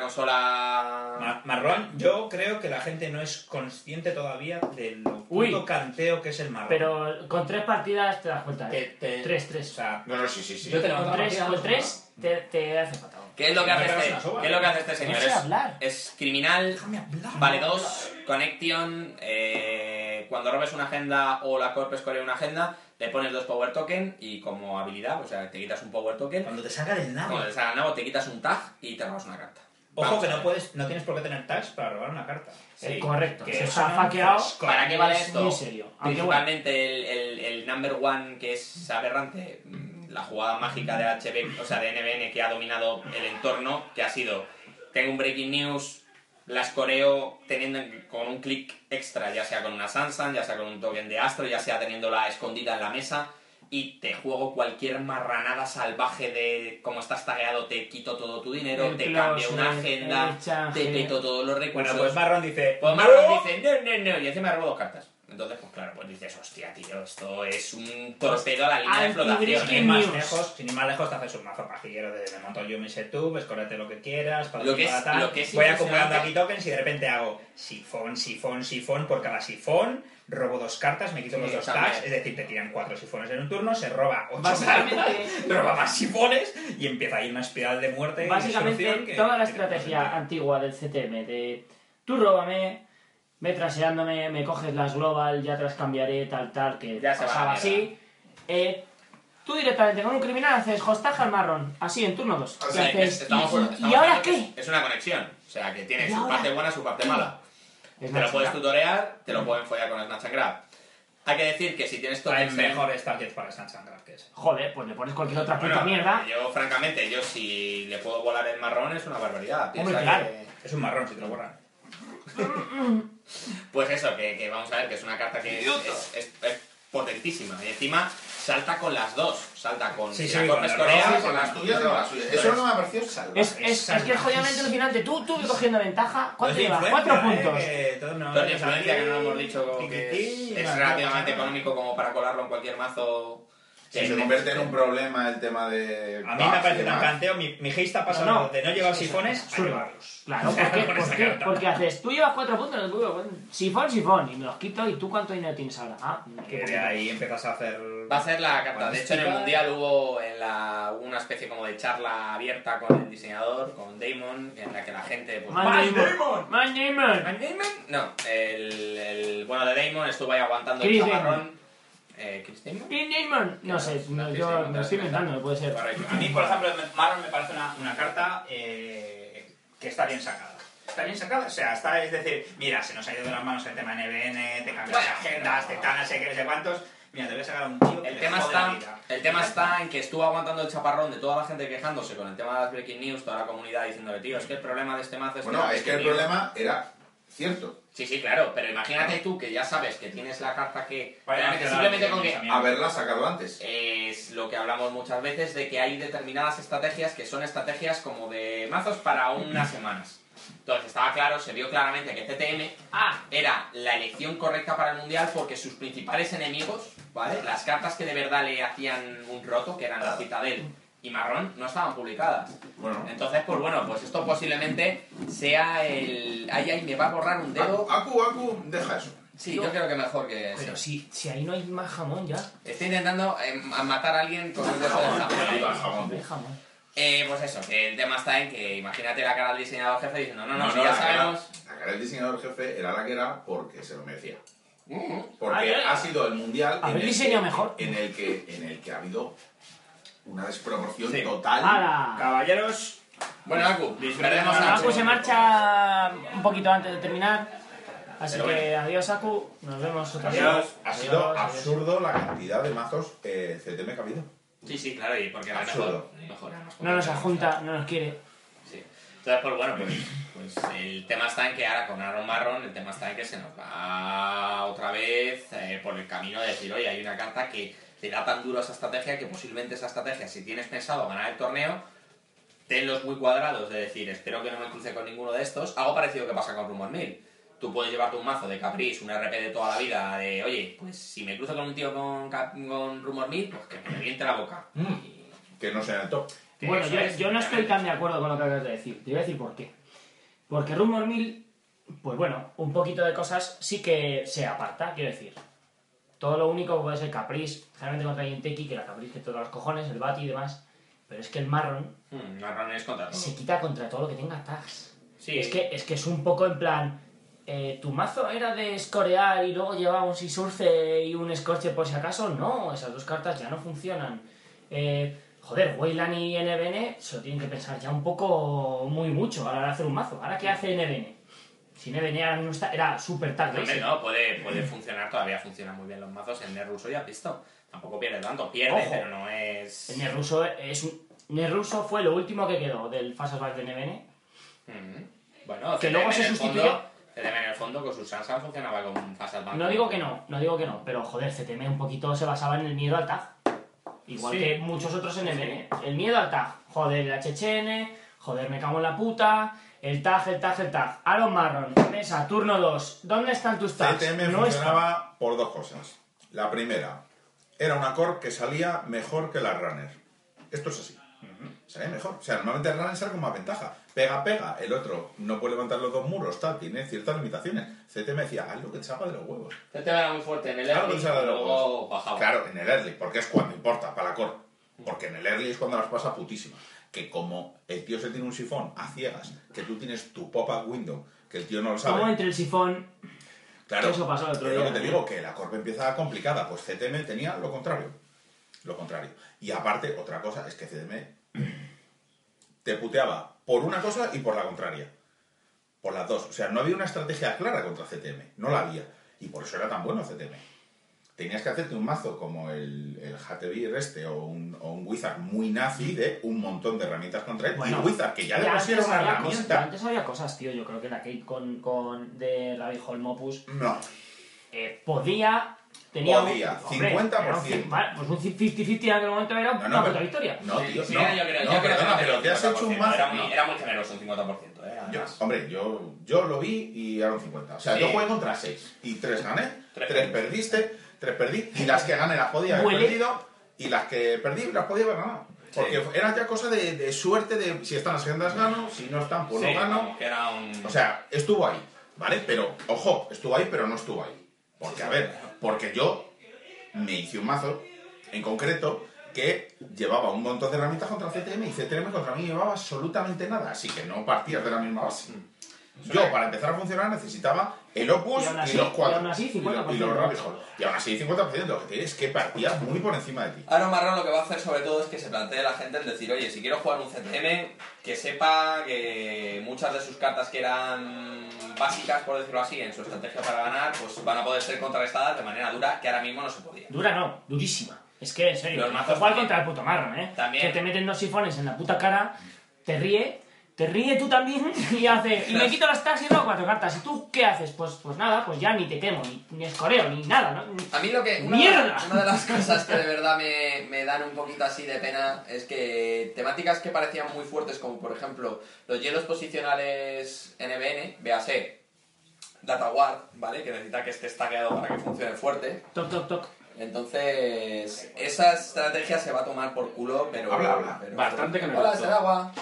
Speaker 2: consola.
Speaker 4: Ma- Marrón, yo creo que la gente no es consciente todavía del
Speaker 3: Uy.
Speaker 4: puto canteo que es el marrón.
Speaker 3: Pero con tres partidas te das cuenta.
Speaker 4: Que
Speaker 3: ¿eh?
Speaker 4: te-
Speaker 3: Tres, tres.
Speaker 4: O sea,
Speaker 5: No, no, sí, sí, sí.
Speaker 4: yo te levanto
Speaker 3: Con
Speaker 4: la
Speaker 3: tres,
Speaker 4: partida,
Speaker 3: con
Speaker 4: no sé nada.
Speaker 3: tres te, te hace fatal.
Speaker 2: ¿Qué es lo que
Speaker 4: Me
Speaker 2: hace
Speaker 4: pegas
Speaker 2: este,
Speaker 4: una soba.
Speaker 2: ¿qué es lo que hace este señor?
Speaker 3: sé
Speaker 2: Es-
Speaker 3: hablar.
Speaker 2: Es, criminal,
Speaker 4: Déjame hablar.
Speaker 2: vale 2, connection, eh, cuando robes una agenda o la corp escoria una agenda, le pones dos power token y como habilidad, o sea, te quitas un power token,
Speaker 4: Cuando te saca del nabo.
Speaker 2: cuando te salga nabo te quitas un tag y te robas una carta.
Speaker 4: Ojo
Speaker 2: Vamos
Speaker 4: que
Speaker 2: a
Speaker 4: no
Speaker 2: ver.
Speaker 4: puedes, no tienes por qué tener tags para robar una carta.
Speaker 3: Eh, correcto.
Speaker 4: que
Speaker 3: Se
Speaker 4: eso
Speaker 3: ha
Speaker 4: no
Speaker 3: hackeado.
Speaker 4: es correcto.
Speaker 2: ¿Para qué vale
Speaker 3: Es
Speaker 2: esto?
Speaker 3: muy serio. Aunque bueno.
Speaker 2: Principalmente el, el, el number one que es aberrante, mm, la jugada mágica de HB, o sea, de NBN que ha dominado el entorno, que ha sido, tengo un breaking news, las coreo teniendo en- con un clic extra, ya sea con una Sansan, ya sea con un token de Astro, ya sea teniéndola escondida en la mesa, y te juego cualquier marranada salvaje de como estás tagueado, te quito todo tu dinero,
Speaker 3: El
Speaker 2: te
Speaker 3: close,
Speaker 2: cambio una
Speaker 3: el-
Speaker 2: agenda,
Speaker 3: el change.
Speaker 2: te peto todos los
Speaker 4: Bueno,
Speaker 2: recursos.
Speaker 4: pues Marrón dice. "No".
Speaker 2: Pues Marlon dice, no, no, no, y encima robo dos cartas. Entonces, pues claro, pues dices, hostia, tío, esto es un torpedo a la línea de flotación.
Speaker 4: Sin ir
Speaker 3: Anti-Briskin
Speaker 2: ¿eh?
Speaker 4: más
Speaker 3: News.
Speaker 4: lejos, sin ir más lejos, te haces un mazo pajillero de me monto yo mi setup, escórrete lo que quieras, para
Speaker 2: Lo que es-
Speaker 4: para tal.
Speaker 2: lo que es
Speaker 4: voy
Speaker 2: impresionante-
Speaker 4: acumulando aquí tokens y de repente hago sifón, sifón, sifón, por cada sifón robo dos cartas, me quito
Speaker 2: Sí,
Speaker 4: los dos
Speaker 2: también.
Speaker 4: tags, es decir, te tiran cuatro sifones en un turno, se roba ocho
Speaker 3: Básicamente-
Speaker 4: cartas, roba más sifones y empieza ahí una espiral de muerte. y destrucción
Speaker 3: Básicamente,
Speaker 4: que-
Speaker 3: toda la
Speaker 4: que te puedes
Speaker 3: estrategia
Speaker 4: meter.
Speaker 3: antigua del CTM de tú róbame, ve traseándome, me coges las global, ya te las cambiaré, tal, tal, que
Speaker 2: Ya se va
Speaker 3: pasaba
Speaker 2: la mierda.
Speaker 3: así. Eh, tú directamente con un criminal haces hostaje al marrón, así en turno 2.
Speaker 2: O sea, que estamos-
Speaker 3: ¿Y,
Speaker 2: estamos
Speaker 3: ahora
Speaker 2: hablando que
Speaker 3: qué?
Speaker 2: Es una conexión. O sea, que tiene
Speaker 3: ¿Y
Speaker 2: su
Speaker 3: ahora
Speaker 2: parte buena, su parte mala.
Speaker 3: Es
Speaker 2: Te
Speaker 3: una
Speaker 2: lo puedes
Speaker 3: chica.
Speaker 2: tutorear, te lo pueden follar con Snatch and Grab. Hay que decir que si tienes
Speaker 3: Pues
Speaker 4: Hay
Speaker 2: tokens de-
Speaker 4: mejores targets para San Sangraf que ese.
Speaker 3: Joder, pues le pones cualquier otra puta
Speaker 2: Bueno,
Speaker 3: mierda.
Speaker 2: yo francamente, yo si le puedo volar el marrón es una barbaridad.
Speaker 3: Hombre,
Speaker 2: Piensa
Speaker 3: claro.
Speaker 2: que-
Speaker 4: Es un marrón si te lo borran.
Speaker 2: Pues eso, que, que vamos a ver, que es una carta que es, es- es- es potentísima. Y encima salta con las dos. Salta con
Speaker 4: Sí,
Speaker 2: si
Speaker 4: sí,
Speaker 2: la
Speaker 4: con
Speaker 2: corpes
Speaker 4: las
Speaker 2: corea
Speaker 4: dos,
Speaker 2: y con las tuyas y con las suyas.
Speaker 5: Eso no me ha parecido salvaje.
Speaker 3: Es, es, es que es jodidamente alucinante. Tú, tú cogiendo ventaja. ¿Cuánto
Speaker 4: Dos de
Speaker 3: llevas?
Speaker 4: influencia,
Speaker 3: Cuatro
Speaker 4: ¿eh?
Speaker 3: puntos.
Speaker 4: Que todos nos
Speaker 2: Dos de
Speaker 4: vamos a
Speaker 2: influencia que no
Speaker 4: salir,
Speaker 2: hemos dicho que
Speaker 4: tiquitín,
Speaker 2: es, es
Speaker 4: la-
Speaker 2: relativamente económico como para colarlo en cualquier mazo
Speaker 5: Si se convierte en un problema el tema de.
Speaker 4: A mí me parece tan canteo, mi, mi Heist ha pasado
Speaker 3: No, no.
Speaker 4: de no llevar sifones a
Speaker 3: absurdo.
Speaker 4: llevarlos.
Speaker 3: Claro, ¿por qué?
Speaker 4: Con
Speaker 3: ¿Por
Speaker 4: esa
Speaker 3: qué?
Speaker 4: carta.
Speaker 3: Porque haces, tú llevas cuatro puntos, tú, bueno, sifón, sifón, y me los quito, y tú cuánto dinero tienes ahora. Ah, qué
Speaker 4: Que de
Speaker 3: poquito.
Speaker 4: ahí empiezas a hacer.
Speaker 2: Va a ser la carta. De hecho, en el
Speaker 4: Cuadrística.
Speaker 2: mundial hubo en la, una especie como de charla abierta con el diseñador, con Damon, en la que la gente. Pues,
Speaker 3: Man
Speaker 4: ¡Matt
Speaker 3: Damon! Man Damon!
Speaker 2: ¿Man Damon? No, el, el bueno de Damon estuvo ahí aguantando
Speaker 3: Chris
Speaker 2: el
Speaker 3: Damon.
Speaker 2: chamarrón. Eh, ¿Chris Damon?
Speaker 3: Man Damon! No sé,
Speaker 2: No,
Speaker 3: no,
Speaker 2: sí,
Speaker 3: yo
Speaker 2: sí,
Speaker 3: me
Speaker 2: no,
Speaker 3: estoy
Speaker 2: sí,
Speaker 3: inventando, no puede ser.
Speaker 2: Correcto.
Speaker 4: A mí, por ejemplo, Maron me parece una, una carta eh, que está bien sacada. Está bien sacada, o sea, está, es decir, mira, se nos ha ido de las manos el tema NBN, te cambias
Speaker 2: Bueno,
Speaker 4: agendas, te tal, no sé qué, no sé cuántos. Mira, te voy a sacar a un tío. que
Speaker 2: El
Speaker 4: le
Speaker 2: tema,
Speaker 4: jode la
Speaker 2: está,
Speaker 4: vida.
Speaker 2: el tema está en que estuvo aguantando el chaparrón de toda la gente quejándose con el tema de las breaking news, toda la comunidad diciéndole, tío, es que el problema de este mazo es
Speaker 5: Bueno,
Speaker 2: la
Speaker 5: es que el
Speaker 2: breaking news".
Speaker 5: problema era cierto.
Speaker 2: Sí, sí, claro, pero imagínate tú que ya sabes que tienes la carta que...
Speaker 4: Vaya,
Speaker 2: realmente
Speaker 4: que la
Speaker 2: simplemente con
Speaker 4: breaking
Speaker 2: que...
Speaker 4: news,
Speaker 5: Haberla sacado
Speaker 2: Eh,
Speaker 5: antes.
Speaker 2: Es lo que hablamos muchas veces de que hay determinadas estrategias que son estrategias como de mazos para unas semanas. Entonces estaba claro, se vio claramente que CTM
Speaker 3: Ah,
Speaker 2: era la elección correcta para el mundial porque sus principales enemigos, ¿vale? Las cartas que de verdad le hacían un roto, que eran la Citadel y Marrón, no estaban publicadas.
Speaker 5: Bueno.
Speaker 2: Entonces, pues bueno, pues esto posiblemente sea el. Ay, ay, me va a borrar un dedo.
Speaker 5: Aku, Aku, deja eso.
Speaker 2: Sí, yo creo que mejor que.
Speaker 3: pero si, si ahí no hay más jamón ya.
Speaker 2: Estoy intentando eh, matar a alguien con un hueso de
Speaker 5: Ahí,
Speaker 2: jamón.
Speaker 5: jamón.
Speaker 3: No hay jamón.
Speaker 2: Eh, pues eso, que el tema está en que imagínate la cara del diseñador jefe diciendo, no, no, no, si
Speaker 5: la
Speaker 2: ya
Speaker 5: cara-
Speaker 2: sabemos.
Speaker 5: La cara del diseñador jefe era la que era porque se lo merecía.
Speaker 2: Mm,
Speaker 3: Ay,
Speaker 5: Porque
Speaker 3: ay,
Speaker 5: ha sido el mundial
Speaker 3: Haber
Speaker 5: el
Speaker 3: diseñado
Speaker 5: que-
Speaker 3: mejor.
Speaker 5: en el que en el que ha habido una desproporción
Speaker 4: Sí.
Speaker 5: total.
Speaker 3: ¡Hala!
Speaker 4: Caballeros,
Speaker 2: Bueno, Aku,
Speaker 4: Disfruta.
Speaker 2: perdemos a
Speaker 3: Aku se marcha un poquito antes de terminar. Así
Speaker 2: Pero
Speaker 3: que adiós, Aku. Nos vemos otra vez.
Speaker 5: Ha sido, ha
Speaker 3: Adiós,
Speaker 5: sido
Speaker 3: adiós.
Speaker 5: absurdo la cantidad de mazos eh, CTM que ha habido.
Speaker 2: Sí, sí, claro, y porque era
Speaker 5: Absurdo.
Speaker 2: mejor. mejor era más
Speaker 3: No nos
Speaker 2: competente.
Speaker 3: adjunta, no nos quiere.
Speaker 2: Sí. Entonces, pues bueno, pues, pues el tema está en que ahora con Aaron Marrón, el tema está en que se nos va otra vez eh, por el camino de decir, oye, hay una carta que te da tan duro a esa estrategia que posiblemente esa estrategia, si tienes pensado ganar el torneo, tenlos muy cuadrados de decir, espero que no me cruce con ninguno de estos. Algo parecido que pasa con Rumor 1000. Tú puedes llevarte un mazo de Caprice, un RP de toda la vida, de, oye, pues si me cruzo con un tío con, Cap- con Rumor 1000, pues que me reviente la boca.
Speaker 5: Que no sea en el top.
Speaker 2: Que
Speaker 3: Bueno,
Speaker 2: eso
Speaker 3: yo,
Speaker 2: es,
Speaker 3: yo no estoy tan de acuerdo con lo que acabas de decir. Te voy a decir por qué. Porque Rumor Mill, pues bueno, un poquito de cosas sí que se aparta, quiero decir. Todo lo único que puede ser Caprice, generalmente contra Yenteki, que la Caprice que toca los cojones, el Bati y demás. Pero es que el Marron
Speaker 2: Mm, Marrón es contra todo.
Speaker 3: se quita contra todo lo que tenga tags.
Speaker 2: Sí.
Speaker 3: Es, que, es que es un poco en plan. eh, ¿Tu mazo era de escorear y luego llevaba un Sisurce y un Escorche por si acaso? No, esas dos cartas ya no funcionan. Eh, joder, Weyland y NBN se lo tienen que pensar ya un poco, muy mucho a la hora de hacer un mazo. ¿Ahora qué hace NBN? Si NBN ahora mismo está- era súper
Speaker 2: No,
Speaker 3: tarde.
Speaker 2: hombre, no, puede, puede funcionar, todavía funcionan muy bien los mazos. El ruso ya has visto. Tampoco pierde tanto, pierde,
Speaker 3: Ojo.
Speaker 2: pero no es.
Speaker 3: Nerruso, es un- Nerruso fue lo último que quedó del Fastback de NBN.
Speaker 2: Mm. Bueno,
Speaker 3: Que
Speaker 2: CDM
Speaker 3: luego se
Speaker 2: en el
Speaker 3: sustituye-
Speaker 2: fondo- CDM en el fondo con sus Sansan funcionaba con un Fast Advance.
Speaker 3: No digo que no, no digo que no, pero joder, CTM un poquito se basaba en el miedo al tag. Igual
Speaker 2: Sí.
Speaker 3: que muchos otros en MN. El miedo al tag. Joder, la Chechene, joder, me cago en la puta. El tag, el tag, el tag. Aaron Marron, mesa, turno 2. ¿Dónde están tus tags?
Speaker 5: CTM
Speaker 3: no estaba.
Speaker 5: funcionaba por dos cosas. La primera, era una core que salía mejor que la runner. Esto es así. Salía mejor. O sea, normalmente el runner sale con más ventaja. Pega, pega. El otro no puede levantar los dos muros, tal. Tiene ciertas limitaciones. CTM decía, haz lo que te salga de los huevos.
Speaker 2: CTM Este era muy fuerte en el
Speaker 5: Claro,
Speaker 2: early,
Speaker 5: que se ha dado
Speaker 2: luego bajaba. Mm.
Speaker 5: Claro, en el early, porque es cuando importa, para la core. Porque en el early es cuando las pasa putísima. Que como el tío se tiene un sifón a ciegas, que tú tienes tu pop-up window, que el tío no lo
Speaker 3: Como
Speaker 5: sabe.
Speaker 3: entre el sifón.
Speaker 5: Claro,
Speaker 3: eso pasó el otro
Speaker 5: es lo
Speaker 3: día, ¿eh?
Speaker 5: que te
Speaker 3: ¿no?
Speaker 5: digo, que la corp empieza complicada. Pues CTM tenía lo contrario. Lo contrario. Y aparte, otra cosa es que CTM te puteaba por una cosa y por la contraria. Por las dos. O sea, no había una estrategia clara contra CTM. No la había. Y por eso era tan bueno CTM. Tenías que hacerte un mazo como el, el Hatebir este o un, o un Wizard muy nazi de un montón de herramientas contra él. y Wizard, que ya
Speaker 3: y
Speaker 5: le
Speaker 3: antes
Speaker 5: pusieron una
Speaker 3: había cosas-
Speaker 5: herramienta.
Speaker 3: antes había cosas, tío. Yo creo que la Kate con, con de Rabbit Hole Mopus
Speaker 5: No,
Speaker 3: eh, podía. Tenía
Speaker 5: Podía,
Speaker 3: un, hombre,
Speaker 5: 50%.
Speaker 3: era un cin- vale, pues un 50-50 en aquel momento era
Speaker 5: No, no,
Speaker 3: una puta
Speaker 5: pero-
Speaker 3: victoria.
Speaker 5: no, tío.
Speaker 2: Sí,
Speaker 5: no,
Speaker 2: era yo creo,
Speaker 5: no,
Speaker 2: yo creo
Speaker 5: perdona,
Speaker 2: que
Speaker 5: pero te has hecho un
Speaker 2: 50%,
Speaker 5: mazo.
Speaker 2: Era muy, era muy generoso, un 50%. Eh,
Speaker 5: Yo-
Speaker 2: además.
Speaker 5: hombre, yo, yo lo vi y eran 50. O sea,
Speaker 2: Sí.
Speaker 5: yo jugué contra 6 y 3 gané,
Speaker 2: Tres
Speaker 5: 3 perdiste, 3 perdí y las que gané las podía haber
Speaker 3: Huele.
Speaker 5: perdido Y las que perdí las podía haber ganado. Porque era ya cosa de, de suerte de si están las agendas gano, si no están pues
Speaker 2: Sí,
Speaker 5: no gano.
Speaker 2: vamos, que era un...
Speaker 5: O sea, estuvo ahí, ¿vale? Pero, ojo, estuvo ahí, pero no estuvo ahí. Porque, a ver, porque yo me hice un mazo, en concreto, que llevaba un montón de herramientas contra CTM y CTM contra mí llevaba absolutamente nada, así que no partías de la misma base.
Speaker 3: Mm.
Speaker 5: Yo, para empezar a funcionar, necesitaba el Opus
Speaker 3: Y aún así-
Speaker 5: y los
Speaker 3: y
Speaker 5: cuadros.
Speaker 3: aún así,
Speaker 5: y lo- y
Speaker 3: 50%.
Speaker 5: los Rabbit Hole. Y aún así, 50%. Lo que tienes es que partía muy por encima de ti.
Speaker 2: Ahora Marrón lo que va a hacer sobre todo es que se plantee la gente el decir, oye, si quiero jugar un CTM, que sepa que muchas de sus cartas que eran básicas, por decirlo así, en su estrategia para ganar, pues van a poder ser contrarrestadas de manera dura, que ahora mismo no se podía.
Speaker 3: Dura no, durísima. Es que, en serio,
Speaker 2: Los mazos
Speaker 3: jugar
Speaker 2: también.
Speaker 3: contra el puto marrón, ¿eh?
Speaker 2: También.
Speaker 3: Que te meten dos sifones en la puta cara, te ríe, te ríe tú también y hace... Y me quito las tags y robo cuatro cartas. ¿Y tú qué haces? Pues, pues nada, pues ya ni te quemo, ni, ni escoreo, ni nada, ¿no?
Speaker 2: A mí lo que. Una,
Speaker 3: ¡Mierda!
Speaker 2: una de las cosas que de verdad me, me dan un poquito así de pena es que temáticas que parecían muy fuertes, como por ejemplo los hielos posicionales NBN, véase, Data Guard, ¿vale? Que necesita que esté stackeado para que funcione fuerte.
Speaker 3: Toc, toc, toc.
Speaker 2: Entonces, esa estrategia se va a tomar por culo, pero.
Speaker 5: Habla, habla.
Speaker 2: pero-
Speaker 6: Bastante que me
Speaker 2: Hola,
Speaker 6: gustó.
Speaker 2: es el agua.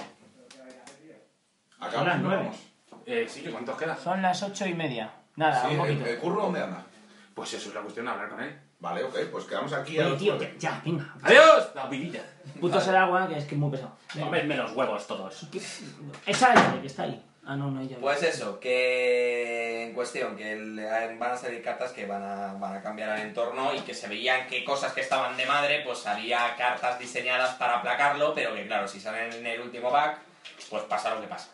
Speaker 3: Son las nueve.
Speaker 6: Eh, sí, ¿que ¿cuántos queda?
Speaker 3: Son las ocho y media. Nada,
Speaker 5: Sí,
Speaker 3: un
Speaker 5: el,
Speaker 3: poquito.
Speaker 2: eh,
Speaker 5: el curro, ¿dónde anda?
Speaker 6: Pues eso es la cuestión de hablar con él.
Speaker 5: Vale, ok, pues quedamos
Speaker 2: eh,
Speaker 5: aquí. a
Speaker 3: Oye,
Speaker 5: los
Speaker 3: tío,
Speaker 5: nueve.
Speaker 3: ya, ya, venga.
Speaker 6: ¡Adiós! La vidilla.
Speaker 3: Puto el agua, que es que es muy pesado.
Speaker 6: Comedme los huevos todos.
Speaker 3: Esa es la que está ahí. Ah, no, no, ella.
Speaker 2: Pues eso, que en cuestión, que el- van a salir cartas que van a, van a cambiar el entorno y que se veían que cosas que estaban de madre, pues había cartas diseñadas para aplacarlo, pero que claro, si salen en el último pack, pues pasa lo que pasa.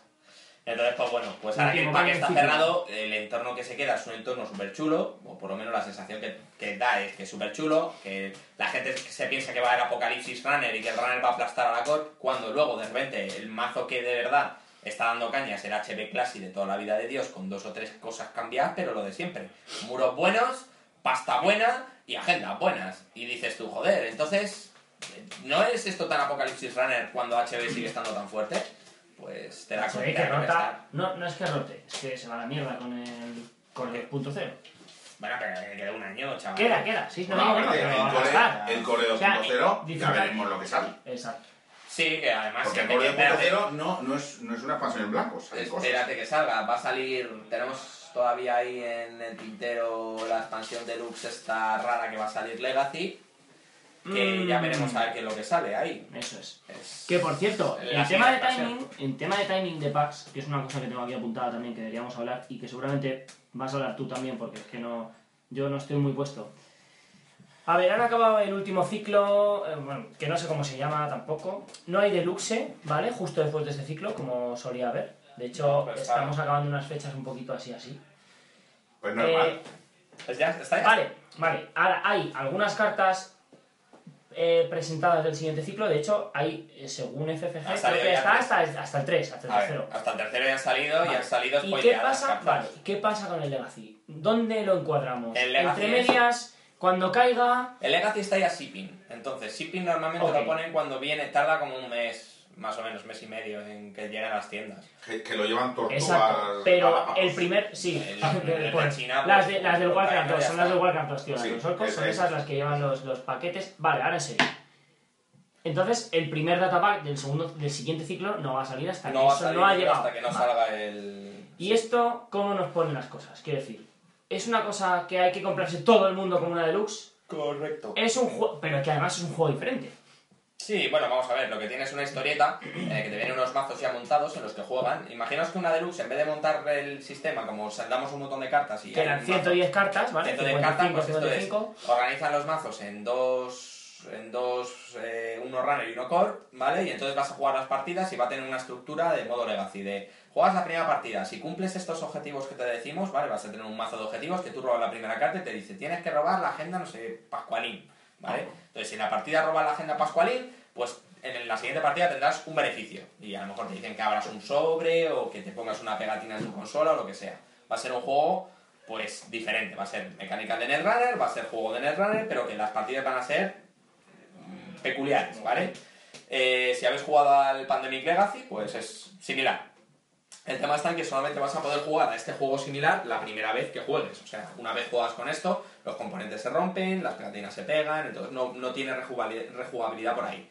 Speaker 2: Entonces, pues bueno, pues ahora que el
Speaker 3: Último
Speaker 2: pack
Speaker 3: pack
Speaker 2: está
Speaker 3: difícil.
Speaker 2: cerrado, el entorno que se queda es un entorno súper chulo, o por lo menos la sensación que, que da es que es súper chulo, que la gente se piensa que va a haber Apocalipsis Runner y que el Runner va a aplastar a la Corp, cuando luego de repente el mazo que de verdad está dando caña es el HB Classic de toda la vida de Dios, con dos o tres cosas cambiadas, pero lo de siempre. Muros buenos, pasta buena y agendas buenas. Y dices tú, joder, entonces, ¿no es esto tan Apocalipsis Runner cuando HB sigue estando tan fuerte? Pues te da
Speaker 3: Se ve
Speaker 2: te
Speaker 3: que
Speaker 2: da estar.
Speaker 3: rota. No, no es que rote, es que se va a la mierda con el. con el punto cero.
Speaker 2: Bueno, pero que queda un año, chaval.
Speaker 3: Queda, queda, sí, no
Speaker 5: Bueno,
Speaker 3: digo
Speaker 5: a
Speaker 3: no,
Speaker 5: ver,
Speaker 3: pero va a pasar.
Speaker 5: el core,
Speaker 3: O sea,
Speaker 5: 2.0, ya
Speaker 3: disfrutar.
Speaker 5: veremos lo que sale.
Speaker 3: Exacto.
Speaker 2: Sí, que además
Speaker 5: Porque el
Speaker 2: que
Speaker 5: core
Speaker 2: espérate,
Speaker 5: 2.0 no, no, es, no es una expansión en blanco, salen cosas.
Speaker 3: este,
Speaker 2: espérate que salga. Va a salir. Tenemos todavía ahí en el tintero la expansión deluxe esta rara que va a salir Legacy. Que
Speaker 3: Mm.
Speaker 2: ya veremos a ver qué es lo que sale ahí.
Speaker 3: Eso es.
Speaker 2: Es-
Speaker 3: Que por cierto,
Speaker 2: Eh,
Speaker 3: en
Speaker 2: sí,
Speaker 3: tema de
Speaker 2: pasa.
Speaker 3: timing, en tema de timing de packs, que es una cosa que tengo aquí apuntada también que deberíamos hablar y que seguramente vas a hablar tú también porque es que no yo no estoy muy puesto. A ver, han acabado el último ciclo, eh, bueno, que no sé cómo se llama tampoco. No hay deluxe, ¿vale? Justo después de este ciclo, como solía haber. De hecho,
Speaker 2: Pues
Speaker 3: estamos acabando unas fechas un poquito así, así.
Speaker 5: Pues normal.
Speaker 3: Eh,
Speaker 2: Pues ya está. Ya.
Speaker 3: Vale, vale. Ahora hay algunas cartas eh, presentadas del siguiente ciclo. De hecho, hay, eh, según FFG,
Speaker 2: Ha
Speaker 3: creo
Speaker 2: salido
Speaker 3: que
Speaker 2: ya
Speaker 3: está
Speaker 2: tres.
Speaker 3: hasta, hasta el 3, hasta el
Speaker 2: A ver,
Speaker 3: tercero.
Speaker 2: hasta el tercero ya han salido y
Speaker 3: Vale.
Speaker 2: han salido
Speaker 3: ¿Y qué
Speaker 2: spoileadas
Speaker 3: pasa?
Speaker 2: cartas.
Speaker 3: Vale, ¿qué pasa con el Legacy? ¿Dónde lo encuadramos?
Speaker 2: El Legacy
Speaker 3: Entre
Speaker 2: es-
Speaker 3: medias, cuando caiga.
Speaker 2: El Legacy está ya shipping. Entonces, shipping normalmente
Speaker 3: Ok.
Speaker 2: lo ponen cuando viene, tarda como un mes, más o menos, mes y medio en que lleguen a las tiendas.
Speaker 5: Que, que lo llevan tortugas.
Speaker 3: Exacto,
Speaker 2: Ah,
Speaker 3: pero
Speaker 5: galápagos.
Speaker 3: el primer. Sí,
Speaker 2: El- el de China, pues,
Speaker 3: las, de, las del
Speaker 2: por ahí
Speaker 3: Warcraft
Speaker 2: no
Speaker 3: 2,
Speaker 2: ya
Speaker 3: son las del
Speaker 2: está.
Speaker 3: Warcraft 2, tío. las
Speaker 5: Sí,
Speaker 3: de los orcos, son
Speaker 5: ese
Speaker 3: esas
Speaker 5: es.
Speaker 3: las que llevan los, los paquetes. Vale, ahora en serio. Entonces, el primer datapack del segundo del siguiente ciclo no va a salir hasta
Speaker 2: No
Speaker 3: que
Speaker 2: va a
Speaker 3: eso
Speaker 2: salir
Speaker 3: no ha
Speaker 2: hasta
Speaker 3: llegado.
Speaker 2: que no
Speaker 3: Vale.
Speaker 2: salga el.
Speaker 3: ¿Y esto cómo nos ponen las cosas? Quiero decir, ¿es una cosa que hay que comprarse todo el mundo como una deluxe?
Speaker 2: Correcto.
Speaker 3: Es un juego, pero que además es un juego diferente.
Speaker 2: Sí, bueno, vamos a ver, lo que tienes es una historieta en la que te vienen unos mazos ya montados en los que juegan. Imaginaos que una deluxe, en vez de montar el sistema, como saldamos un montón de cartas y...
Speaker 3: Que
Speaker 2: hay
Speaker 3: eran
Speaker 2: un
Speaker 3: 110 cartas, ¿vale?
Speaker 2: mazo, 110 cartas, pues esto
Speaker 3: 55.
Speaker 2: es, organizan los mazos en dos, en dos, eh, uno runner y uno core, ¿vale? Y entonces vas a jugar las partidas y va a tener una estructura de modo legacy, de juegas la primera partida, si cumples estos objetivos que te decimos, ¿vale? Vas a tener un mazo de objetivos que tú robas la primera carta y te dice, tienes que robar la agenda, no sé, Pascualín, ¿vale? Entonces, si en la partida robas la agenda Pascualín, pues en la siguiente partida tendrás un beneficio. Y a lo mejor te dicen que abras un sobre o que te pongas una pegatina en tu consola o lo que sea. Va a ser un juego, pues, diferente. Va a ser mecánica de Netrunner, va a ser juego de Netrunner, pero que las partidas van a ser mm, peculiares, ¿vale? Eh, si habéis jugado al Pandemic Legacy, pues es similar. El tema está en que solamente vas a poder jugar a este juego similar la primera vez que juegues. O sea, una vez juegas con esto, los componentes se rompen, las platinas se pegan, entonces no, no tiene rejugabili- rejugabilidad por ahí.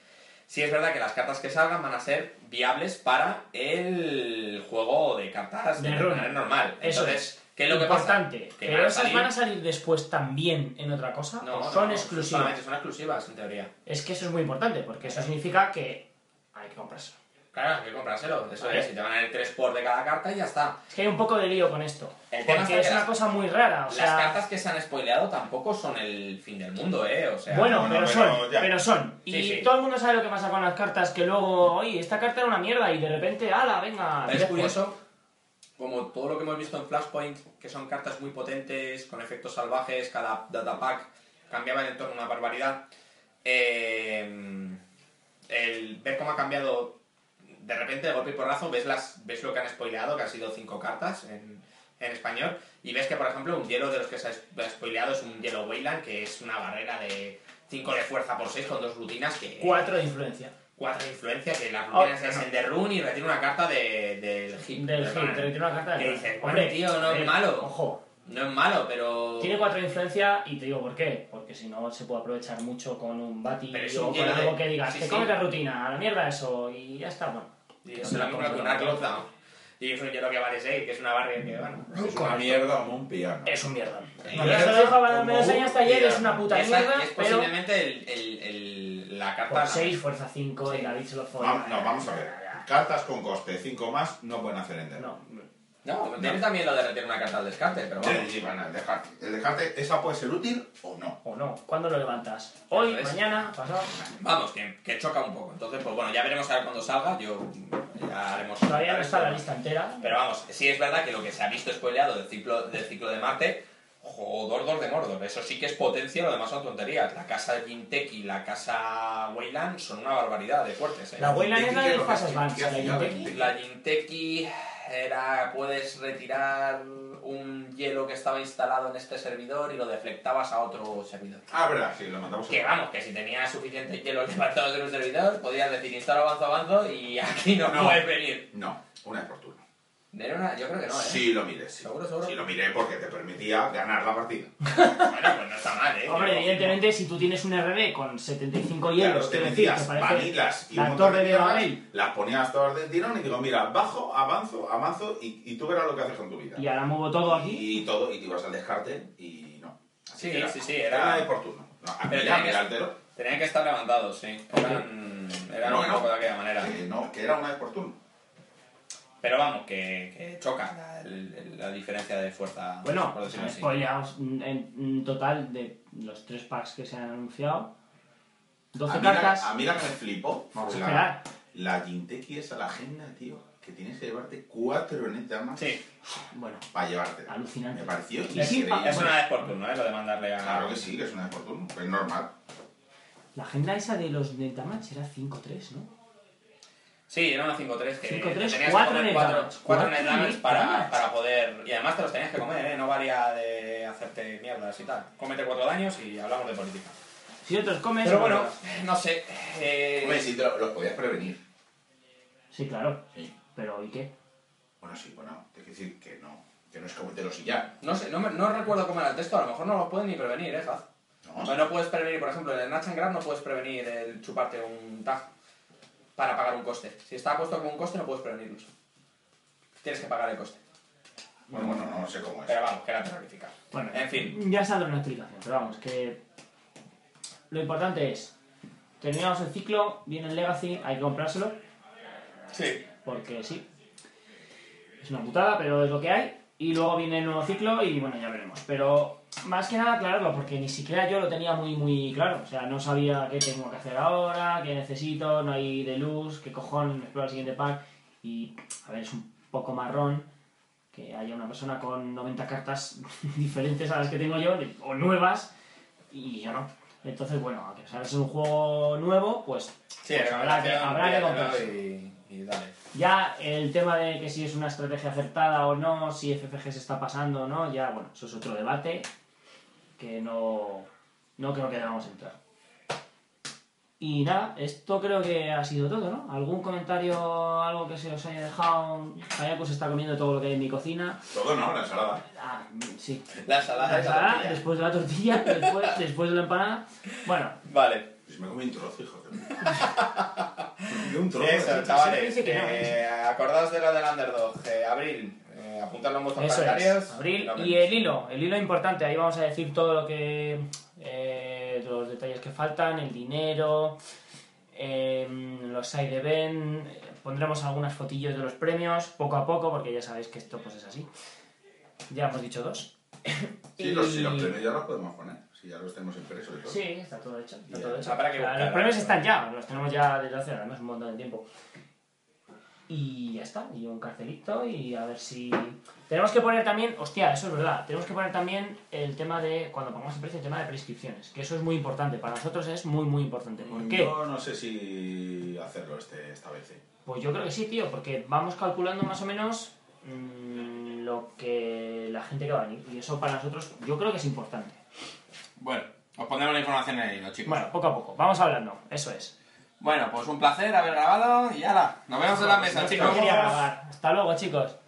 Speaker 2: Sí es verdad que las cartas que salgan van a ser viables para el juego de cartas de
Speaker 3: De rol.
Speaker 2: manera normal.
Speaker 3: Eso
Speaker 2: Entonces, ¿qué es lo que
Speaker 3: Importante.
Speaker 2: pasa? Que
Speaker 3: Pero esas van a salir después también en otra cosa.
Speaker 2: No,
Speaker 3: ¿O
Speaker 2: no,
Speaker 3: son
Speaker 2: no,
Speaker 3: exclusivas.
Speaker 2: solamente son exclusivas, en teoría.
Speaker 3: Es que eso es muy importante, porque eso significa que hay que comprarse.
Speaker 2: Claro, hay que comprárselo. Eso
Speaker 3: Vale.
Speaker 2: es, si te van a dar tres por de cada carta y ya está.
Speaker 3: Es que hay un poco de lío con esto.
Speaker 2: El tema está
Speaker 3: Porque es
Speaker 2: que
Speaker 3: una
Speaker 2: las-
Speaker 3: cosa muy rara. O sea,
Speaker 2: Las cartas que se han spoileado tampoco son el fin del mundo, ¿eh? O sea,
Speaker 3: Bueno,
Speaker 5: Bueno,
Speaker 3: pero,
Speaker 5: pero
Speaker 3: son,
Speaker 5: ya.
Speaker 3: pero son. Y
Speaker 2: Sí, sí.
Speaker 3: todo el mundo sabe lo que pasa con las cartas, que luego, oye, esta carta era una mierda y de repente, ala, venga.
Speaker 2: es
Speaker 3: Deathpool".
Speaker 2: curioso, como todo lo que hemos visto en Flashpoint, que son cartas muy potentes, con efectos salvajes, cada datapack cambiaba en torno a una barbaridad. eh, el ver cómo ha cambiado de repente de golpe y porrazo ves las ves lo que han spoileado que han sido cinco cartas en, en español y ves que por ejemplo un hielo de los que se ha sp- ha spoileado es un hielo Weyland que es una barrera de 5 de fuerza por 6 con dos rutinas que
Speaker 3: Cuatro de influencia.
Speaker 2: cuatro de influencia que la primera
Speaker 3: Oh,
Speaker 2: es
Speaker 3: no.
Speaker 2: el de Rune y retiene una carta de, del hit.
Speaker 3: Del hit, te retiene una carta
Speaker 2: Que
Speaker 3: del
Speaker 2: dices,
Speaker 3: Hombre,
Speaker 2: bueno, tío, no es
Speaker 3: eh,
Speaker 2: malo.
Speaker 3: Ojo,
Speaker 2: No es malo, pero.
Speaker 3: tiene cuatro de influencia y te digo por qué. Porque si no, se puede aprovechar mucho con un bati
Speaker 2: Pero es
Speaker 3: o
Speaker 2: un
Speaker 3: con
Speaker 2: hielo de-
Speaker 3: algo que digas,
Speaker 2: sí,
Speaker 3: te
Speaker 2: sí.
Speaker 3: comes la rutina, a la mierda eso, y ya está, bueno.
Speaker 2: Y es la misma que una cloza. Y es un hielo que vale 6, que es una barrel que bueno.
Speaker 5: Es una mierda como un piano.
Speaker 3: Es un mierda.
Speaker 2: Sí.
Speaker 3: Y eso lo dejo a menos años hasta ayer,
Speaker 5: Mira,
Speaker 3: es una puta
Speaker 2: Y esa-
Speaker 3: mierda,
Speaker 2: y es
Speaker 3: pero
Speaker 2: posiblemente el, el, el- la carta.
Speaker 3: por 6, fuerza 5, y David se lo fue.
Speaker 5: Vamos, no, vamos a ver. Cartas con coste 5 más no pueden hacer ender.
Speaker 3: No,
Speaker 2: No, tiene también lo de retirar una carta al descarte, pero vamos.
Speaker 5: Sí, sí, van a dejarte. El dejarte, esa puede ser útil o no.
Speaker 3: o no. ¿Cuándo lo levantas? ¿Hoy?
Speaker 2: Eso es.
Speaker 3: ¿Mañana? ¿Pasado?
Speaker 2: Vamos, que, que choca un poco. Entonces, pues bueno, ya veremos a ver cuando salga. Yo. mm, Ya haremos.
Speaker 3: Todavía no está la lista entera.
Speaker 2: Pero vamos, sí es verdad que lo que se ha visto spoileado del ciclo, del ciclo de Marte, jodor dor de Mordor, eso sí que es potencia, lo demás son tonterías. La casa Jinteki y la casa Weyland son una barbaridad de fuertes. ¿eh?
Speaker 3: La Weyland es la de
Speaker 5: Tiki,
Speaker 3: Fasas
Speaker 5: Tiki,
Speaker 3: Vans,
Speaker 5: Tiki,
Speaker 3: la
Speaker 5: Tiki,
Speaker 3: de
Speaker 5: Tiki.
Speaker 3: Tiki.
Speaker 2: La Jinteki era, puedes retirar un hielo que estaba instalado en este servidor y lo deflectabas a otro servidor.
Speaker 5: Ah, verdad, sí, lo mandamos a-
Speaker 2: Que vamos, que si tenías suficiente hielo levantado en un servidor, podías decir instalo avanzo avanzo y aquí no,
Speaker 5: No.
Speaker 2: puedes venir.
Speaker 5: No, una vez por turno.
Speaker 2: Era una- yo creo que no, ¿eh?
Speaker 5: Sí lo mires, sí.
Speaker 2: Seguro, seguro.
Speaker 5: Sí lo miré porque te permitía ganar la partida.
Speaker 2: Bueno, pues no está mal, ¿eh?
Speaker 3: Hombre,
Speaker 2: Yo-
Speaker 3: evidentemente, si tú tienes un RB con 75
Speaker 5: Claro,
Speaker 3: hielos,
Speaker 5: te
Speaker 3: es decir,
Speaker 5: metías
Speaker 3: parece
Speaker 5: vanilas y un
Speaker 3: la
Speaker 5: montón
Speaker 3: torre de
Speaker 5: mierdas,
Speaker 3: Babel.
Speaker 5: las ponías todas de tirón y digo, mira, bajo, avanzo, avanzo y, y tú verás lo que haces con tu vida.
Speaker 3: Y ahora muevo todo aquí.
Speaker 5: Y todo, y te ibas al descarte y no. Así
Speaker 2: Sí,
Speaker 5: que era,
Speaker 2: sí, sí, era-
Speaker 5: una vez por turno. No, a
Speaker 2: Pero
Speaker 5: mirar,
Speaker 2: tenía que-
Speaker 5: mirártelo.
Speaker 2: Tenían que estar levantados, sí. Eran, eran
Speaker 5: No,
Speaker 2: un
Speaker 5: no.
Speaker 2: poco de aquella manera.
Speaker 5: Que eh, no, que era una vez por turno.
Speaker 2: Pero vamos, que, que choca la, el- la diferencia de fuerza.
Speaker 3: Bueno,
Speaker 2: por decirlo así.
Speaker 3: spoileados mm, en en total de los tres packs que se han anunciado.
Speaker 5: A
Speaker 3: 12
Speaker 5: mí, la-
Speaker 3: cartas.
Speaker 5: a mí la que me flipó
Speaker 3: Vamos a
Speaker 5: fue
Speaker 3: esperar.
Speaker 5: la, la Jinteki esa, la agenda, tío, que tienes que llevarte cuatro en este arma
Speaker 2: Sí,
Speaker 3: Bueno,
Speaker 5: para llevarte.
Speaker 3: Alucinante.
Speaker 5: Me pareció
Speaker 3: sí, ah,
Speaker 5: increíble.
Speaker 2: es una vez por turno, ¿eh? Lo de mandarle a.
Speaker 5: Claro que sí, que es una vez por turno, pero es normal.
Speaker 3: la agenda esa de los de damage era 5-3, ¿no?
Speaker 2: Sí, era una 5-3. que
Speaker 3: 5-3,
Speaker 2: tenías que
Speaker 3: cuatro
Speaker 2: comer
Speaker 3: net
Speaker 2: cuatro-
Speaker 3: damage.
Speaker 2: cuatro
Speaker 3: Cuatro
Speaker 2: net damage
Speaker 3: net
Speaker 2: para,
Speaker 3: damage.
Speaker 2: para poder. Y además te los tenías que comer, ¿eh? No valía de hacerte mierdas y tal. Cómete cuatro daños y hablamos de política.
Speaker 3: Si otros comes.
Speaker 2: Pero bueno,
Speaker 3: bueno,
Speaker 2: no sé. eh,
Speaker 5: Hombre, sí, te lo- los podías prevenir.
Speaker 3: Sí, claro.
Speaker 5: Sí.
Speaker 3: Pero ¿y qué?
Speaker 5: Bueno, sí, bueno, te quiero decir que no, que no es comértelos y ya.
Speaker 2: No sé, no, me- no recuerdo cómo era el texto, a lo mejor no lo pueden ni prevenir, ¿eh, Haz?
Speaker 5: No.
Speaker 2: O sea, no puedes prevenir, por ejemplo, en el Natch and Grab no puedes prevenir el chuparte un tag para pagar un coste. Si está puesto como un coste, no puedes prevenirlo. Tienes que pagar el coste.
Speaker 5: Bueno, bueno, no sé cómo es.
Speaker 2: Pero vamos, que era terrorífica.
Speaker 3: Bueno,
Speaker 2: en fin.
Speaker 3: Ya saldrá una explicación, pero vamos, que lo importante es, terminamos el ciclo, viene el Legacy, hay que comprárselo,
Speaker 2: Sí.
Speaker 3: porque sí, es una putada, pero es lo que hay, y luego viene el nuevo ciclo y bueno, ya veremos, pero más que nada aclararlo, porque ni siquiera yo lo tenía muy, muy claro, o sea, no sabía qué tengo que hacer ahora, qué necesito, no hay de luz, qué cojón, me espero el siguiente pack, y a ver, es un poco marrón, que haya una persona con 90 cartas diferentes a las que tengo yo, de- o nuevas, y yo no. Entonces, bueno, a pesar de ser un juego nuevo, pues,
Speaker 2: Sí,
Speaker 3: pues habrá, que, habrá que comprarse.
Speaker 2: y, y dale.
Speaker 3: Ya el tema de que si es una estrategia acertada o no, si FFG se está pasando o no, ya, bueno, eso es otro debate que no, no creo que debamos entrar. Y nada, esto creo que ha sido todo, ¿no? ¿Algún comentario, algo que se os haya dejado? Kayako se está comiendo todo lo que hay en mi cocina.
Speaker 5: Todo no, la ensalada.
Speaker 3: Ah, sí.
Speaker 2: La ensalada.
Speaker 3: La
Speaker 2: y la
Speaker 3: ensalada,
Speaker 2: tortilla.
Speaker 3: después de la tortilla, después, después de la empanada. Bueno,
Speaker 2: Vale.
Speaker 5: Pues me comí un trozo, hijo de puta. Me comí un trozo.
Speaker 2: Eso,
Speaker 5: de-
Speaker 2: chavales.
Speaker 3: dice que no.
Speaker 2: eh, acordaos de lo del Underdog. eh, abril. Eh, apuntadlo en vuestros
Speaker 3: eso
Speaker 2: calendarios.
Speaker 3: es. Abril.
Speaker 2: Lo
Speaker 3: Y
Speaker 2: vemos.
Speaker 3: el hilo, el hilo importante. Ahí vamos a decir todo lo que. eh, los detalles que faltan, el dinero, eh, los side event. eh, Pondremos algunas fotillos de los premios poco a poco, porque ya sabéis que esto pues es así. Ya hemos dicho dos.
Speaker 5: Sí, los, si los premios ya los podemos poner. Si ya los tenemos impresos. y todo.
Speaker 3: Sí, está todo hecho. Está
Speaker 5: Ya,
Speaker 3: todo hecho.
Speaker 2: habrá que
Speaker 3: O sea,
Speaker 2: buscar
Speaker 3: los premios
Speaker 2: algo.
Speaker 3: están ya, los tenemos ya desde hace además un montón de tiempo. Y ya está, y un carcelito y a ver si... Tenemos que poner también, hostia, eso es verdad, tenemos que poner también el tema de, cuando pongamos el precio, el tema de prescripciones, que eso es muy importante, para nosotros es muy, muy importante. ¿Por qué?
Speaker 5: Yo no sé si hacerlo este, esta vez. sí.
Speaker 3: Pues yo creo que sí, tío, porque vamos calculando más o menos mm, lo que la gente que va a venir, y eso para nosotros yo creo que es importante.
Speaker 2: Bueno, os pondremos la información en el hilo, chicos.
Speaker 3: Bueno, poco a poco, vamos hablando, eso es.
Speaker 2: Bueno, pues un placer haber grabado y ala. Nos vemos en la mesa,
Speaker 3: No
Speaker 2: chicos.
Speaker 3: quería grabar. Hasta luego, chicos.